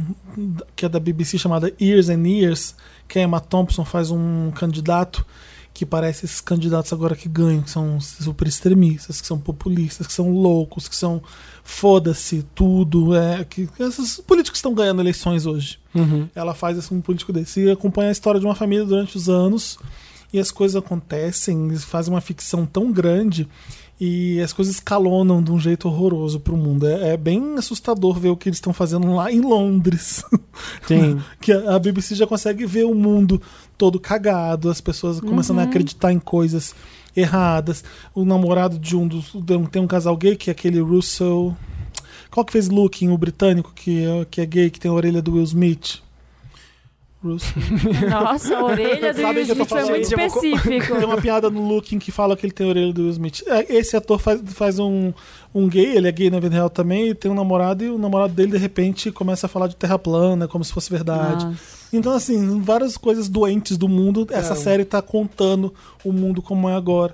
A: que é da BBC chamada Years and Years, que a Emma Thompson faz um candidato que parece esses candidatos agora que ganham, que são super extremistas, que são populistas, que são loucos, que são foda-se tudo. É, que, que esses políticos estão ganhando eleições hoje. Ela faz assim, um político desse e acompanha a história de uma família durante os anos e as coisas acontecem, eles fazem uma ficção tão grande e as coisas escalonam de um jeito horroroso pro mundo. É, é bem assustador ver o que eles estão fazendo lá em Londres.
C: Tem.
A: que a, a BBC já consegue ver o mundo todo cagado, as pessoas começando a acreditar em coisas erradas. O namorado de um dos. de um- Tem um casal gay que é aquele Russell. Qual que fez Looking, o britânico, que, é- que é gay, que tem a orelha do Will Smith? Russell.
B: Nossa, a orelha do
A: Sabe
B: Will
A: que eu tô
B: Smith foi
A: falando,
B: muito
A: gente, eu vou co-
B: específico.
A: Tem uma piada no Looking que fala que ele tem a orelha do Will Smith. É, Esse ator faz, faz um, um gay, ele é gay na vida real também, e tem um namorado, e o namorado dele, de repente, começa a falar de terra plana, como se fosse verdade.
B: Nossa.
A: Então, assim, várias coisas doentes do mundo, essa
C: É.
A: série tá contando o mundo como é agora.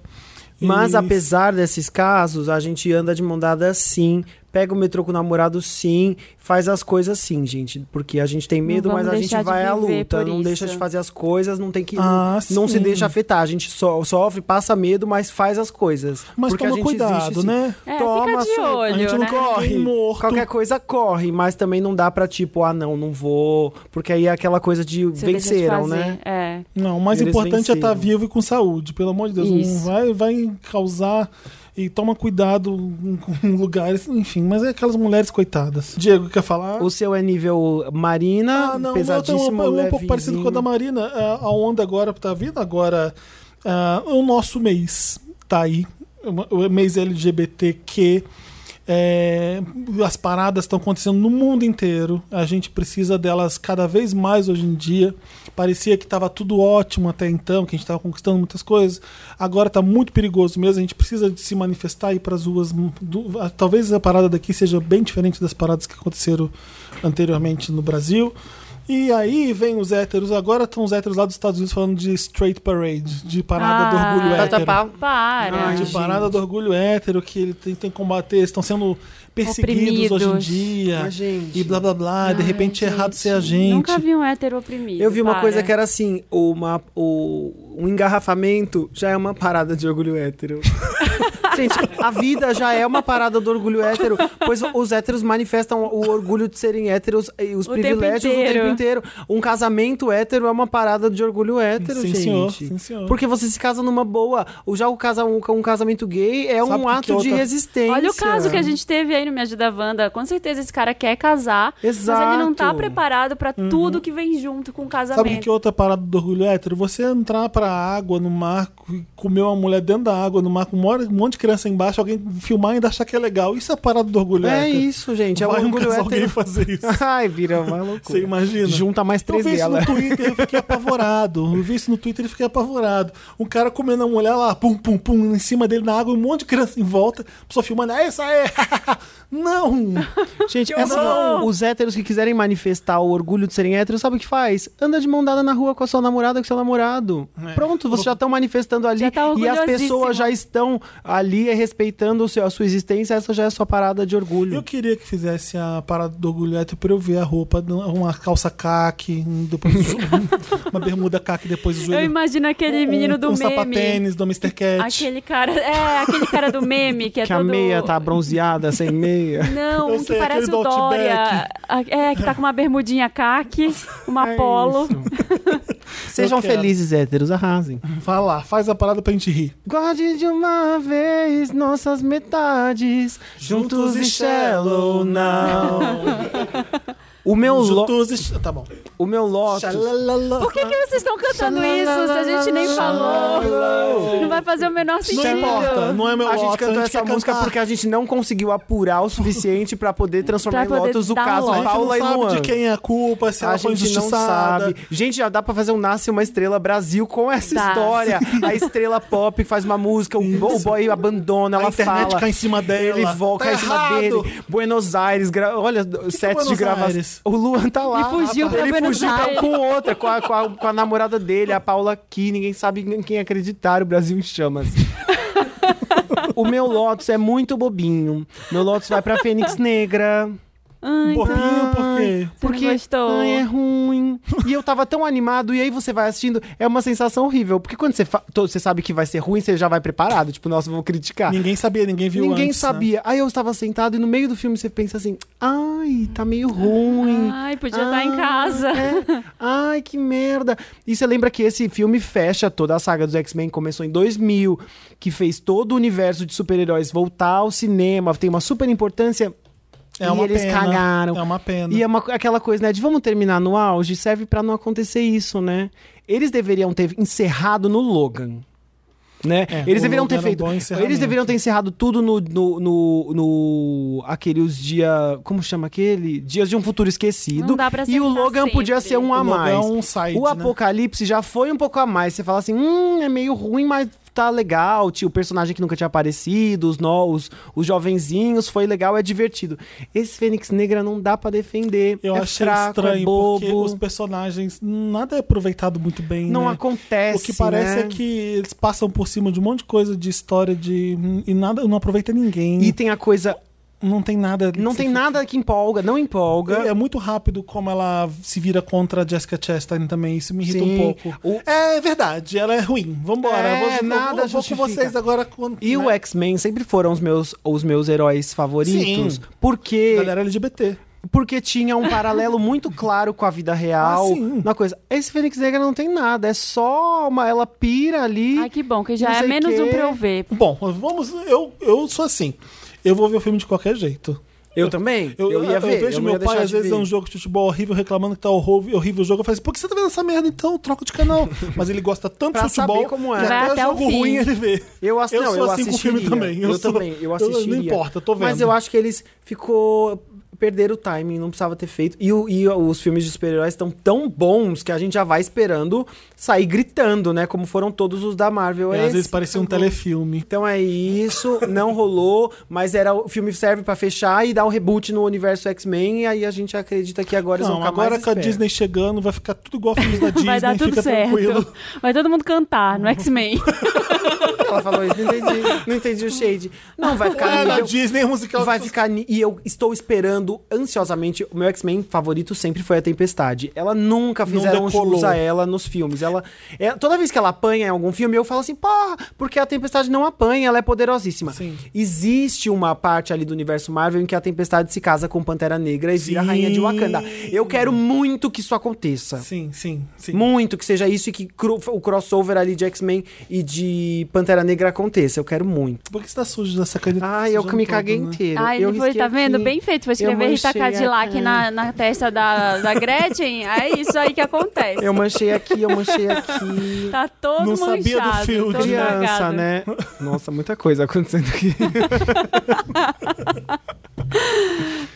A: E-
C: Mas apesar desses casos, a gente anda de mão dada sim, pega o metrô com o namorado sim, faz as coisas sim, gente. Porque a gente tem medo,
B: vamos
C: mas a gente
B: deixar de
C: vai à
B: viver
C: luta,
B: por
C: não
B: isso.
C: deixa de fazer as coisas, não tem que.
A: Ah,
C: não, não se
A: sim.
C: deixa afetar. A gente so- sofre, passa medo, mas faz as coisas.
A: Mas
C: porque a
A: toma
C: gente
A: cuidado,
C: existe, sim.
A: né?
B: É,
C: Toma
B: fica de
C: sua- a
A: A
B: olho,
A: gente não
B: né?
A: corre
C: Ninguém
A: morto.
C: Qualquer coisa corre, mas também não dá pra tipo, ah não, não vou. Porque aí é aquela coisa de
B: Você deixa de
C: venceram,
B: fazer,
C: né?
B: É.
A: Não, o mais
C: Eles
A: importante é estar
C: venceram.
A: vivo e com saúde, pelo amor de Deus. Não
B: Isso.
A: vai, vai causar E toma cuidado com lugares, enfim. Mas é aquelas mulheres coitadas. Diego, quer falar?
C: O seu é nível marina,
A: Ah, não,
C: pesadíssimo,
A: não, é um, é um pouco
C: levezinho.
A: parecido com a da Marina. A, a onda agora tá vindo, agora ah, o nosso mês tá aí. O o mês LGBTQ. é, as paradas estão acontecendo no mundo inteiro. A gente precisa delas cada vez mais hoje em dia. Parecia que estava tudo ótimo até então, que a gente estava conquistando muitas coisas. Agora está muito perigoso mesmo. A gente precisa de se manifestar e ir para as ruas. do- ah, talvez a parada daqui seja bem diferente das paradas que aconteceram anteriormente no Brasil. E aí vem os héteros. Agora estão os héteros lá dos Estados Unidos falando de straight parade, de parada
B: Ah,
A: do orgulho
B: tá
A: hétero.
B: Para.
A: de parada do orgulho hétero que ele tem, tem que combater, estão sendo perseguidos hoje em
B: Oprimidos.
A: dia.
C: Mas, gente.
A: É. E blá blá blá, e de repente é errado ser a gente.
B: Nunca vi um hétero oprimido.
C: Eu vi uma
B: para.
C: coisa que era assim, uma, o, um engarrafamento já é uma parada de orgulho hétero. Gente, a vida já é uma parada do orgulho hétero, pois os héteros manifestam o orgulho de serem héteros e os
B: O tempo
C: privilégios o tempo
B: inteiro.
C: inteiro. Um casamento hétero é uma parada de orgulho hétero,
A: Sim,
C: gente.
A: senhor, sim, senhor.
C: Porque você se casa numa boa. O- Já o casa, um, um casamento gay é
A: Sabe
C: um
A: que
C: ato
A: outra-
C: de resistência.
B: Olha o caso que a gente teve aí no Me Ajuda Wanda. Com certeza esse cara quer casar, mas ele não tá
C: Exato.
B: preparado pra tudo que vem junto com o casamento.
A: Sabe o que é outra parada do orgulho hétero? Você entrar pra água no mar, c- comer uma mulher dentro da água no mar, com um mo- um monte de criança embaixo, alguém filmar e ainda achar que é legal. Isso é parada do orgulho
C: É
A: hétero.
C: isso, gente. É o
A: Vai um
C: orgulho
A: casal gay
C: hétero.
A: fazer isso.
C: Ai, vira uma loucura.
A: Você imagina?
C: Junta mais
A: Eu
C: três
A: vi Então isso
C: dela.
A: no Twitter, eu fiquei apavorado. Eu vi isso no Twitter e fiquei apavorado. Um cara comendo uma mulher lá, pum, pum, pum, em cima dele na água, um monte de criança em volta, a pessoa filmando, é isso aí! Não!
C: Gente, é assim, ó, os héteros que quiserem manifestar o orgulho de serem héteros, sabe o que faz? Anda de mão dada na rua com a sua namorada, com seu namorado. Pronto, vocês já estão manifestando ali
B: Já tá
C: e as
B: orgulhosíssimo.
C: pessoas já estão ali eh, respeitando o seu, a sua existência, essa já é a sua parada de orgulho.
A: Eu queria que fizesse a parada do orgulho hétero pra eu ver a roupa, uma calça caque, um, depois o jo- uma bermuda caque, depois o
B: Eu
A: joelho.
B: imagino aquele menino do
A: um, um
B: meme.
A: sapatênis do Mr. Cat.
B: Aquele cara. É, aquele cara do meme que é
C: que a
B: todo.
C: meia tá bronzeada, sem meia.
B: Não,
A: Eu
B: um que
A: sei,
B: parece
A: aquele
B: o
A: do
B: Dória. A- É, que tá com uma bermudinha caque,
C: É
B: uma polo.
C: Sejam
A: Eu quero.
C: felizes, héteros, arrasem.
A: Vai lá, faz a parada pra gente rir.
C: Guarde de uma vez nossas metades, juntos e shallow now. o meu, lo
A: Juntos e... Tá bom.
C: o meu Lotus...
B: Por que, que vocês estão cantando isso se a gente nem falou? Não vai fazer o menor
A: Não
B: sentido.
A: importa, não é meu
C: a gente
A: Lotus,
C: cantou
A: a gente
C: essa
A: quer
C: música
A: cantar.
C: porque a gente não conseguiu apurar o suficiente pra poder transformar
B: Pra
C: em
B: poder
C: Lotus o
B: dar um
C: caso
B: Lotus.
A: A gente
C: Paula e
A: não
C: Luan.
A: sabe de quem é a culpa, se
C: a
A: ela foi
C: gente não
A: injustiçada.
C: sabe. Gente, já dá pra fazer um Nasce Uma Estrela Brasil com essa
B: Dá.
C: história. A estrela pop faz uma música, o, bo- o boy abandona,
A: A
C: ela
A: internet
C: fala.
A: cai em cima dela.
C: Ele volta
A: Tá
C: em cima
A: errado.
C: dele. Buenos Aires, gra- olha, sete de
A: Buenos
C: gravação.
A: Aires?
C: O Luan tá lá.
B: E fugiu pra
C: Ele
B: Buenos
C: fugiu pra-
B: Aires.
C: com outra, com a, com, a, com a namorada dele, a Paula aqui. Ninguém sabe em quem acreditar. O Brasil em chamas. o meu Lotus é muito bobinho. Meu Lotus vai pra Fênix Negra.
A: Um
B: Ai,
A: Bobinho, por quê?
B: não
C: Porque
B: gostou.
C: ai, é ruim. E eu tava tão animado, e aí você vai assistindo. É uma sensação horrível. Porque quando você, fa- to- você sabe que vai ser ruim, você já vai preparado. Tipo, nossa, eu vou criticar.
A: Ninguém sabia, ninguém viu
C: Ninguém
A: antes, né?
C: sabia. Aí eu estava sentado e no meio do filme você pensa assim: ai, tá meio ruim.
B: Ai, podia estar em
C: Ah,
B: casa.
C: é. Ai, que merda. E você lembra que esse filme fecha toda a saga dos X-Men, começou em 2000, que fez todo o universo de super-heróis voltar ao cinema, tem uma super importância.
A: É uma
C: e eles
A: pena.
C: cagaram.
A: É uma pena.
C: E é uma, aquela coisa, né, de vamos terminar no auge, serve pra não acontecer isso, né? Eles deveriam ter encerrado no Logan. Né?
A: É, o
C: eles deveriam
A: Logan
C: ter
A: era um
C: feito.
A: bom encerramento.
C: eles deveriam ter encerrado tudo no. no, no, no- aquele os dia. Como chama aquele? Dias de um futuro esquecido.
B: Não dá pra
C: e o
B: acertar
C: Logan
B: sempre.
C: podia ser um a
A: O Logan
C: mais.
A: é um side,
C: o
A: né?
C: Apocalipse já foi um pouco a mais. Você fala assim, hum, é meio ruim, mas tá legal. Tio, o personagem que nunca tinha aparecido, os novos, os jovenzinhos, foi legal, é divertido. Esse Fênix Negra não dá pra defender.
A: Eu
C: é
A: achei
C: fraco,
A: estranho,
C: é
A: porque
C: bobo.
A: os personagens, nada é aproveitado muito bem,
C: Não
A: né?
C: acontece.
A: O que parece
C: né?
A: é que eles passam por cima de um monte de coisa de história de hum, e nada, não aproveita ninguém.
C: E tem a coisa.
A: não tem nada. ali
C: Não
A: que
C: tem
A: você-
C: nada que empolga, não empolga.
A: É muito rápido como ela se vira contra a Jessica Chastain também, isso me irrita
C: Sim.
A: um pouco.
C: O-
A: É verdade, ela é ruim. Vambora.
C: É,
A: eu vou, eu
C: nada
A: vou, eu vou com
C: justifica.
A: vocês agora. Quando,
C: E o é
A: né?
C: X-Men sempre foram os meus, os meus heróis favoritos.
A: Sim.
C: Porque.
A: Galera LGBT.
C: porque tinha um paralelo muito claro com a vida real
A: Ah, sim.
C: na coisa. Esse Fênix Negra não tem nada, é só uma ela pira ali.
B: Ai, que bom, que já
C: Não
B: é
C: sei
B: menos
C: quê.
B: um pra eu ver.
A: Bom, vamos. Eu, eu sou assim. Eu vou ver o filme de qualquer jeito.
C: eu também. Eu, ia ver.
A: vejo
C: eu não ia
A: meu pai,
C: deixar
A: às
C: de
A: vezes,
C: ver.
A: é um jogo de futebol horrível, reclamando que tá horror- horrível o jogo. Eu falo assim, por que você tá vendo essa merda então? Troca de canal. Mas ele gosta tanto
C: Pra
A: de futebol
C: saber como é.
A: que
B: Vai
A: até,
B: até o
A: jogo
B: fim.
A: ruim ele vê.
C: Eu, ass...
A: Eu
C: não,
A: sou
C: eu
A: assim com o
C: assistiria.
A: filme também.
C: Eu,
A: Eu sou-
C: também, eu
A: eu-
C: assistiria.
A: não importa, tô
C: Mas
A: vendo.
C: eu acho que eles ficou perderam o timing, não precisava ter feito. E, o- e os filmes de super-heróis estão tão bons que a gente já vai esperando sair gritando, né? Como foram todos os da Marvel.
A: É, às
C: Esse-
A: vezes parecia um telefilme.
C: Então é isso, não rolou, mas era o filme serve pra fechar e dar um reboot no universo X-Men e aí a gente acredita que agora eles
A: Não,
C: vão ficar
A: agora
C: mais
A: com a
C: espertos.
A: Disney chegando, vai ficar tudo igual filmes da Disney,
B: Vai dar tudo
A: né? fica
B: certo.
A: tranquilo.
B: Vai todo mundo cantar no X-Men.
C: Ela falou isso, não entendi, não entendi o shade. Não vai ficar
A: É, na
C: nível-
A: Disney é musical.
C: Vai ficar. ni- E eu estou esperando ansiosamente. O meu X-Men favorito sempre foi a Tempestade. Ela nunca fizeram
A: decolou.
C: jus a ela nos filmes. Ela, é- toda vez que ela apanha em algum filme, eu falo assim, porra, porque a Tempestade não apanha, ela é poderosíssima.
A: Sim.
C: Existe uma parte ali do universo Marvel em que a Tempestade se casa com Pantera Negra e vira a
A: Sim.
C: rainha de Wakanda. Eu quero muito que isso aconteça.
A: Sim, sim, sim.
C: Muito que seja isso e que cro- o crossover ali de X-Men e de Pantera Negra aconteça. Eu quero muito.
A: Por que você tá sujo dessa caneta?
C: Ai, eu
A: Sujando
C: que me
A: tudo,
C: caguei
A: né?
C: inteiro.
B: Ai,
C: eu
B: ele foi,
C: risquei
B: tá vendo?
C: aqui.
B: Bem feito. Foi escrever
C: Eu
B: Rita
C: manchei
B: Cadillac
C: aqui.
B: na, na testa da, da Gretchen. É isso aí que acontece.
C: Eu manchei aqui, eu manchei aqui.
B: Tá todo
A: Não
B: manchado.
A: sabia do field.
B: todo
C: Criança,
B: estragado.
C: né? Nossa, muita coisa acontecendo aqui.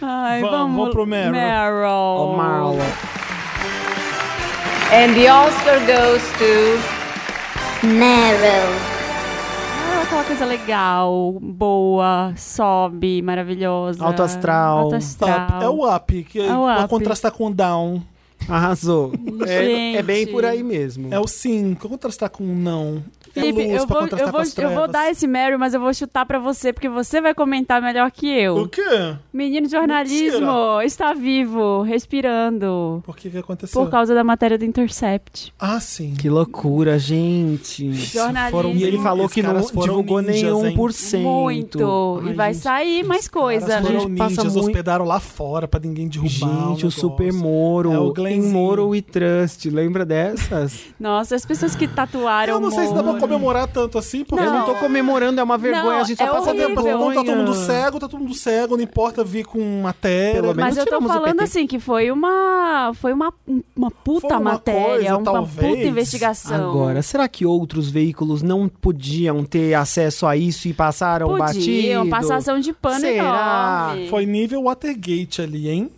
B: Ai,
A: Vamos,
B: vamos,
A: vamos pro Meryl.
B: Meryl.
C: Ó, Marla.
H: And the Oscar goes to.
E: Meryl.
B: Ah, aquela coisa legal, boa, sobe, maravilhosa.
C: Alto astral.
B: Alto
A: Tá,
B: astral.
A: é o up, que é
B: É o
A: pra
B: up.
A: contrastar com o down.
C: Arrasou. É,
B: Gente.
C: é bem por aí mesmo.
A: É o sim, pra contrastar com o não. É
B: Felipe,
A: luz
B: eu
A: pra
B: vou,
A: contrastar
B: eu, vou,
A: com as
B: eu
A: trevas.
B: vou dar esse Meryl, mas eu vou chutar pra você, porque você vai comentar melhor que
A: O
B: eu.
A: quê?
B: Menino de jornalismo
A: Mentira.
B: está vivo, respirando.
A: Por que que aconteceu?
B: Por causa da matéria do Intercept.
A: Ah, sim.
C: Que loucura, gente.
B: Jornalismo.
A: foram-
C: E ele falou
A: Esses
C: que não
A: caras foram
C: divulgou
A: ninjas,
C: nenhum
A: hein?
C: por cento.
B: Muito.
C: Ai,
B: e vai
C: gente.
B: sair mais coisa,
A: Elas
B: né?
A: foram
C: gente passa
A: ninjas,
C: muito-
A: hospedaram lá fora pra ninguém derrubar
C: Gente, o,
A: negócio.
C: Super Moro.
A: É o
C: tem
A: Glenzinho.
C: Moro e Trust. Lembra dessas?
B: Nossa, as pessoas que tatuaram.
A: Eu não sei se dá pra
B: Moro.
A: comemorar tanto assim, porque...
C: Eu não tô comemorando, é uma vergonha.
B: Não,
C: a gente só
B: é
C: passa
B: horrível.
A: Tá todo, tá todo mundo
C: vergonha.
A: cego, tá todo mundo cego, não importa vir com matéria.
C: Pelo menos
B: Mas eu tô
C: tiramos o
B: falando
C: PT.
B: assim que foi uma foi uma, um, uma puta
A: Foi uma
B: matéria,
A: coisa,
B: uma puta
A: talvez.
B: investigação.
C: Agora, será que outros veículos não podiam ter acesso a isso e passaram
B: podiam
C: é um batido?
B: passação de pano
C: Será?
B: enorme.
A: Foi nível Watergate ali, hein?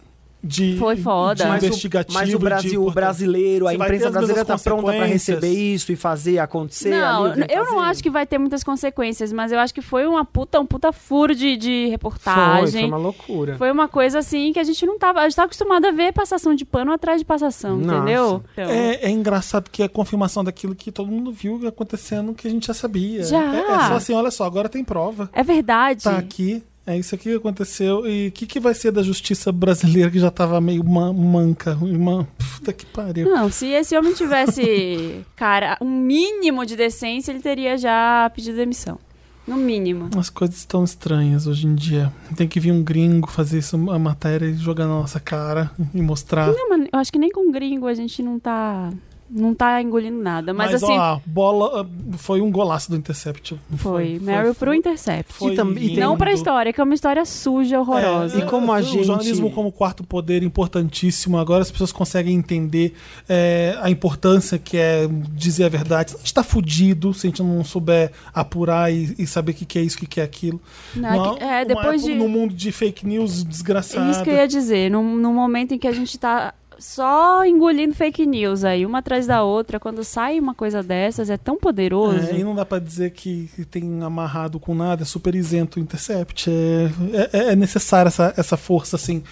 A: De,
B: Foi foda.
A: De
C: Mas o,
A: é um investigativo.
C: mas o
A: de
C: Brasil, o
A: importância.
C: brasileiro, a
A: Você vai ter
C: imprensa
A: as
C: brasileira tá
A: mesmas
C: pronta pra
A: consequências.
C: receber isso e fazer acontecer?
B: Não,
C: ali, o que
B: eu não
C: fazer?
B: acho que vai ter muitas consequências, mas eu acho que foi uma puta, um puta furo de, de
C: foi,
B: reportagem.
C: foi uma loucura.
B: tá, Foi uma coisa assim que a gente não tava. A gente tava acostumado a ver passação de pano atrás de passação,
C: Nossa.
B: entendeu? Então,
A: É, é engraçado que é a confirmação daquilo que todo mundo viu acontecendo que a gente já sabia.
B: Já.
A: É, é só assim, olha só, agora tem prova.
B: é verdade.
A: Tá aqui. É isso aqui que aconteceu. E o que, que vai ser da justiça brasileira que já tava meio ma- manca? Irmã, puta que pariu.
B: Não, se esse homem tivesse, cara, um mínimo de decência, ele teria já pedido demissão. No mínimo.
A: As coisas estão estranhas hoje em dia. Tem que vir um gringo fazer isso, a matéria e jogar na nossa cara e mostrar.
B: Não, mas eu acho que nem com gringo a gente não tá. Não tá engolindo nada. Mas, assim,
A: ó, bola ah, foi um golaço do Intercept.
B: foi. Meryl pro Intercept.
A: foi
C: E tam- e tem-
B: Não pra
A: lindo.
B: história, que é uma história suja, horrorosa.
C: E
A: É,
C: como a gente-
A: O um jornalismo como quarto poder importantíssimo. Agora as pessoas conseguem entender é, a importância que é dizer a verdade. A gente tá fudido se a gente não souber apurar e, e saber o que, que é isso, o que, que é aquilo.
B: Não,
A: Não,
B: que- é,
A: uma
B: depois
A: época
B: de-
A: No mundo de fake news
B: É
A: desgraçado.
B: isso que eu ia dizer. Num, num momento em que a gente tá só engolindo fake news aí, uma atrás da outra, quando sai uma coisa dessas, é tão poderoso.
A: É, e não dá pra dizer que que tem amarrado com nada, é super isento o Intercept. É, é, é necessária essa, essa força assim,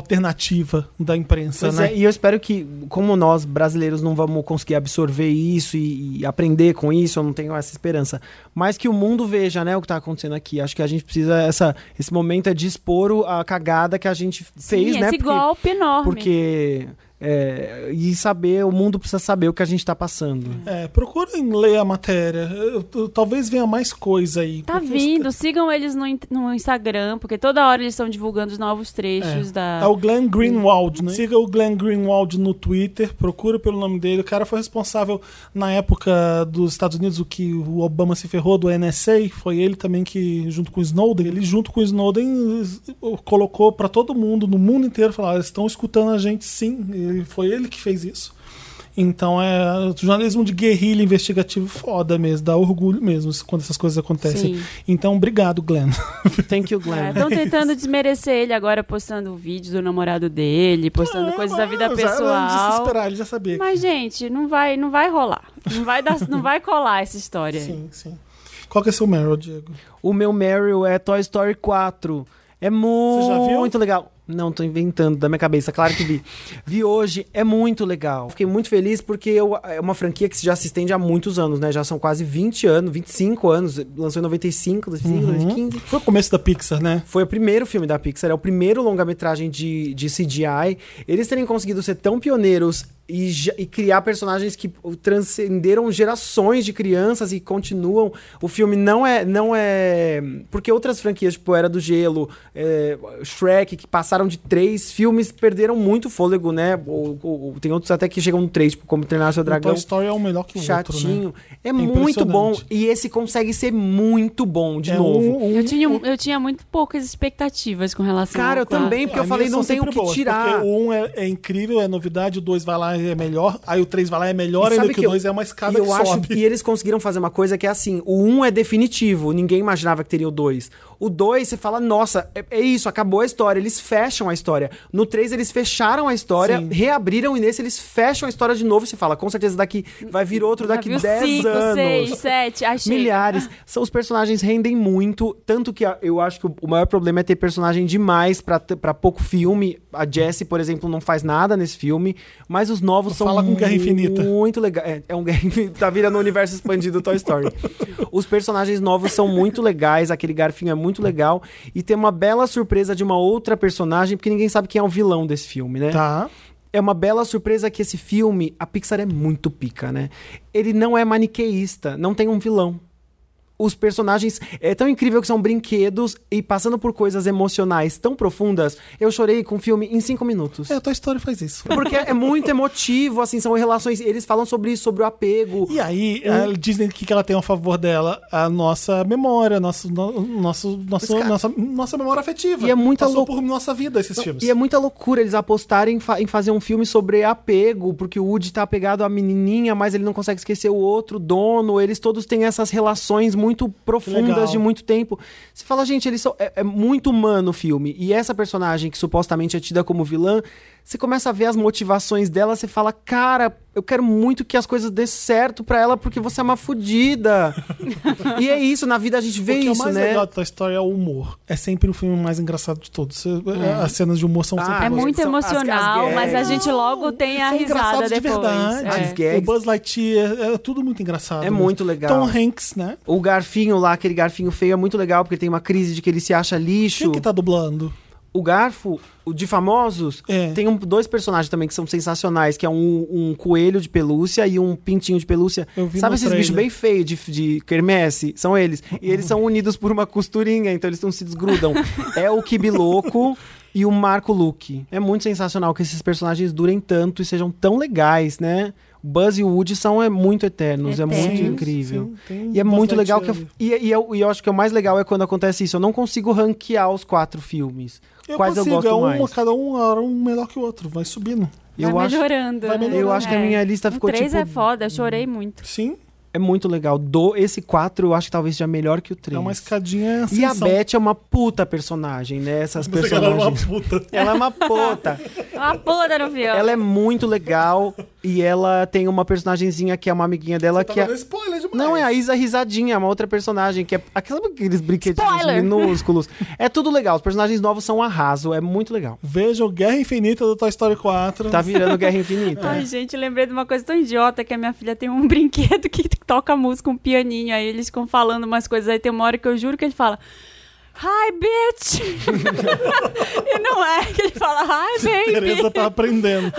A: alternativa da imprensa,
C: Pois
A: né?
C: é, e eu espero que, como nós brasileiros não vamos conseguir absorver isso e, e aprender com isso, eu não tenho essa esperança. Mas que o mundo veja, né, o que tá acontecendo aqui. Acho que a gente precisa, essa, esse momento é de expor o- a cagada que a gente
B: Sim,
C: fez, né?
B: esse golpe enorme.
C: Porque é, e saber, o mundo precisa saber o que a gente tá passando.
A: É, procurem ler a matéria. Eu- eu- talvez venha mais coisa aí.
B: Tá
A: Porque os-
B: vindo, sigam eles no, in- no Instagram, porque toda hora eles estão divulgando os novos trechos da.
A: É o Glenn Greenwald, né? Siga o Glenn Greenwald no Twitter, procura pelo nome dele. O cara foi responsável na época dos Estados Unidos, o que o Obama se ferrou do NSA. Foi ele também que, junto com o Snowden, ele junto com o Snowden s- colocou pra todo mundo, no mundo inteiro, falar: "Ah, eles estão escutando a gente sim. E foi ele que fez isso. Então é jornalismo de guerrilha investigativo foda mesmo, dá orgulho mesmo quando essas coisas acontecem.
B: Sim.
A: Então, obrigado, Glenn.
C: Thank you, Glenn.
A: né?
B: Estão é, tentando desmerecer ele agora, postando vídeos do namorado dele, postando coisas da vida
A: É, Já um era de se
B: pessoal.
A: esperar, ele já sabia.
B: Mas, gente, não vai, não vai rolar. Não vai, dar, não vai colar essa história. aí.
A: Sim, sim. Qual que é seu Meryl, Diego?
C: O meu Meryl é Toy Story 4. É muito
A: já viu?
C: legal. Não, tô inventando da minha cabeça, claro que vi. vi hoje, é muito legal. Fiquei muito feliz porque eu- é uma franquia que já se estende há muitos anos, né? Já são quase 20 anos, 25 anos. Lançou em 95, 2005, 2015.
A: Foi o começo da Pixar, né?
C: Foi o primeiro filme da Pixar, é o primeiro longa-metragem de, de CGI. Eles terem conseguido ser tão pioneiros e, já- e criar personagens que transcenderam gerações de crianças e continuam. O filme não é. não é Porque outras franquias, tipo Era do Gelo, é, Shrek, que passaram de três filmes, perderam muito fôlego, né? Ou- ou- tem outros até que chegam no três, tipo Como Treinar Seu
A: O Toy
C: Dragão.
A: Story é um melhor que o
C: Chatinho.
A: outro, né?
C: É muito bom.
A: impressionante.
C: E esse consegue ser muito bom, de
A: É
C: novo.
A: um- um-
B: Eu tinha, eu tinha muito poucas expectativas com relação
C: é Cara,
B: ao
C: eu
B: quatro.
C: também, porque eu
A: as
C: falei,
A: minhas
C: não
A: são
C: tem
A: ah,
C: o
A: é sempre
C: que
A: boas,
C: tirar.
A: Porque o um é, é incrível, é novidade, o dois vai lá e é melhor, aí o três vai lá e é melhor,
C: E
A: ainda
C: sabe
A: que o
C: que eu-
A: dois é uma escada
C: e eu
A: que
C: acho
A: sobe.
C: que eles conseguiram fazer uma coisa que é assim: o 1 é definitivo, ninguém imaginava que teria o 2. O 2, você fala, nossa, é, é isso, acabou a história, eles fecham a história. No 3, eles fecharam a história,
A: Sim.
C: reabriram, e nesse eles fecham a história de novo. e Você fala, com certeza daqui vai vir outro
B: Já
C: daqui
B: viu
C: 10
B: cinco,
C: anos.
B: seis, sete, achei.
C: Milhares. São, os personagens rendem muito. Tanto que a- eu acho que o, o maior problema é ter personagem demais pra t- pra pouco filme. A Jessie, por exemplo, não faz nada nesse filme. Mas os novos são
A: Fala com Guerra Infinita.
C: muito legal. É, é um Guerra Infinita. Tá virando o universo expandido Toy Story. os personagens novos são muito legais. Aquele garfinho é muito legal. E tem uma bela surpresa de uma outra personagem, porque ninguém sabe quem é o vilão desse filme, né?
A: Tá.
C: É uma bela surpresa que esse filme, a Pixar é muito pica, né? Ele não é maniqueísta, não tem um vilão. Os personagens é tão incrível que são brinquedos e passando por coisas emocionais tão profundas, eu chorei com o filme em cinco minutos.
A: É, a Toy Story faz isso.
C: Porque é muito emotivo, assim, são relações. Eles falam sobre isso, sobre o apego.
A: E aí, a Disney, o que que ela tem a favor dela? A nossa memória, nosso, no- nosso, nosso,
C: cara-
A: nossa, nossa memória afetiva.
C: E é muita
A: Passou
C: loucu-
A: por nossa vida esses filmes.
C: E é muita loucura eles apostarem em, fa- em fazer um filme sobre apego, porque o Woody tá apegado à menininha, mas ele não consegue esquecer o outro dono. Eles todos têm essas relações muito
A: legal.
C: profundas de muito tempo. Você fala, gente, eles são, é, é muito humano o filme. E essa personagem que supostamente é tida como vilã, você começa a ver as motivações dela, você fala, cara, eu quero muito que as coisas dê certo pra ela, porque você é uma fudida. e é isso, na vida a gente
A: O
C: vê
A: que é o
C: isso,
A: mais
C: né?
A: legal da Toy Story é o humor. É sempre o filme mais engraçado de todos. Você- As cenas de humor são
C: Ah,
A: sempre
B: É
C: São
B: muito
C: as- as
B: emocional,
C: gags. é
B: mas a gente logo tem a
A: São
B: risada
A: engraçados
B: depois.
A: De verdade.
B: É.
C: As gags.
A: O Buzz Lightyear, é tudo muito engraçado.
C: É muito legal.
A: Tom Hanks, né?
C: O garfinho lá, aquele garfinho feio, é muito legal, porque tem uma crise de que ele se acha lixo.
A: Quem que tá dublando?
C: O garfo, o de famosos,
A: É.
C: tem um- dois personagens também que são sensacionais, que é um, um coelho de pelúcia e um pintinho de pelúcia.
A: Eu vi no
C: Sabe esses
A: trailer.
C: bichos bem feios de, de quermesse? São eles. E eles são unidos por uma costurinha, então eles não se desgrudam. é o Kibi Louco e o Marco Luke. É muito sensacional que esses personagens durem tanto e sejam tão legais, né? Buzz e o Woody são é, muito eternos, é muito
B: Eternos,
C: incrível.
A: sim, tem um
C: E é
A: Buzz
C: muito legal que eu,
A: Lightyear.
C: e, e eu, e eu acho que o mais legal é quando acontece isso. Eu não consigo ranquear os quatro filmes. Quais
A: consigo,
C: eu gosto
A: é um,
C: mais.
A: cada um era um melhor que o outro, vai subindo.
B: Vai
C: Eu acho,
B: melhorando.
A: vai
B: né?
A: melhorando.
C: eu acho que a minha lista
B: O
C: ficou
B: três
C: tipo.
B: é foda, eu chorei muito.
A: Sim,
C: é muito legal. Do, esse quatro eu acho que talvez seja melhor que o
A: é
C: três.
A: uma escadinha
C: e a
A: ascensão.
C: Beth é uma puta personagem, né? Essas personagens.
A: puta.
C: Ela é uma puta.
B: Uma puta no fiel.
C: ela é muito legal e ela tem uma personagenzinha que é uma amiguinha dela que é.
A: Tá spoiler demais.
C: Não, é a Isa Risadinha, é uma outra personagem, que é aquela, aqueles brinquedinhos
B: Spoiler!
C: minúsculos. É tudo legal, os personagens novos são um arraso, é muito legal.
A: Veja o Guerra Infinita do Toy Story 4.
C: Tá virando Guerra Infinita.
B: Ai, gente, eu lembrei de uma coisa tão idiota que a minha filha tem um brinquedo que toca música, um pianinho, aí eles ficam falando umas coisas, aí tem uma hora que eu juro que ele fala. Hi, bitch! e não é que ele fala hi, baby!
A: Tereza tá aprendendo.
B: Hi,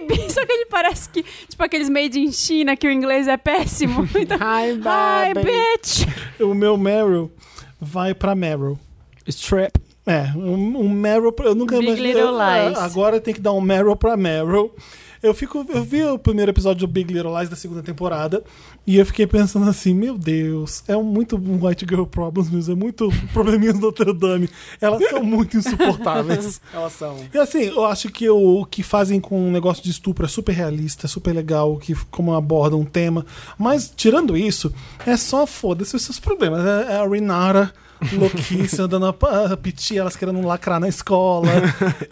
B: baby! Só que ele parece que, tipo, aqueles made in China que o inglês é péssimo. Então,
C: Hi,
B: hi,
C: baby.
B: bitch!
A: O meu Meryl vai pra Meryl.
C: Strip.
A: É, um, um Meryl. pra- Eu nunca
B: Big
A: imaginei.
B: Little
A: eu- é,
B: Lies.
A: Agora tem que dar um Meryl pra Meryl. Eu, fico, eu vi o primeiro episódio do Big Little Lies da segunda temporada e eu fiquei pensando assim: meu Deus, é um muito um White Girl Problems mesmo, é muito probleminhas do Notre Dame. Elas são muito insuportáveis.
C: Elas são.
A: E assim, eu acho que o, o que fazem com o negócio de estupro é super realista, é super legal, que, como abordam um tema. Mas, tirando isso, é só foda-se os seus problemas. É, é a Renata louquice, andando a pa- a piti, elas querendo lacrar na escola.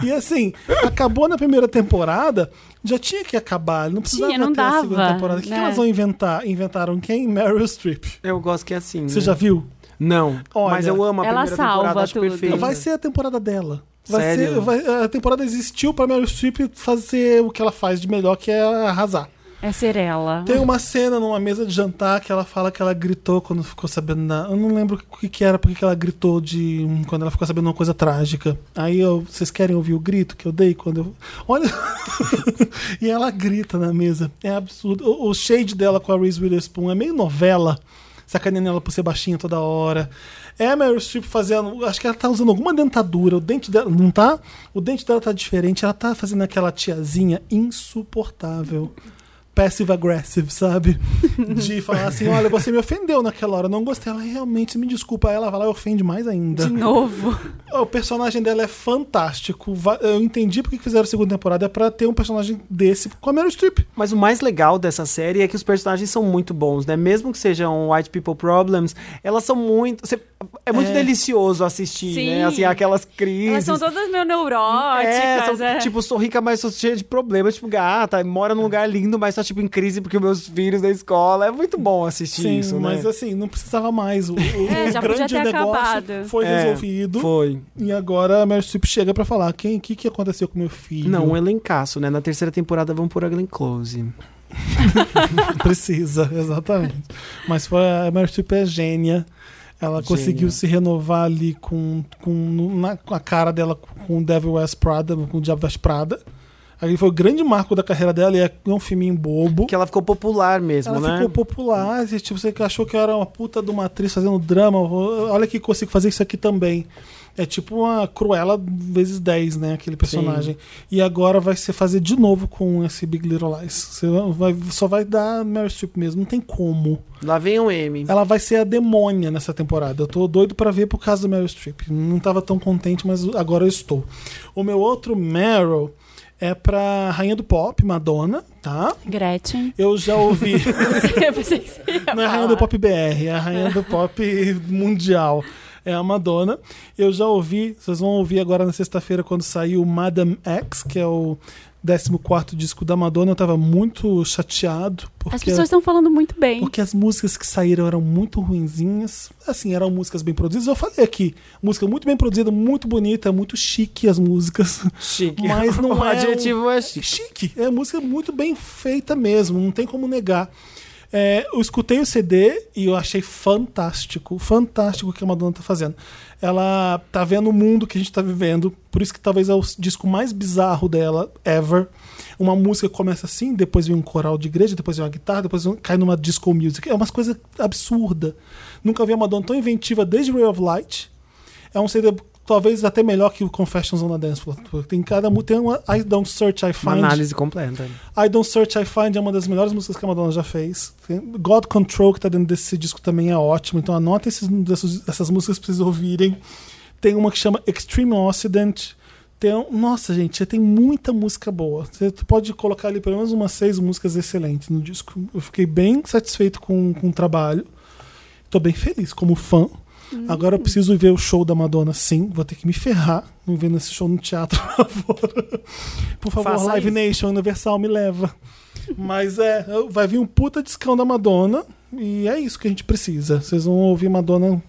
A: E assim, acabou na primeira temporada, já tinha que acabar, não precisava
B: Tinha, não
A: ter a segunda
B: dava,
A: temporada. O que, que
B: né?
A: elas vão inventar? Inventaram quem? Meryl Streep.
C: Eu gosto que é assim.
A: Você
C: né?
A: já viu?
C: Não.
A: Olha,
C: mas eu amo a
B: ela
C: primeira
B: salva
C: temporada, acho
B: tudo.
C: perfeito.
A: Vai ser a temporada dela. Vai
C: né? Sério?
A: ser, vai- a temporada existiu pra Meryl Streep fazer o que ela faz de melhor, que é arrasar.
B: É ser ela.
A: Tem uma cena numa mesa de jantar que ela fala que ela gritou quando ficou sabendo da. Eu não lembro o que, que era, porque que ela gritou de. um, Quando ela ficou sabendo uma coisa trágica. Aí eu. Vocês querem ouvir o grito que eu dei quando eu. Olha. e ela grita na mesa. É absurdo. O, o shade dela com a Reese Witherspoon é meio novela. Sacaneando ela por ser baixinha toda hora. É a Meryl Streep fazendo. Acho que ela tá usando alguma dentadura. O dente dela. Não tá? O dente dela tá diferente. Ela tá fazendo aquela tiazinha insuportável passive aggressive, sabe? De falar assim, olha, você me ofendeu naquela hora, eu não gostei. Ela realmente me desculpa, Aí ela vai lá e ofende mais ainda.
B: De novo.
A: O personagem dela é fantástico. Va- Eu entendi porque que fizeram a segunda temporada, é pra ter um personagem desse com a Meryl Streep.
C: Mas o mais legal dessa série é que os personagens são muito bons, né? Mesmo que sejam White People Problems, elas são muito. cê- é muito delicioso assistir,
B: Sim.
C: né? Assim, aquelas crises.
B: Elas são todas meio neuróticas.
C: É, são,
B: é.
C: tipo, sou rica, mas sou cheia de problemas. Tipo, gata, mora num lugar lindo, mas tá, tipo, em crise porque meus filhos da escola. É muito bom assistir
A: Sim,
C: isso,
A: mas
C: né?
A: assim, não precisava mais. O, o-
B: É,
A: o
B: já podia
A: grande
B: ter
A: negócio
B: acabado.
A: foi
C: É,
A: resolvido.
C: Foi.
A: E agora a Meryl Streep chega pra falar: quem, que, que aconteceu com meu filho?
C: Não, um elencaço, né? Na terceira temporada vão pôr a Glenn Close.
A: Precisa, exatamente. Mas foi a Meryl Streep é gênia. Ela
C: Gênia.
A: conseguiu se renovar ali com, com, no- na- com a cara dela com o Devil West Prada, com o Diabo West Prada. Aí foi o grande marco da carreira dela e é um filminho bobo.
C: Porque ela ficou popular mesmo,
A: Ela
C: né?
A: ficou popular, e, tipo, você que achou que eu era uma puta de uma atriz fazendo drama, vou- olha que consigo fazer isso aqui também. É tipo uma Cruella vezes 10, né? Aquele personagem. E agora vai ser fazer de novo com esse Big Little Lies. Você vai, só vai dar Meryl Streep mesmo, não tem como.
C: Lá vem o M.
A: Ela vai ser a demônia nessa temporada. Eu tô doido pra ver por causa do Meryl Streep. Não tava tão contente, mas agora eu estou. O meu outro Meryl é pra Rainha do Pop, Madonna, tá?
B: Gretchen.
A: Eu já ouvi.
B: Eu pensei que você ia
A: Não é a rainha
B: falar.
A: do pop BR, é a rainha do pop mundial. É a Madonna. Eu já ouvi, vocês vão ouvir agora na sexta-feira quando saiu o Madame X, que é o 14 disco da Madonna. Eu tava muito chateado. Porque
B: As pessoas estão falando muito bem.
A: porque as músicas que saíram eram muito ruinzinhas. Assim, eram músicas bem produzidas. Eu falei aqui, música muito bem produzida, muito bonita, muito chique as músicas.
C: Chique.
A: Mas não
C: o
A: é
C: adjetivo é chique.
A: Chique. É música muito bem feita mesmo, não tem como negar. É, eu escutei o CD e eu achei fantástico, fantástico o que a Madonna tá fazendo. Ela tá vendo o mundo que a gente tá vivendo, por isso que talvez é o disco mais bizarro dela ever. Uma música começa assim, depois vem um coral de igreja, depois vem uma guitarra, depois vem- um, cai numa disco music. É umas coisas absurda. Nunca vi a Madonna tão inventiva desde Ray of Light. É um CD talvez até melhor que o Confessions on the Dance Floor. Tem cada mu- tem uma I Don't Search I
C: Uma
A: Find.
C: análise completa.
A: I Don't Search I Find é uma das melhores músicas que a Madonna já fez. Tem God Control que tá dentro desse disco também é ótimo. Então anota esses, essas, essas músicas pra vocês ouvirem. Tem uma que chama Extreme Occident. Tem, um- nossa, gente, tem muita música boa. Você pode colocar ali pelo menos umas seis músicas excelentes no disco. Eu fiquei bem satisfeito com, com o trabalho. Tô bem feliz como fã.
C: Hum.
A: Agora eu preciso ver o show da Madonna, sim. Vou ter que me ferrar não vendo esse show no teatro agora. Por favor,
C: Faça
A: Live
C: isso.
A: Nation Universal me leva. Mas é, vai vir um puta discão da Madonna. E é isso que a gente precisa. Vocês vão ouvir Madonna.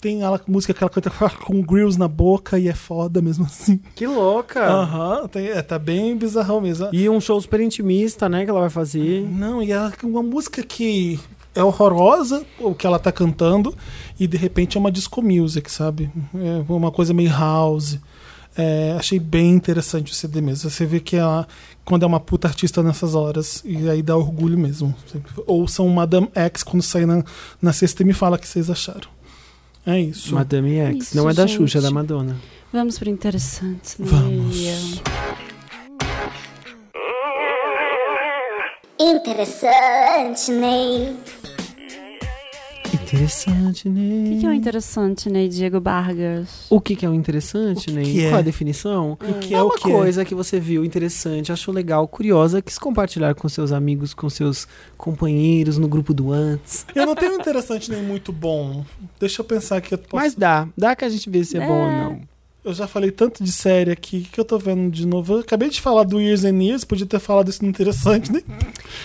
A: Tem a música que ela canta com grills na boca e é foda mesmo assim.
C: Que louca!
A: Aham, tem- é, tá bem bizarrão mesmo.
C: E um show super intimista, né? Que ela vai fazer.
A: Não, e ela, uma música que. é horrorosa o que ela tá cantando e de repente é uma disco music, sabe? É uma coisa meio house. É, achei bem interessante o CD mesmo. Você vê que ela, quando é uma puta artista nessas horas, e aí dá orgulho mesmo. Ouçam Madame X quando sair na, na sexta e me fala o que vocês acharam. É isso.
C: Madame X.
B: Isso,
C: não é da
B: gente.
C: Xuxa, é da Madonna.
B: Vamos pro interessante, né?
A: Vamos.
E: Interessante, Ney.
C: Interessante, né?
B: O que, que é o interessante, Ney Diego Vargas?
C: O que, que é o interessante, né?
A: que é?
C: Qual a definição?
A: O que
C: é,
A: é o
C: uma
A: que é?
C: coisa que você viu interessante, achou legal, curiosa, quis compartilhar com seus amigos, com seus companheiros no grupo do antes.
A: Eu não tenho um interessante nem muito bom. Deixa eu pensar que eu posso.
C: Mas dá, dá que a gente vê se é, bom ou não.
A: Eu já falei tanto de série aqui o que eu tô vendo de novo. Eu acabei de falar do Years and Years, podia ter falado isso no interessante, né?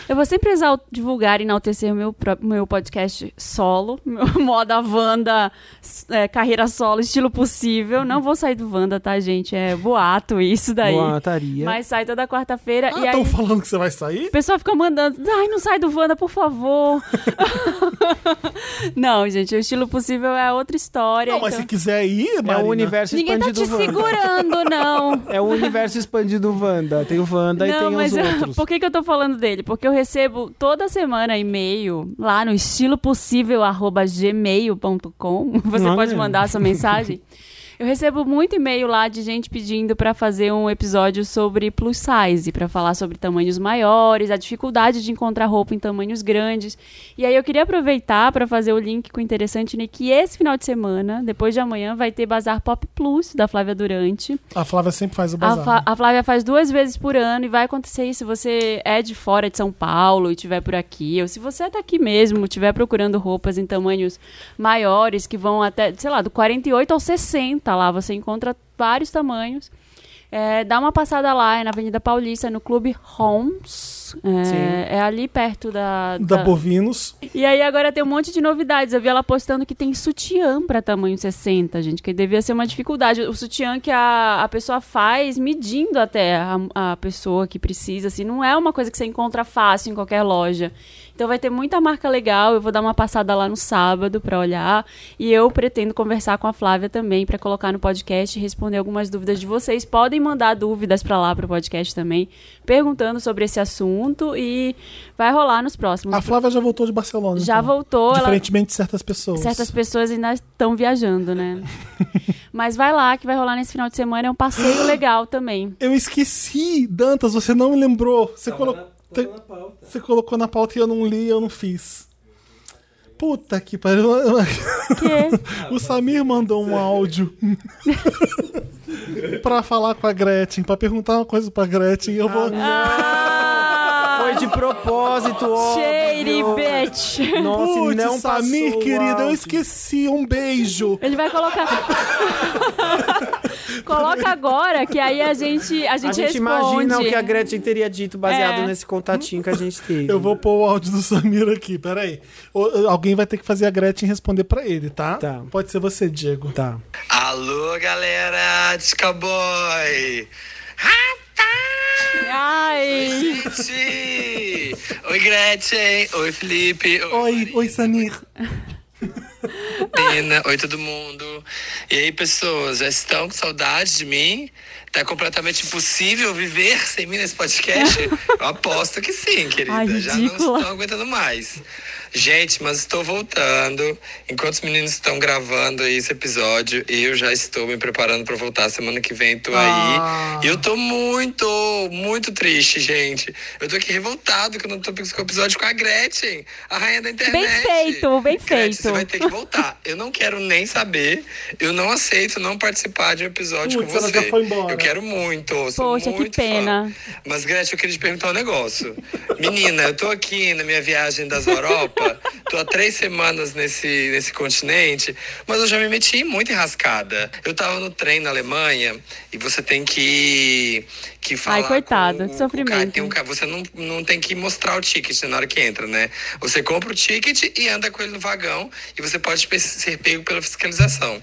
B: Eu vou sempre exal- divulgar e enaltecer o meu, pró- meu podcast solo, meu moda Wanda, s- é, carreira solo, estilo possível. Não vou sair do Wanda, tá, gente? É boato isso daí.
C: Boataria.
B: tá Mas sai toda quarta-feira
A: Ah,
B: e aí
A: estão falando que você vai sair?
B: o pessoal fica mandando, ai, não sai do Wanda, por favor. não, gente, o estilo possível é outra história.
A: Não, mas
B: então-
A: se quiser ir,
C: É o
A: Marina.
C: universo
B: Ninguém tá
C: expandido
B: te
C: Wanda.
B: segurando, não.
C: É o universo expandido Wanda. Tem o Wanda e tem os
B: eu-
C: outros.
B: por que, que eu tô falando dele? Porque eu recebo toda semana e-mail lá no estilopossível.gmail.com. Você
C: Olha.
B: pode mandar a sua mensagem. Eu recebo muito e-mail lá de gente pedindo pra fazer um episódio sobre plus size, pra falar sobre tamanhos maiores, a dificuldade de encontrar roupa em tamanhos grandes. E aí eu queria aproveitar pra fazer o link com o interessante, né, que esse final de semana, depois de amanhã, vai ter Bazar Pop Plus da Flávia Durante.
A: A Flávia sempre faz o
B: A,
A: bazar. né?
B: Flá- a Flávia faz duas vezes por ano e vai acontecer isso. Se você é de fora de São Paulo e estiver por aqui, ou se você é daqui mesmo, estiver procurando roupas em tamanhos maiores, que vão até, sei lá, do 48 ao 60 lá, você encontra vários tamanhos. É, dá uma passada lá, é na Avenida Paulista, no Clube Holmes.
C: Sim.
B: É, é ali perto da,
A: Da Bovinos.
B: e aí agora tem um monte de novidades. Eu vi ela postando que tem sutiã pra tamanho 60, gente, que devia ser uma dificuldade. O sutiã que a, a pessoa faz medindo até a, a pessoa que precisa, assim, não é uma coisa que você encontra fácil em qualquer loja. Então vai ter muita marca legal, eu vou dar uma passada lá no sábado pra olhar, e eu pretendo conversar com a Flávia também pra colocar no podcast e responder algumas dúvidas de vocês. Podem mandar dúvidas pra lá pro podcast também, perguntando sobre esse assunto e vai rolar nos próximos
A: A Flávia já voltou de Barcelona.
B: já
A: então.
B: voltou, ela-
A: Diferentemente de certas pessoas.
B: certas pessoas ainda estão viajando, né? Mas vai lá, que vai rolar nesse final de semana, é um passeio legal também.
A: Eu esqueci, Dantas, você não me lembrou. Você, colo- te- você colocou na pauta e eu não li, eu não fiz. Puta que pariu.
B: Que
A: O Samir mandou um áudio pra falar com a Gretchen, pra perguntar uma coisa pra Gretchen. e Eu vou.
C: Foi de propósito, ó.
B: cheire, bitch!
C: Nossa, e
A: Putz,
C: Assim, não
A: Samir,
C: passou o
A: querido, eu
C: áudio.
A: esqueci. Um beijo.
B: Ele vai colocar. Coloca agora, que aí a gente, a gente,
C: A gente
B: responde.
C: imagina o que a Gretchen teria dito baseado
B: É.
C: nesse contatinho que a gente teve.
A: Eu vou pôr o áudio do Samir aqui, peraí. O- Alguém vai ter que fazer a Gretchen responder pra ele, tá?
C: Tá.
A: Pode ser você, Diego.
C: Tá.
I: Alô, galera, Discaboy!
B: Ai!
I: Gente! Oi, Gretchen! Oi, Felipe!
A: Oi, oi, Samir.
I: Pina! Oi, todo mundo! E aí, pessoas, já estão com saudade de mim? Tá completamente impossível viver sem mim nesse podcast? Eu aposto que sim, querida.
B: Ai,
I: já
B: ridícula.
I: não estou aguentando mais. Gente, mas estou voltando. Enquanto os meninos estão gravando aí esse episódio, eu já estou me preparando para voltar semana que vem, tô
A: Ah.
I: aí. E eu tô muito, muito triste, gente. Eu tô aqui revoltado que eu não tô com o episódio com a Gretchen, a rainha da internet.
B: Bem feito, bem
I: Gretchen,
B: feito.
I: Você vai ter que voltar. Eu não quero nem saber. Eu não aceito não participar de um episódio
A: Putz,
I: com
A: ela
I: você.
A: já foi embora.
I: Eu quero muito. eu sou
B: Poxa, que
I: muito fã.
B: pena.
I: Mas, Gretchen, eu queria te perguntar um negócio. Menina, eu tô aqui na minha viagem das Europa, tô há três semanas nesse, nesse continente, mas eu já me meti muito enrascada. Eu tava no trem na Alemanha e você tem que, que fala.
B: coitado,
I: com o-
B: que sofrimento.
I: o cara- tem um ca- você não, não tem que mostrar o ticket na hora que entra, né? Você compra o ticket e anda com ele no vagão e você pode pe- ser pego pela fiscalização.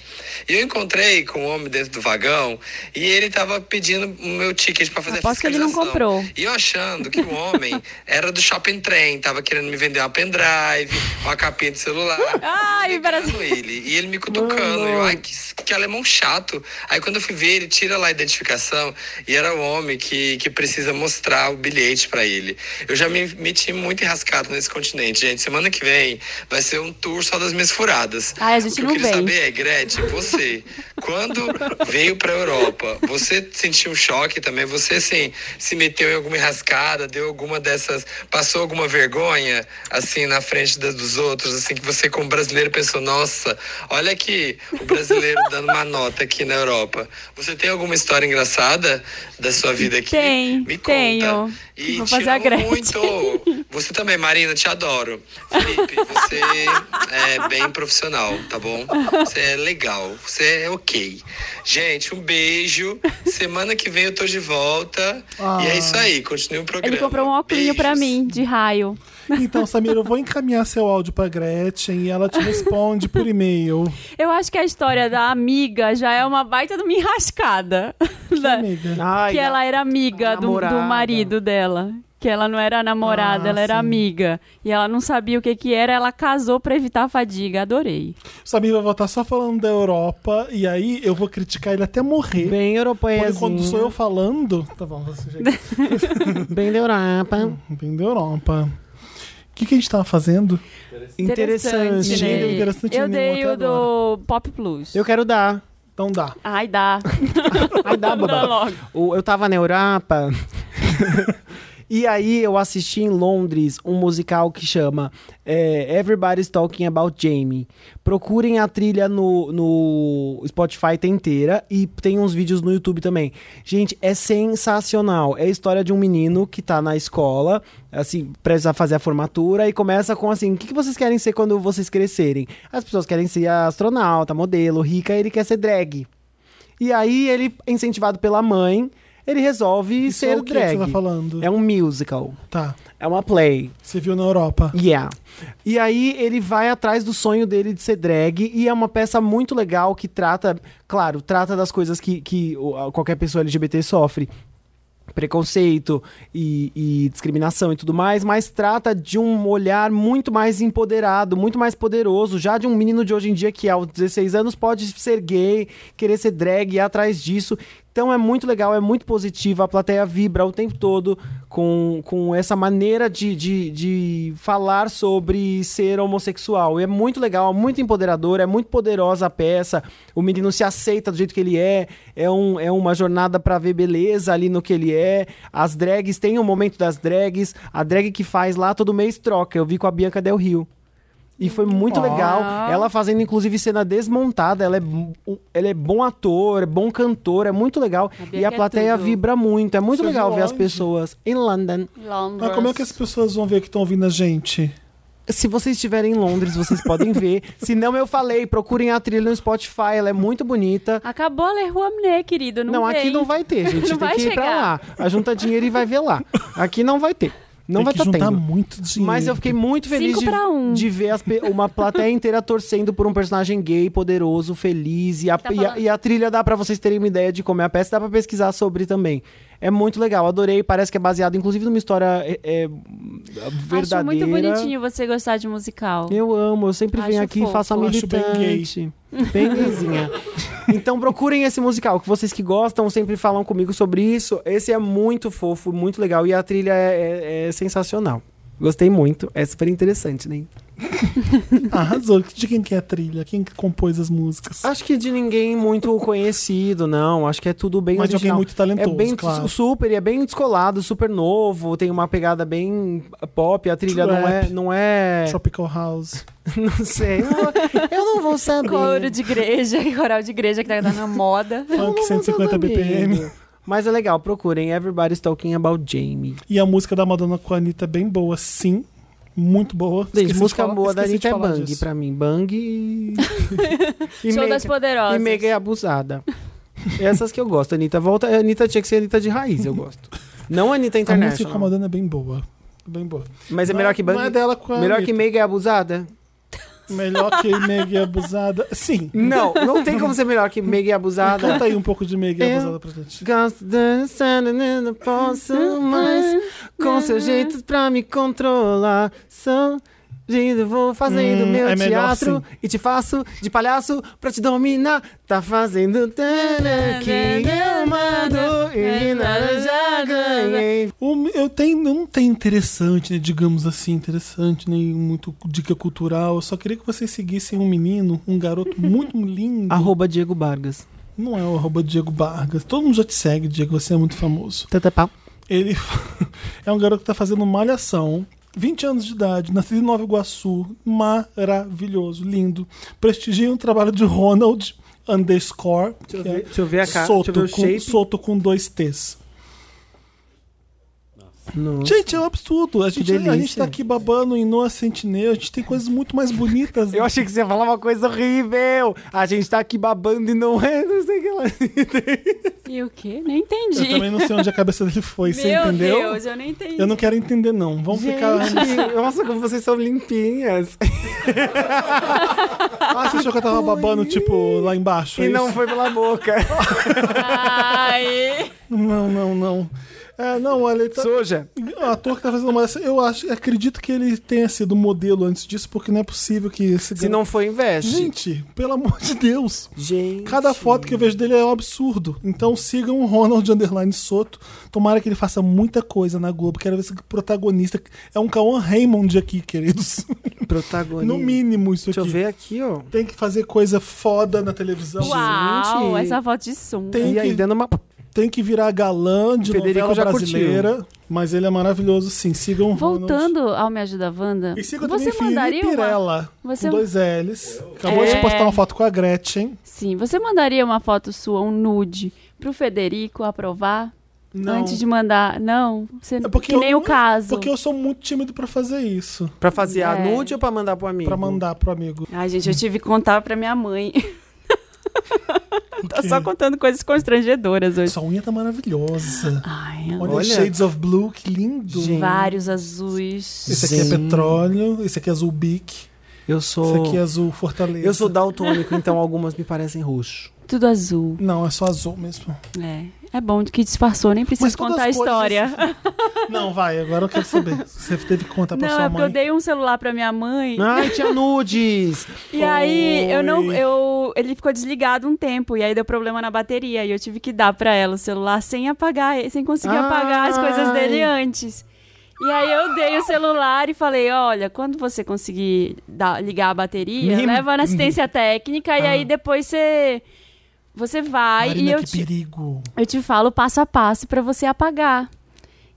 I: E eu encontrei com um homem dentro do vagão e ele tava pedindo o meu ticket para fazer a
B: Aposto que ele não
I: fiscalização.
B: comprou.
I: E eu achando que o homem era do shopping trem, tava querendo me vender uma pendrive, uma capinha de celular.
B: Ai, Brasil.
I: Cutucando ele. E ele me cutucando. Eu, ai, que, que alemão chato. Aí quando eu fui ver, ele tira lá a identificação e era o homem que, que precisa mostrar o bilhete pra ele. Eu já me meti muito enrascado nesse continente, gente. Semana que vem vai ser um tour só das minhas furadas.
B: Ai, a gente
I: o que
B: não
I: eu queria
B: vem.
I: saber é, Gretchen, você, quando veio pra Europa, você sentiu um choque também? Você, assim, se meteu em alguma enrascada, deu alguma dessas, passou alguma vergonha, assim, na frente da- dos outros, assim, que você, como brasileiro, pensou, nossa, olha aqui, o brasileiro dando uma nota aqui na Europa. Você tem alguma história engraçada da sua vida aqui?
B: Tem,
I: Me conta.
B: tenho.
I: E
B: Vou
I: te
B: fazer a
I: amo
B: Gretchen.
I: muito. Você também, Marina, te adoro. Felipe, você é bem profissional, tá bom? Você é legal, você é ok. Gente, um beijo. Semana que vem eu tô de volta. E é isso aí, continue o programa.
B: Ele comprou um óculinho pra
I: Beijos.
B: mim, de raio.
A: Então, Samira, eu vou encaminhar seu áudio pra Gretchen e ela te responde por e-mail.
B: Eu acho que a história da amiga já é uma baita de uma enrascada. Da-
A: Amiga.
C: Ai,
B: que ela era
C: a
B: amiga do,
C: namorada.
B: do marido dela. Que ela não era namorada,
A: Ah,
B: ela era
A: sim.
B: amiga. E ela não sabia o que que era, ela casou pra evitar a fadiga. Adorei.
A: Samira vai voltar só falando da Europa e aí eu vou criticar ele até morrer.
C: Bem europeia. assim.
A: Porque quando sou eu falando. Tá bom, você já
C: Bem da Europa.
A: Bem da Europa. O que, que a gente tava ffazendo?
C: Interessante.
A: Interessante, né? Gênero interessante
B: Eu
A: nenhum
B: dei
A: até
B: o do Pop Plus.
C: Eu quero dar.
A: Então dá.
B: Ai, dá.
C: Ai, dá,
B: dá
C: babá.
B: logo.
C: O- Eu tava na Europa. e aí eu assisti em Londres um musical que chama é, Everybody's Talking About Jamie. Procurem a trilha no, no Spotify tem inteira e tem uns vídeos no YouTube também. Gente, é sensacional. É a história de um menino que tá na escola, assim, prestes a fazer a formatura e começa com assim: o que, que vocês querem ser quando vocês crescerem? As pessoas querem ser astronauta, modelo, rica, ele quer ser drag. E aí ele, incentivado pela mãe, ele resolve
A: Isso
C: ser
A: é o que
C: drag.
A: que você tá falando?
C: É um musical,
A: Tá.
C: é uma play.
A: Você viu na Europa.
C: Yeah. E aí ele vai atrás do sonho dele de ser drag e é uma peça muito legal que trata, claro, trata das coisas que, que o- qualquer pessoa LGBT sofre. Preconceito e, e discriminação e tudo mais, mas trata de um olhar muito mais empoderado, muito mais poderoso, já de um menino de hoje em dia que aos 16 anos pode ser gay, querer ser drag, ir atrás disso. Então é muito legal, é muito positivo, a plateia vibra o tempo todo com, com essa maneira de, de, de falar sobre ser homossexual. E é muito legal, é muito empoderador, é muito poderosa a peça. O menino se aceita do jeito que ele é, é, um, é uma jornada pra ver beleza ali no que ele é. As drags, tem o momento das drags, a drag que faz lá todo mês troca. Eu vi com a Bianca Del Rio. E foi muito legal. Ela fazendo, inclusive, cena desmontada. Ela é, bu- ela é bom ator, é bom cantor, é muito legal.
B: A Bianca
C: e a
B: é
C: plateia
B: tudo.
C: vibra muito. É muito
A: Você
C: legal
A: viu
C: ver as
A: onde?
C: pessoas em London.
B: Londres.
C: Ah,
A: Mas como é que as pessoas vão ver que estão ouvindo a gente?
C: Se vocês estiverem em Londres, vocês podem ver. Se não, eu falei, procurem a trilha no Spotify, ela é muito bonita.
B: Acabou a Leroy Amné, querido. Não,
C: Não, aqui
B: vem.
C: não vai ter, gente.
B: Não
C: Tem
B: vai
C: que ir pra lá.
B: chegar.
C: A junta dinheiro e vai ver lá. Aqui não vai ter.
A: Tem
C: Não vai
A: que
C: estar
A: juntar
C: tendo.
A: muito dinheiro.
C: Mas eu fiquei muito feliz
B: Cinco
C: de,
B: pra um.
C: de ver as pe- uma plateia inteira torcendo por um personagem gay, poderoso, feliz. E a,
B: Tá
C: e a-
B: falando.
C: e a trilha dá pra vocês terem uma ideia de como é a peça, dá pra pesquisar sobre também. É muito legal, adorei. Parece que é baseado, inclusive, numa história é, é, verdadeira.
B: Acho muito bonitinho você gostar de musical.
C: Eu amo, eu sempre venho
B: Acho
C: aqui e
B: fofo.
C: faço a
A: Acho bem
C: militante. Bem gayzinha. então procurem esse musical, que vocês que gostam sempre falam comigo sobre isso. Esse é muito fofo, muito legal e a trilha é, é- é sensacional. Gostei muito, é super interessante, né?
A: Arrasou. De quem que é a trilha? Quem que compôs as músicas?
C: Acho que de ninguém muito conhecido, não. Acho que é tudo bem
A: Mas de alguém
C: original.
A: muito talentoso,
C: É bem
A: claro.
C: su- super, e é bem descolado, super novo, tem uma pegada bem pop, a trilha não é,
A: Trap.
C: não é,
A: Tropical House.
C: não sei. Eu, eu não vou saber.
B: Coro de igreja, coral de igreja que tá na moda.
A: Funk 150 BPM.
C: Mas é legal, procurem Everybody's Talking About Jamie.
A: E a música da Madonna com a Anitta é bem boa, sim. Muito boa. Esqueci
C: Gente,
A: de
C: música
A: falar-
C: boa da
A: esqueci de
C: Anitta é
A: falar
C: Bang
A: disso.
C: pra mim. Bang e. e
B: Show das
C: e
B: Poderosas.
C: Mega é abusada. Essas que eu gosto. Anitta volta. A Anitta tinha que ser Anitta de raiz, eu gosto. Não Anitta
A: A música
C: International.
A: incomodando é bem boa. Bem boa.
C: Mas é
A: Não
C: melhor que
A: Não é dela com a
C: Melhor que
A: Anitta.
C: Meiga é abusada?
A: Melhor que Meg Abusada. Sim.
C: Não, não tem como ser melhor que Meiga é abusada.
A: Canta aí um pouco de Meg
C: Eu-
A: Abusada pra gente.
C: Gosto dançando, né? não posso mais. Com seu jeito pra me controlar. Sou lindo, vou fazendo
A: Hum,
C: meu
A: é melhor
C: teatro. E te faço de palhaço pra te dominar. Tá fazendo tana que eu mando. E nada já ganhei.
A: O- Eu tenho, eu não tenho interessante, né, digamos assim, interessante, nem muito dica cultural. Eu só queria que vocês seguissem um menino, um garoto muito lindo.
C: Arroba Diego Vargas.
A: Não é o arroba Diego Vargas. Todo mundo já te segue, Diego, você é muito famoso.
C: Tanta pau.
A: Ele é um garoto que tá fazendo malhação. 20 anos de idade, nascido em Nova Iguaçu, maravilhoso, lindo. Prestigia um trabalho de Ronald underscore. que
C: eu
A: é
C: ver- deixa eu ver a cara,
A: Soto,
C: deixa eu ver o
A: com,
C: shape.
A: Soto com dois T's.
C: Nossa.
A: Gente, é um absurdo. A gente, a gente
C: delícia.
A: tá aqui babando em Noa Sentinel. A gente tem coisas muito mais bonitas.
C: Eu achei que você ia falar uma coisa horrível. A gente tá aqui babando e não é, não sei o que lá.
B: E o quê? Nem
A: Eu
B: entendi.
A: também não sei onde a cabeça dele foi, você
B: Meu
A: entendeu?
B: Deus, eu nem entendi.
A: Eu não quero entender, não. Vamos ficar.
C: Gente, nossa, como vocês são limpinhas.
A: Ah, você achou que eu tava babando, tipo, lá embaixo? é
C: E não
A: isso?
C: foi pela boca.
B: Ai.
A: não, não, não. É, não, olha, ele tá...
C: Suja.
A: o ator que tá fazendo uma. Eu acho, acredito que ele tenha sido um modelo antes disso, porque não é possível que esse.
C: Se não foi, investe.
A: Gente, pelo amor de Deus!
C: Gente.
A: Cada foto que eu vejo dele é um absurdo. Então sigam o Ronald Underline Soto. Tomara que ele faça muita coisa na Globo. Quero ver se o protagonista é um Cauan Raymond aqui, queridos.
C: Protagonista.
A: No mínimo, isso
C: Deixa eu
A: aqui.
C: ver aqui, ó.
A: Tem que fazer coisa foda na televisão.
B: Uau, essa foto de som.
A: Tem
C: e aí,
A: que-
C: dando uma.
A: Tem que virar galã de
C: Federico
A: novela
C: já
A: brasileira. Mas ele é maravilhoso, sim. Sigam o Ronald.
B: Voltando ao Me Ajuda Wanda,
A: E sigam também
B: você
A: Felipe
B: mandaria uma...
A: Pirella,
B: Você- um
A: com dois L's. Acabou
B: É.
A: de postar uma foto com a Gretchen.
B: Sim, você mandaria uma foto sua, um nude, pro Federico aprovar?
A: Não.
B: Antes de mandar. Não, você
A: É porque
B: que nem
A: eu-
B: o caso.
A: Porque eu sou muito tímido pra fazer isso.
C: Pra fazer a
B: É.
C: nude ou pra mandar pro amigo?
A: Pra mandar pro amigo.
B: Ai, gente, eu tive que contar pra minha mãe. Tô só
A: Porque
B: contando coisas constrangedoras hoje.
A: Sua unha tá maravilhosa.
B: Ai,
A: Olha,
C: Olha.
A: Shades of Blue, que lindo.
B: vários azuis.
A: Esse aqui é
C: Gente.
A: petróleo, esse aqui é azul bique,
C: Eu
A: esse
C: sou.
A: aqui é azul fortaleza.
C: Oh. Eu sou daltônico, então algumas me parecem roxo.
B: Tudo azul.
A: Não, é só azul mesmo.
B: É. É bom que disfarçou, nem
A: todas
B: preciso contar a
A: as coisas-
B: história.
A: Não, vai, agora eu quero saber. Você teve que contar pra
B: Não,
A: sua
B: é porque eu
A: mãe.
B: dei um celular pra minha mãe.
C: Ai, tinha nudes!
B: E aí eu não.
A: Oi.
B: Eu, ele ficou desligado um tempo. E aí deu problema na bateria. E eu tive que dar pra ela o celular sem apagar, sem conseguir apagar as coisas dele antes. E aí eu dei o celular e falei, olha, quando você conseguir dar- ligar a bateria,
C: Me-
B: leva na assistência
A: Uhum.
B: técnica e aí depois você. Você
A: Ah.
B: vai
A: Marina,
B: e eu
A: que
B: te,
A: perigo.
B: eu te falo passo a passo pra você apagar.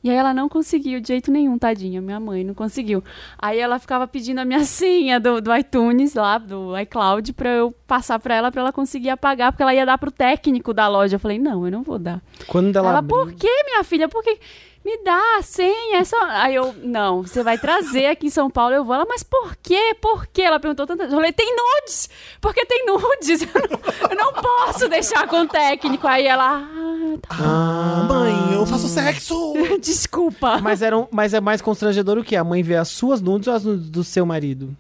B: E aí ela não conseguiu de jeito nenhum, tadinha, minha mãe não conseguiu. Aí ela ficava pedindo a minha senha do, do iTunes lá, do iCloud, pra eu passar pra ela, pra ela conseguir apagar, porque ela ia dar pro técnico da loja. Eu falei, não, eu não vou dar.
C: Quando ela.
B: Ela,
C: abri-
B: por que, minha filha? Por que? Me dá a senha. É só... Aí eu, não, você vai trazer aqui em São Paulo, eu vou. Ela, mas por quê? Por quê? Ela perguntou tantas vezes. Eu falei, tem nudes! Porque tem nudes. Eu não, eu não posso deixar com o técnico. Aí ela, ah, tá.
A: Ah, mãe, eu faço sexo!
B: desculpa.
C: Ah. Mas, era um- mas é mais constrangedor o que? A mãe vê as suas nudes ou as nudes do seu marido?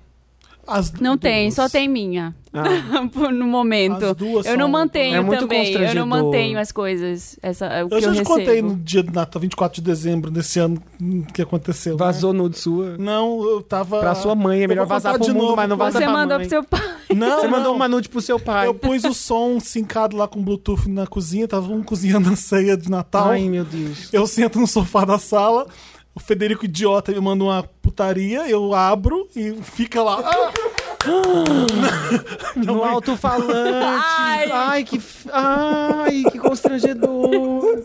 A: As
B: Não
A: duas.
B: tem, só tem minha.
C: Ah,
B: Por- no momento.
A: As duas
B: eu não
A: são-
B: mantenho
C: É muito
B: também. Eu não
C: constrangedor.
B: mantenho as coisas. Essa, é o que
A: Eu
B: eu
A: já te
B: recebo.
A: contei no dia do Natal, 24 de dezembro desse ano, hum, que aconteceu. né?
C: vazou nude sua?
A: Não, eu tava.
C: Pra sua mãe, é
A: Eu
C: melhor
A: vou contar
C: vazar pro
A: de
C: mundo,
A: novo.
C: mas não vaza
B: Você
C: pra
B: mandou
C: mãe.
B: pro seu pai.
A: Não,
C: Você mandou
A: não.
C: uma nude pro seu pai.
A: Eu pus o som sincado lá com Bluetooth na cozinha, tava um cozinhando a ceia de Natal.
C: Ai, meu Deus.
A: Eu sento no sofá da sala, o Federico idiota me manda uma putaria, eu abro e fica lá. Ah,
C: No alto-falante.
B: Ai.
C: Ai, que. f- Ai, que constrangedor.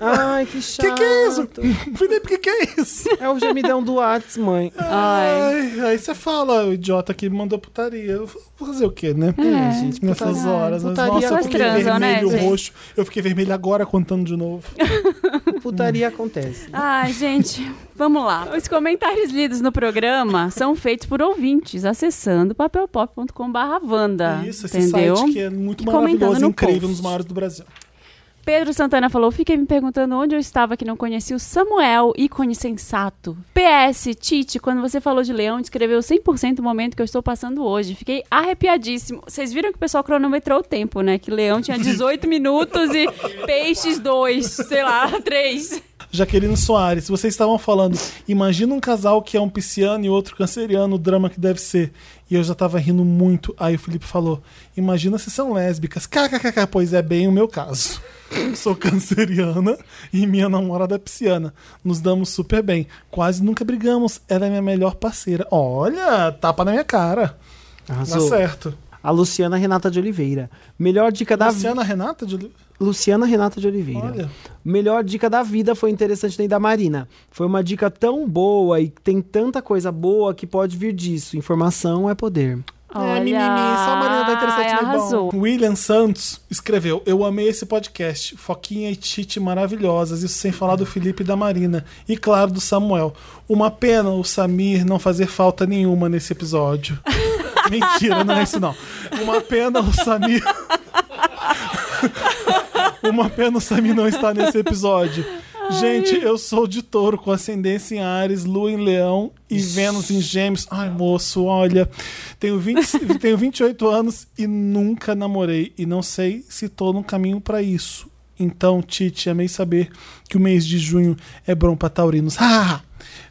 C: Ai, que
A: Que
C: chato.
A: que é isso? Felipe, o que, que é isso?
C: É o gemidão do Whats, mãe.
B: Ai.
A: Ai, aí você fala, o idiota que mandou putaria. Eu Vou fazer o quê, né?
C: É, gente,
A: Nessas
C: putaria-
A: horas. Mas,
C: putaria
A: nossa, eu
C: Mas
A: fiquei
B: transam, é né,
A: vermelho,
B: gente?
A: roxo. Eu fiquei vermelho agora contando de novo.
C: Putaria acontece.
B: Ai, gente, vamos lá. Os comentários lidos no programa são feitos por ouvintes acessando papelpop.com/vanda.
A: Isso, esse
B: Tá, entendeu?
A: site que é muito
B: E comentando
A: maravilhoso,
B: no
A: incrível,
B: post.
A: um dos maiores do Brasil.
B: Pedro Santana falou: Fiquei me perguntando onde eu estava que não conhecia o Samuel, ícone sensato. PS, Tite, quando você falou de leão, descreveu 100% o momento que eu estou passando hoje. Fiquei arrepiadíssimo. Vocês viram que o pessoal cronometrou o tempo, né? Que leão tinha 18 minutos e peixes 2, sei lá, 3.
A: Jaqueline Soares, vocês estavam falando, imagina um casal que é um pisciano e outro canceriano, o drama que deve ser. E eu já tava rindo muito. Aí o Felipe falou: Imagina se são lésbicas. KKKK, pois é bem o meu caso. Eu Sou canceriana e minha namorada é pisciana. Nos damos super bem. Quase nunca brigamos. Ela é minha melhor parceira. Olha, tapa na minha cara. Tá
C: Arrasou.
A: certo.
C: é. A Luciana Renata de Oliveira. Melhor dica da vida.
A: Luciana Renata de.
C: Luciana Renata de Oliveira.
A: Olha.
C: Melhor dica da vida foi interessante nem da Marina. Foi uma dica tão boa e tem tanta coisa boa que pode vir disso. Informação é poder.
A: É, mimimi, só a Marina tá interessante
B: Ai,
A: no
B: arrasou.
A: bom. William Santos escreveu: Eu amei esse podcast. Foquinha e Tite maravilhosas. Isso sem falar do Felipe e da Marina. E claro, do Samuel. Uma pena o Samir não fazer falta nenhuma nesse episódio. Mentira, não é isso não. Uma pena o Samir. Uma pena o Samir não estar nesse episódio. Gente, eu sou de touro com ascendência em Ares, Lua em Leão e Vênus em Gêmeos. Ai, moço, olha. Tenho, 20, tenho 28 anos e nunca namorei. E não sei se tô no caminho pra isso. Então, Tite, amei saber que o mês de junho é bom pra taurinos. Ah!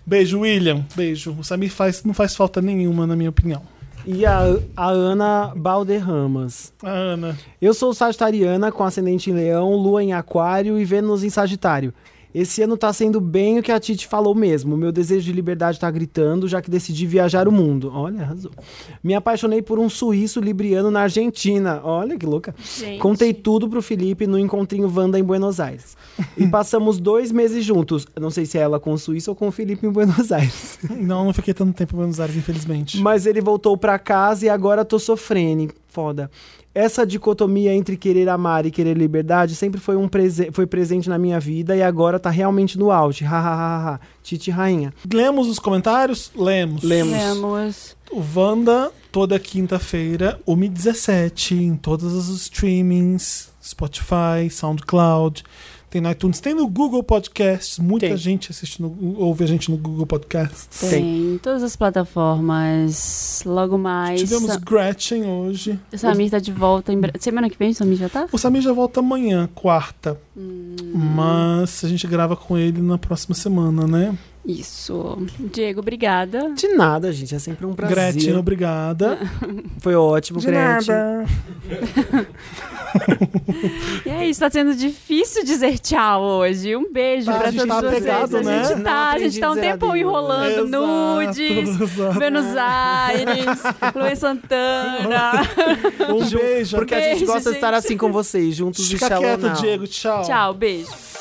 A: Beijo, William. Beijo. O Samir faz, não faz falta nenhuma, na minha opinião.
C: E a, a Ana Balderramas.
A: A Ana.
C: Eu sou sagitariana com ascendente em leão, lua em aquário e Vênus em Sagitário. Esse ano tá sendo bem o que a Titi falou mesmo. Meu desejo de liberdade tá gritando, já que decidi viajar o mundo. Olha, arrasou. Me apaixonei por um suíço libriano na Argentina. Olha que louca.
B: Gente.
C: Contei tudo pro Felipe no encontrinho Wanda em Buenos Aires. E passamos dois meses juntos. Eu Não sei se é ela com o suíço ou com o Felipe em Buenos Aires.
A: Não, não fiquei tanto tempo em Buenos Aires, infelizmente.
C: Mas ele voltou pra casa e agora tô sofrendo. Foda. Essa dicotomia entre querer amar e querer liberdade sempre foi, um prese foi presente na minha vida e agora tá realmente no auge. Ha, ha, ha, ha, ha. Titi Rainha.
A: Lemos os comentários? Lemos.
C: Lemos.
B: Lemos.
A: O Wanda, toda quinta-feira, 1h17, em todos os streamings, Spotify, SoundCloud, tem no iTunes, tem no Google Podcasts, muita
C: Tem.
A: gente assiste no, ouve a gente no Google Podcasts.
B: Tem. em todas as plataformas. Logo
C: É
B: mais.
A: Tivemos
B: Sa-
A: Gretchen hoje.
B: Samir tá de volta. Em... bre- Semana que vem, Samir já tá?
A: O Samir já volta amanhã, quarta.
C: Hum.
A: Mas a gente grava com ele na próxima semana, né?
B: Isso. Diego, obrigada.
C: De nada, gente. É sempre um prazer.
A: Gretchen, obrigada.
C: Foi ótimo, Gretchen.
B: E é isso, tá sendo difícil dizer tchau hoje. Um beijo
A: Ah, a
B: pra
A: gente
B: todos
A: tá
B: vocês.
A: apegado,
B: a
A: né?
B: gente
C: Não
B: tá, a
C: aprendi
B: gente tá um
C: a dizer
B: tempão
C: adeus.
B: enrolando
A: Exato,
B: nudes.
A: exato.
B: Buenos Aires, Luan Santana.
A: Um beijo.
C: Porque a gente
B: Beijo,
C: gosta de estar
B: gente.
C: assim com vocês, juntos e
A: Fica quieto,
C: shalonau.
A: Diego. Tchau.
B: Tchau, beijo.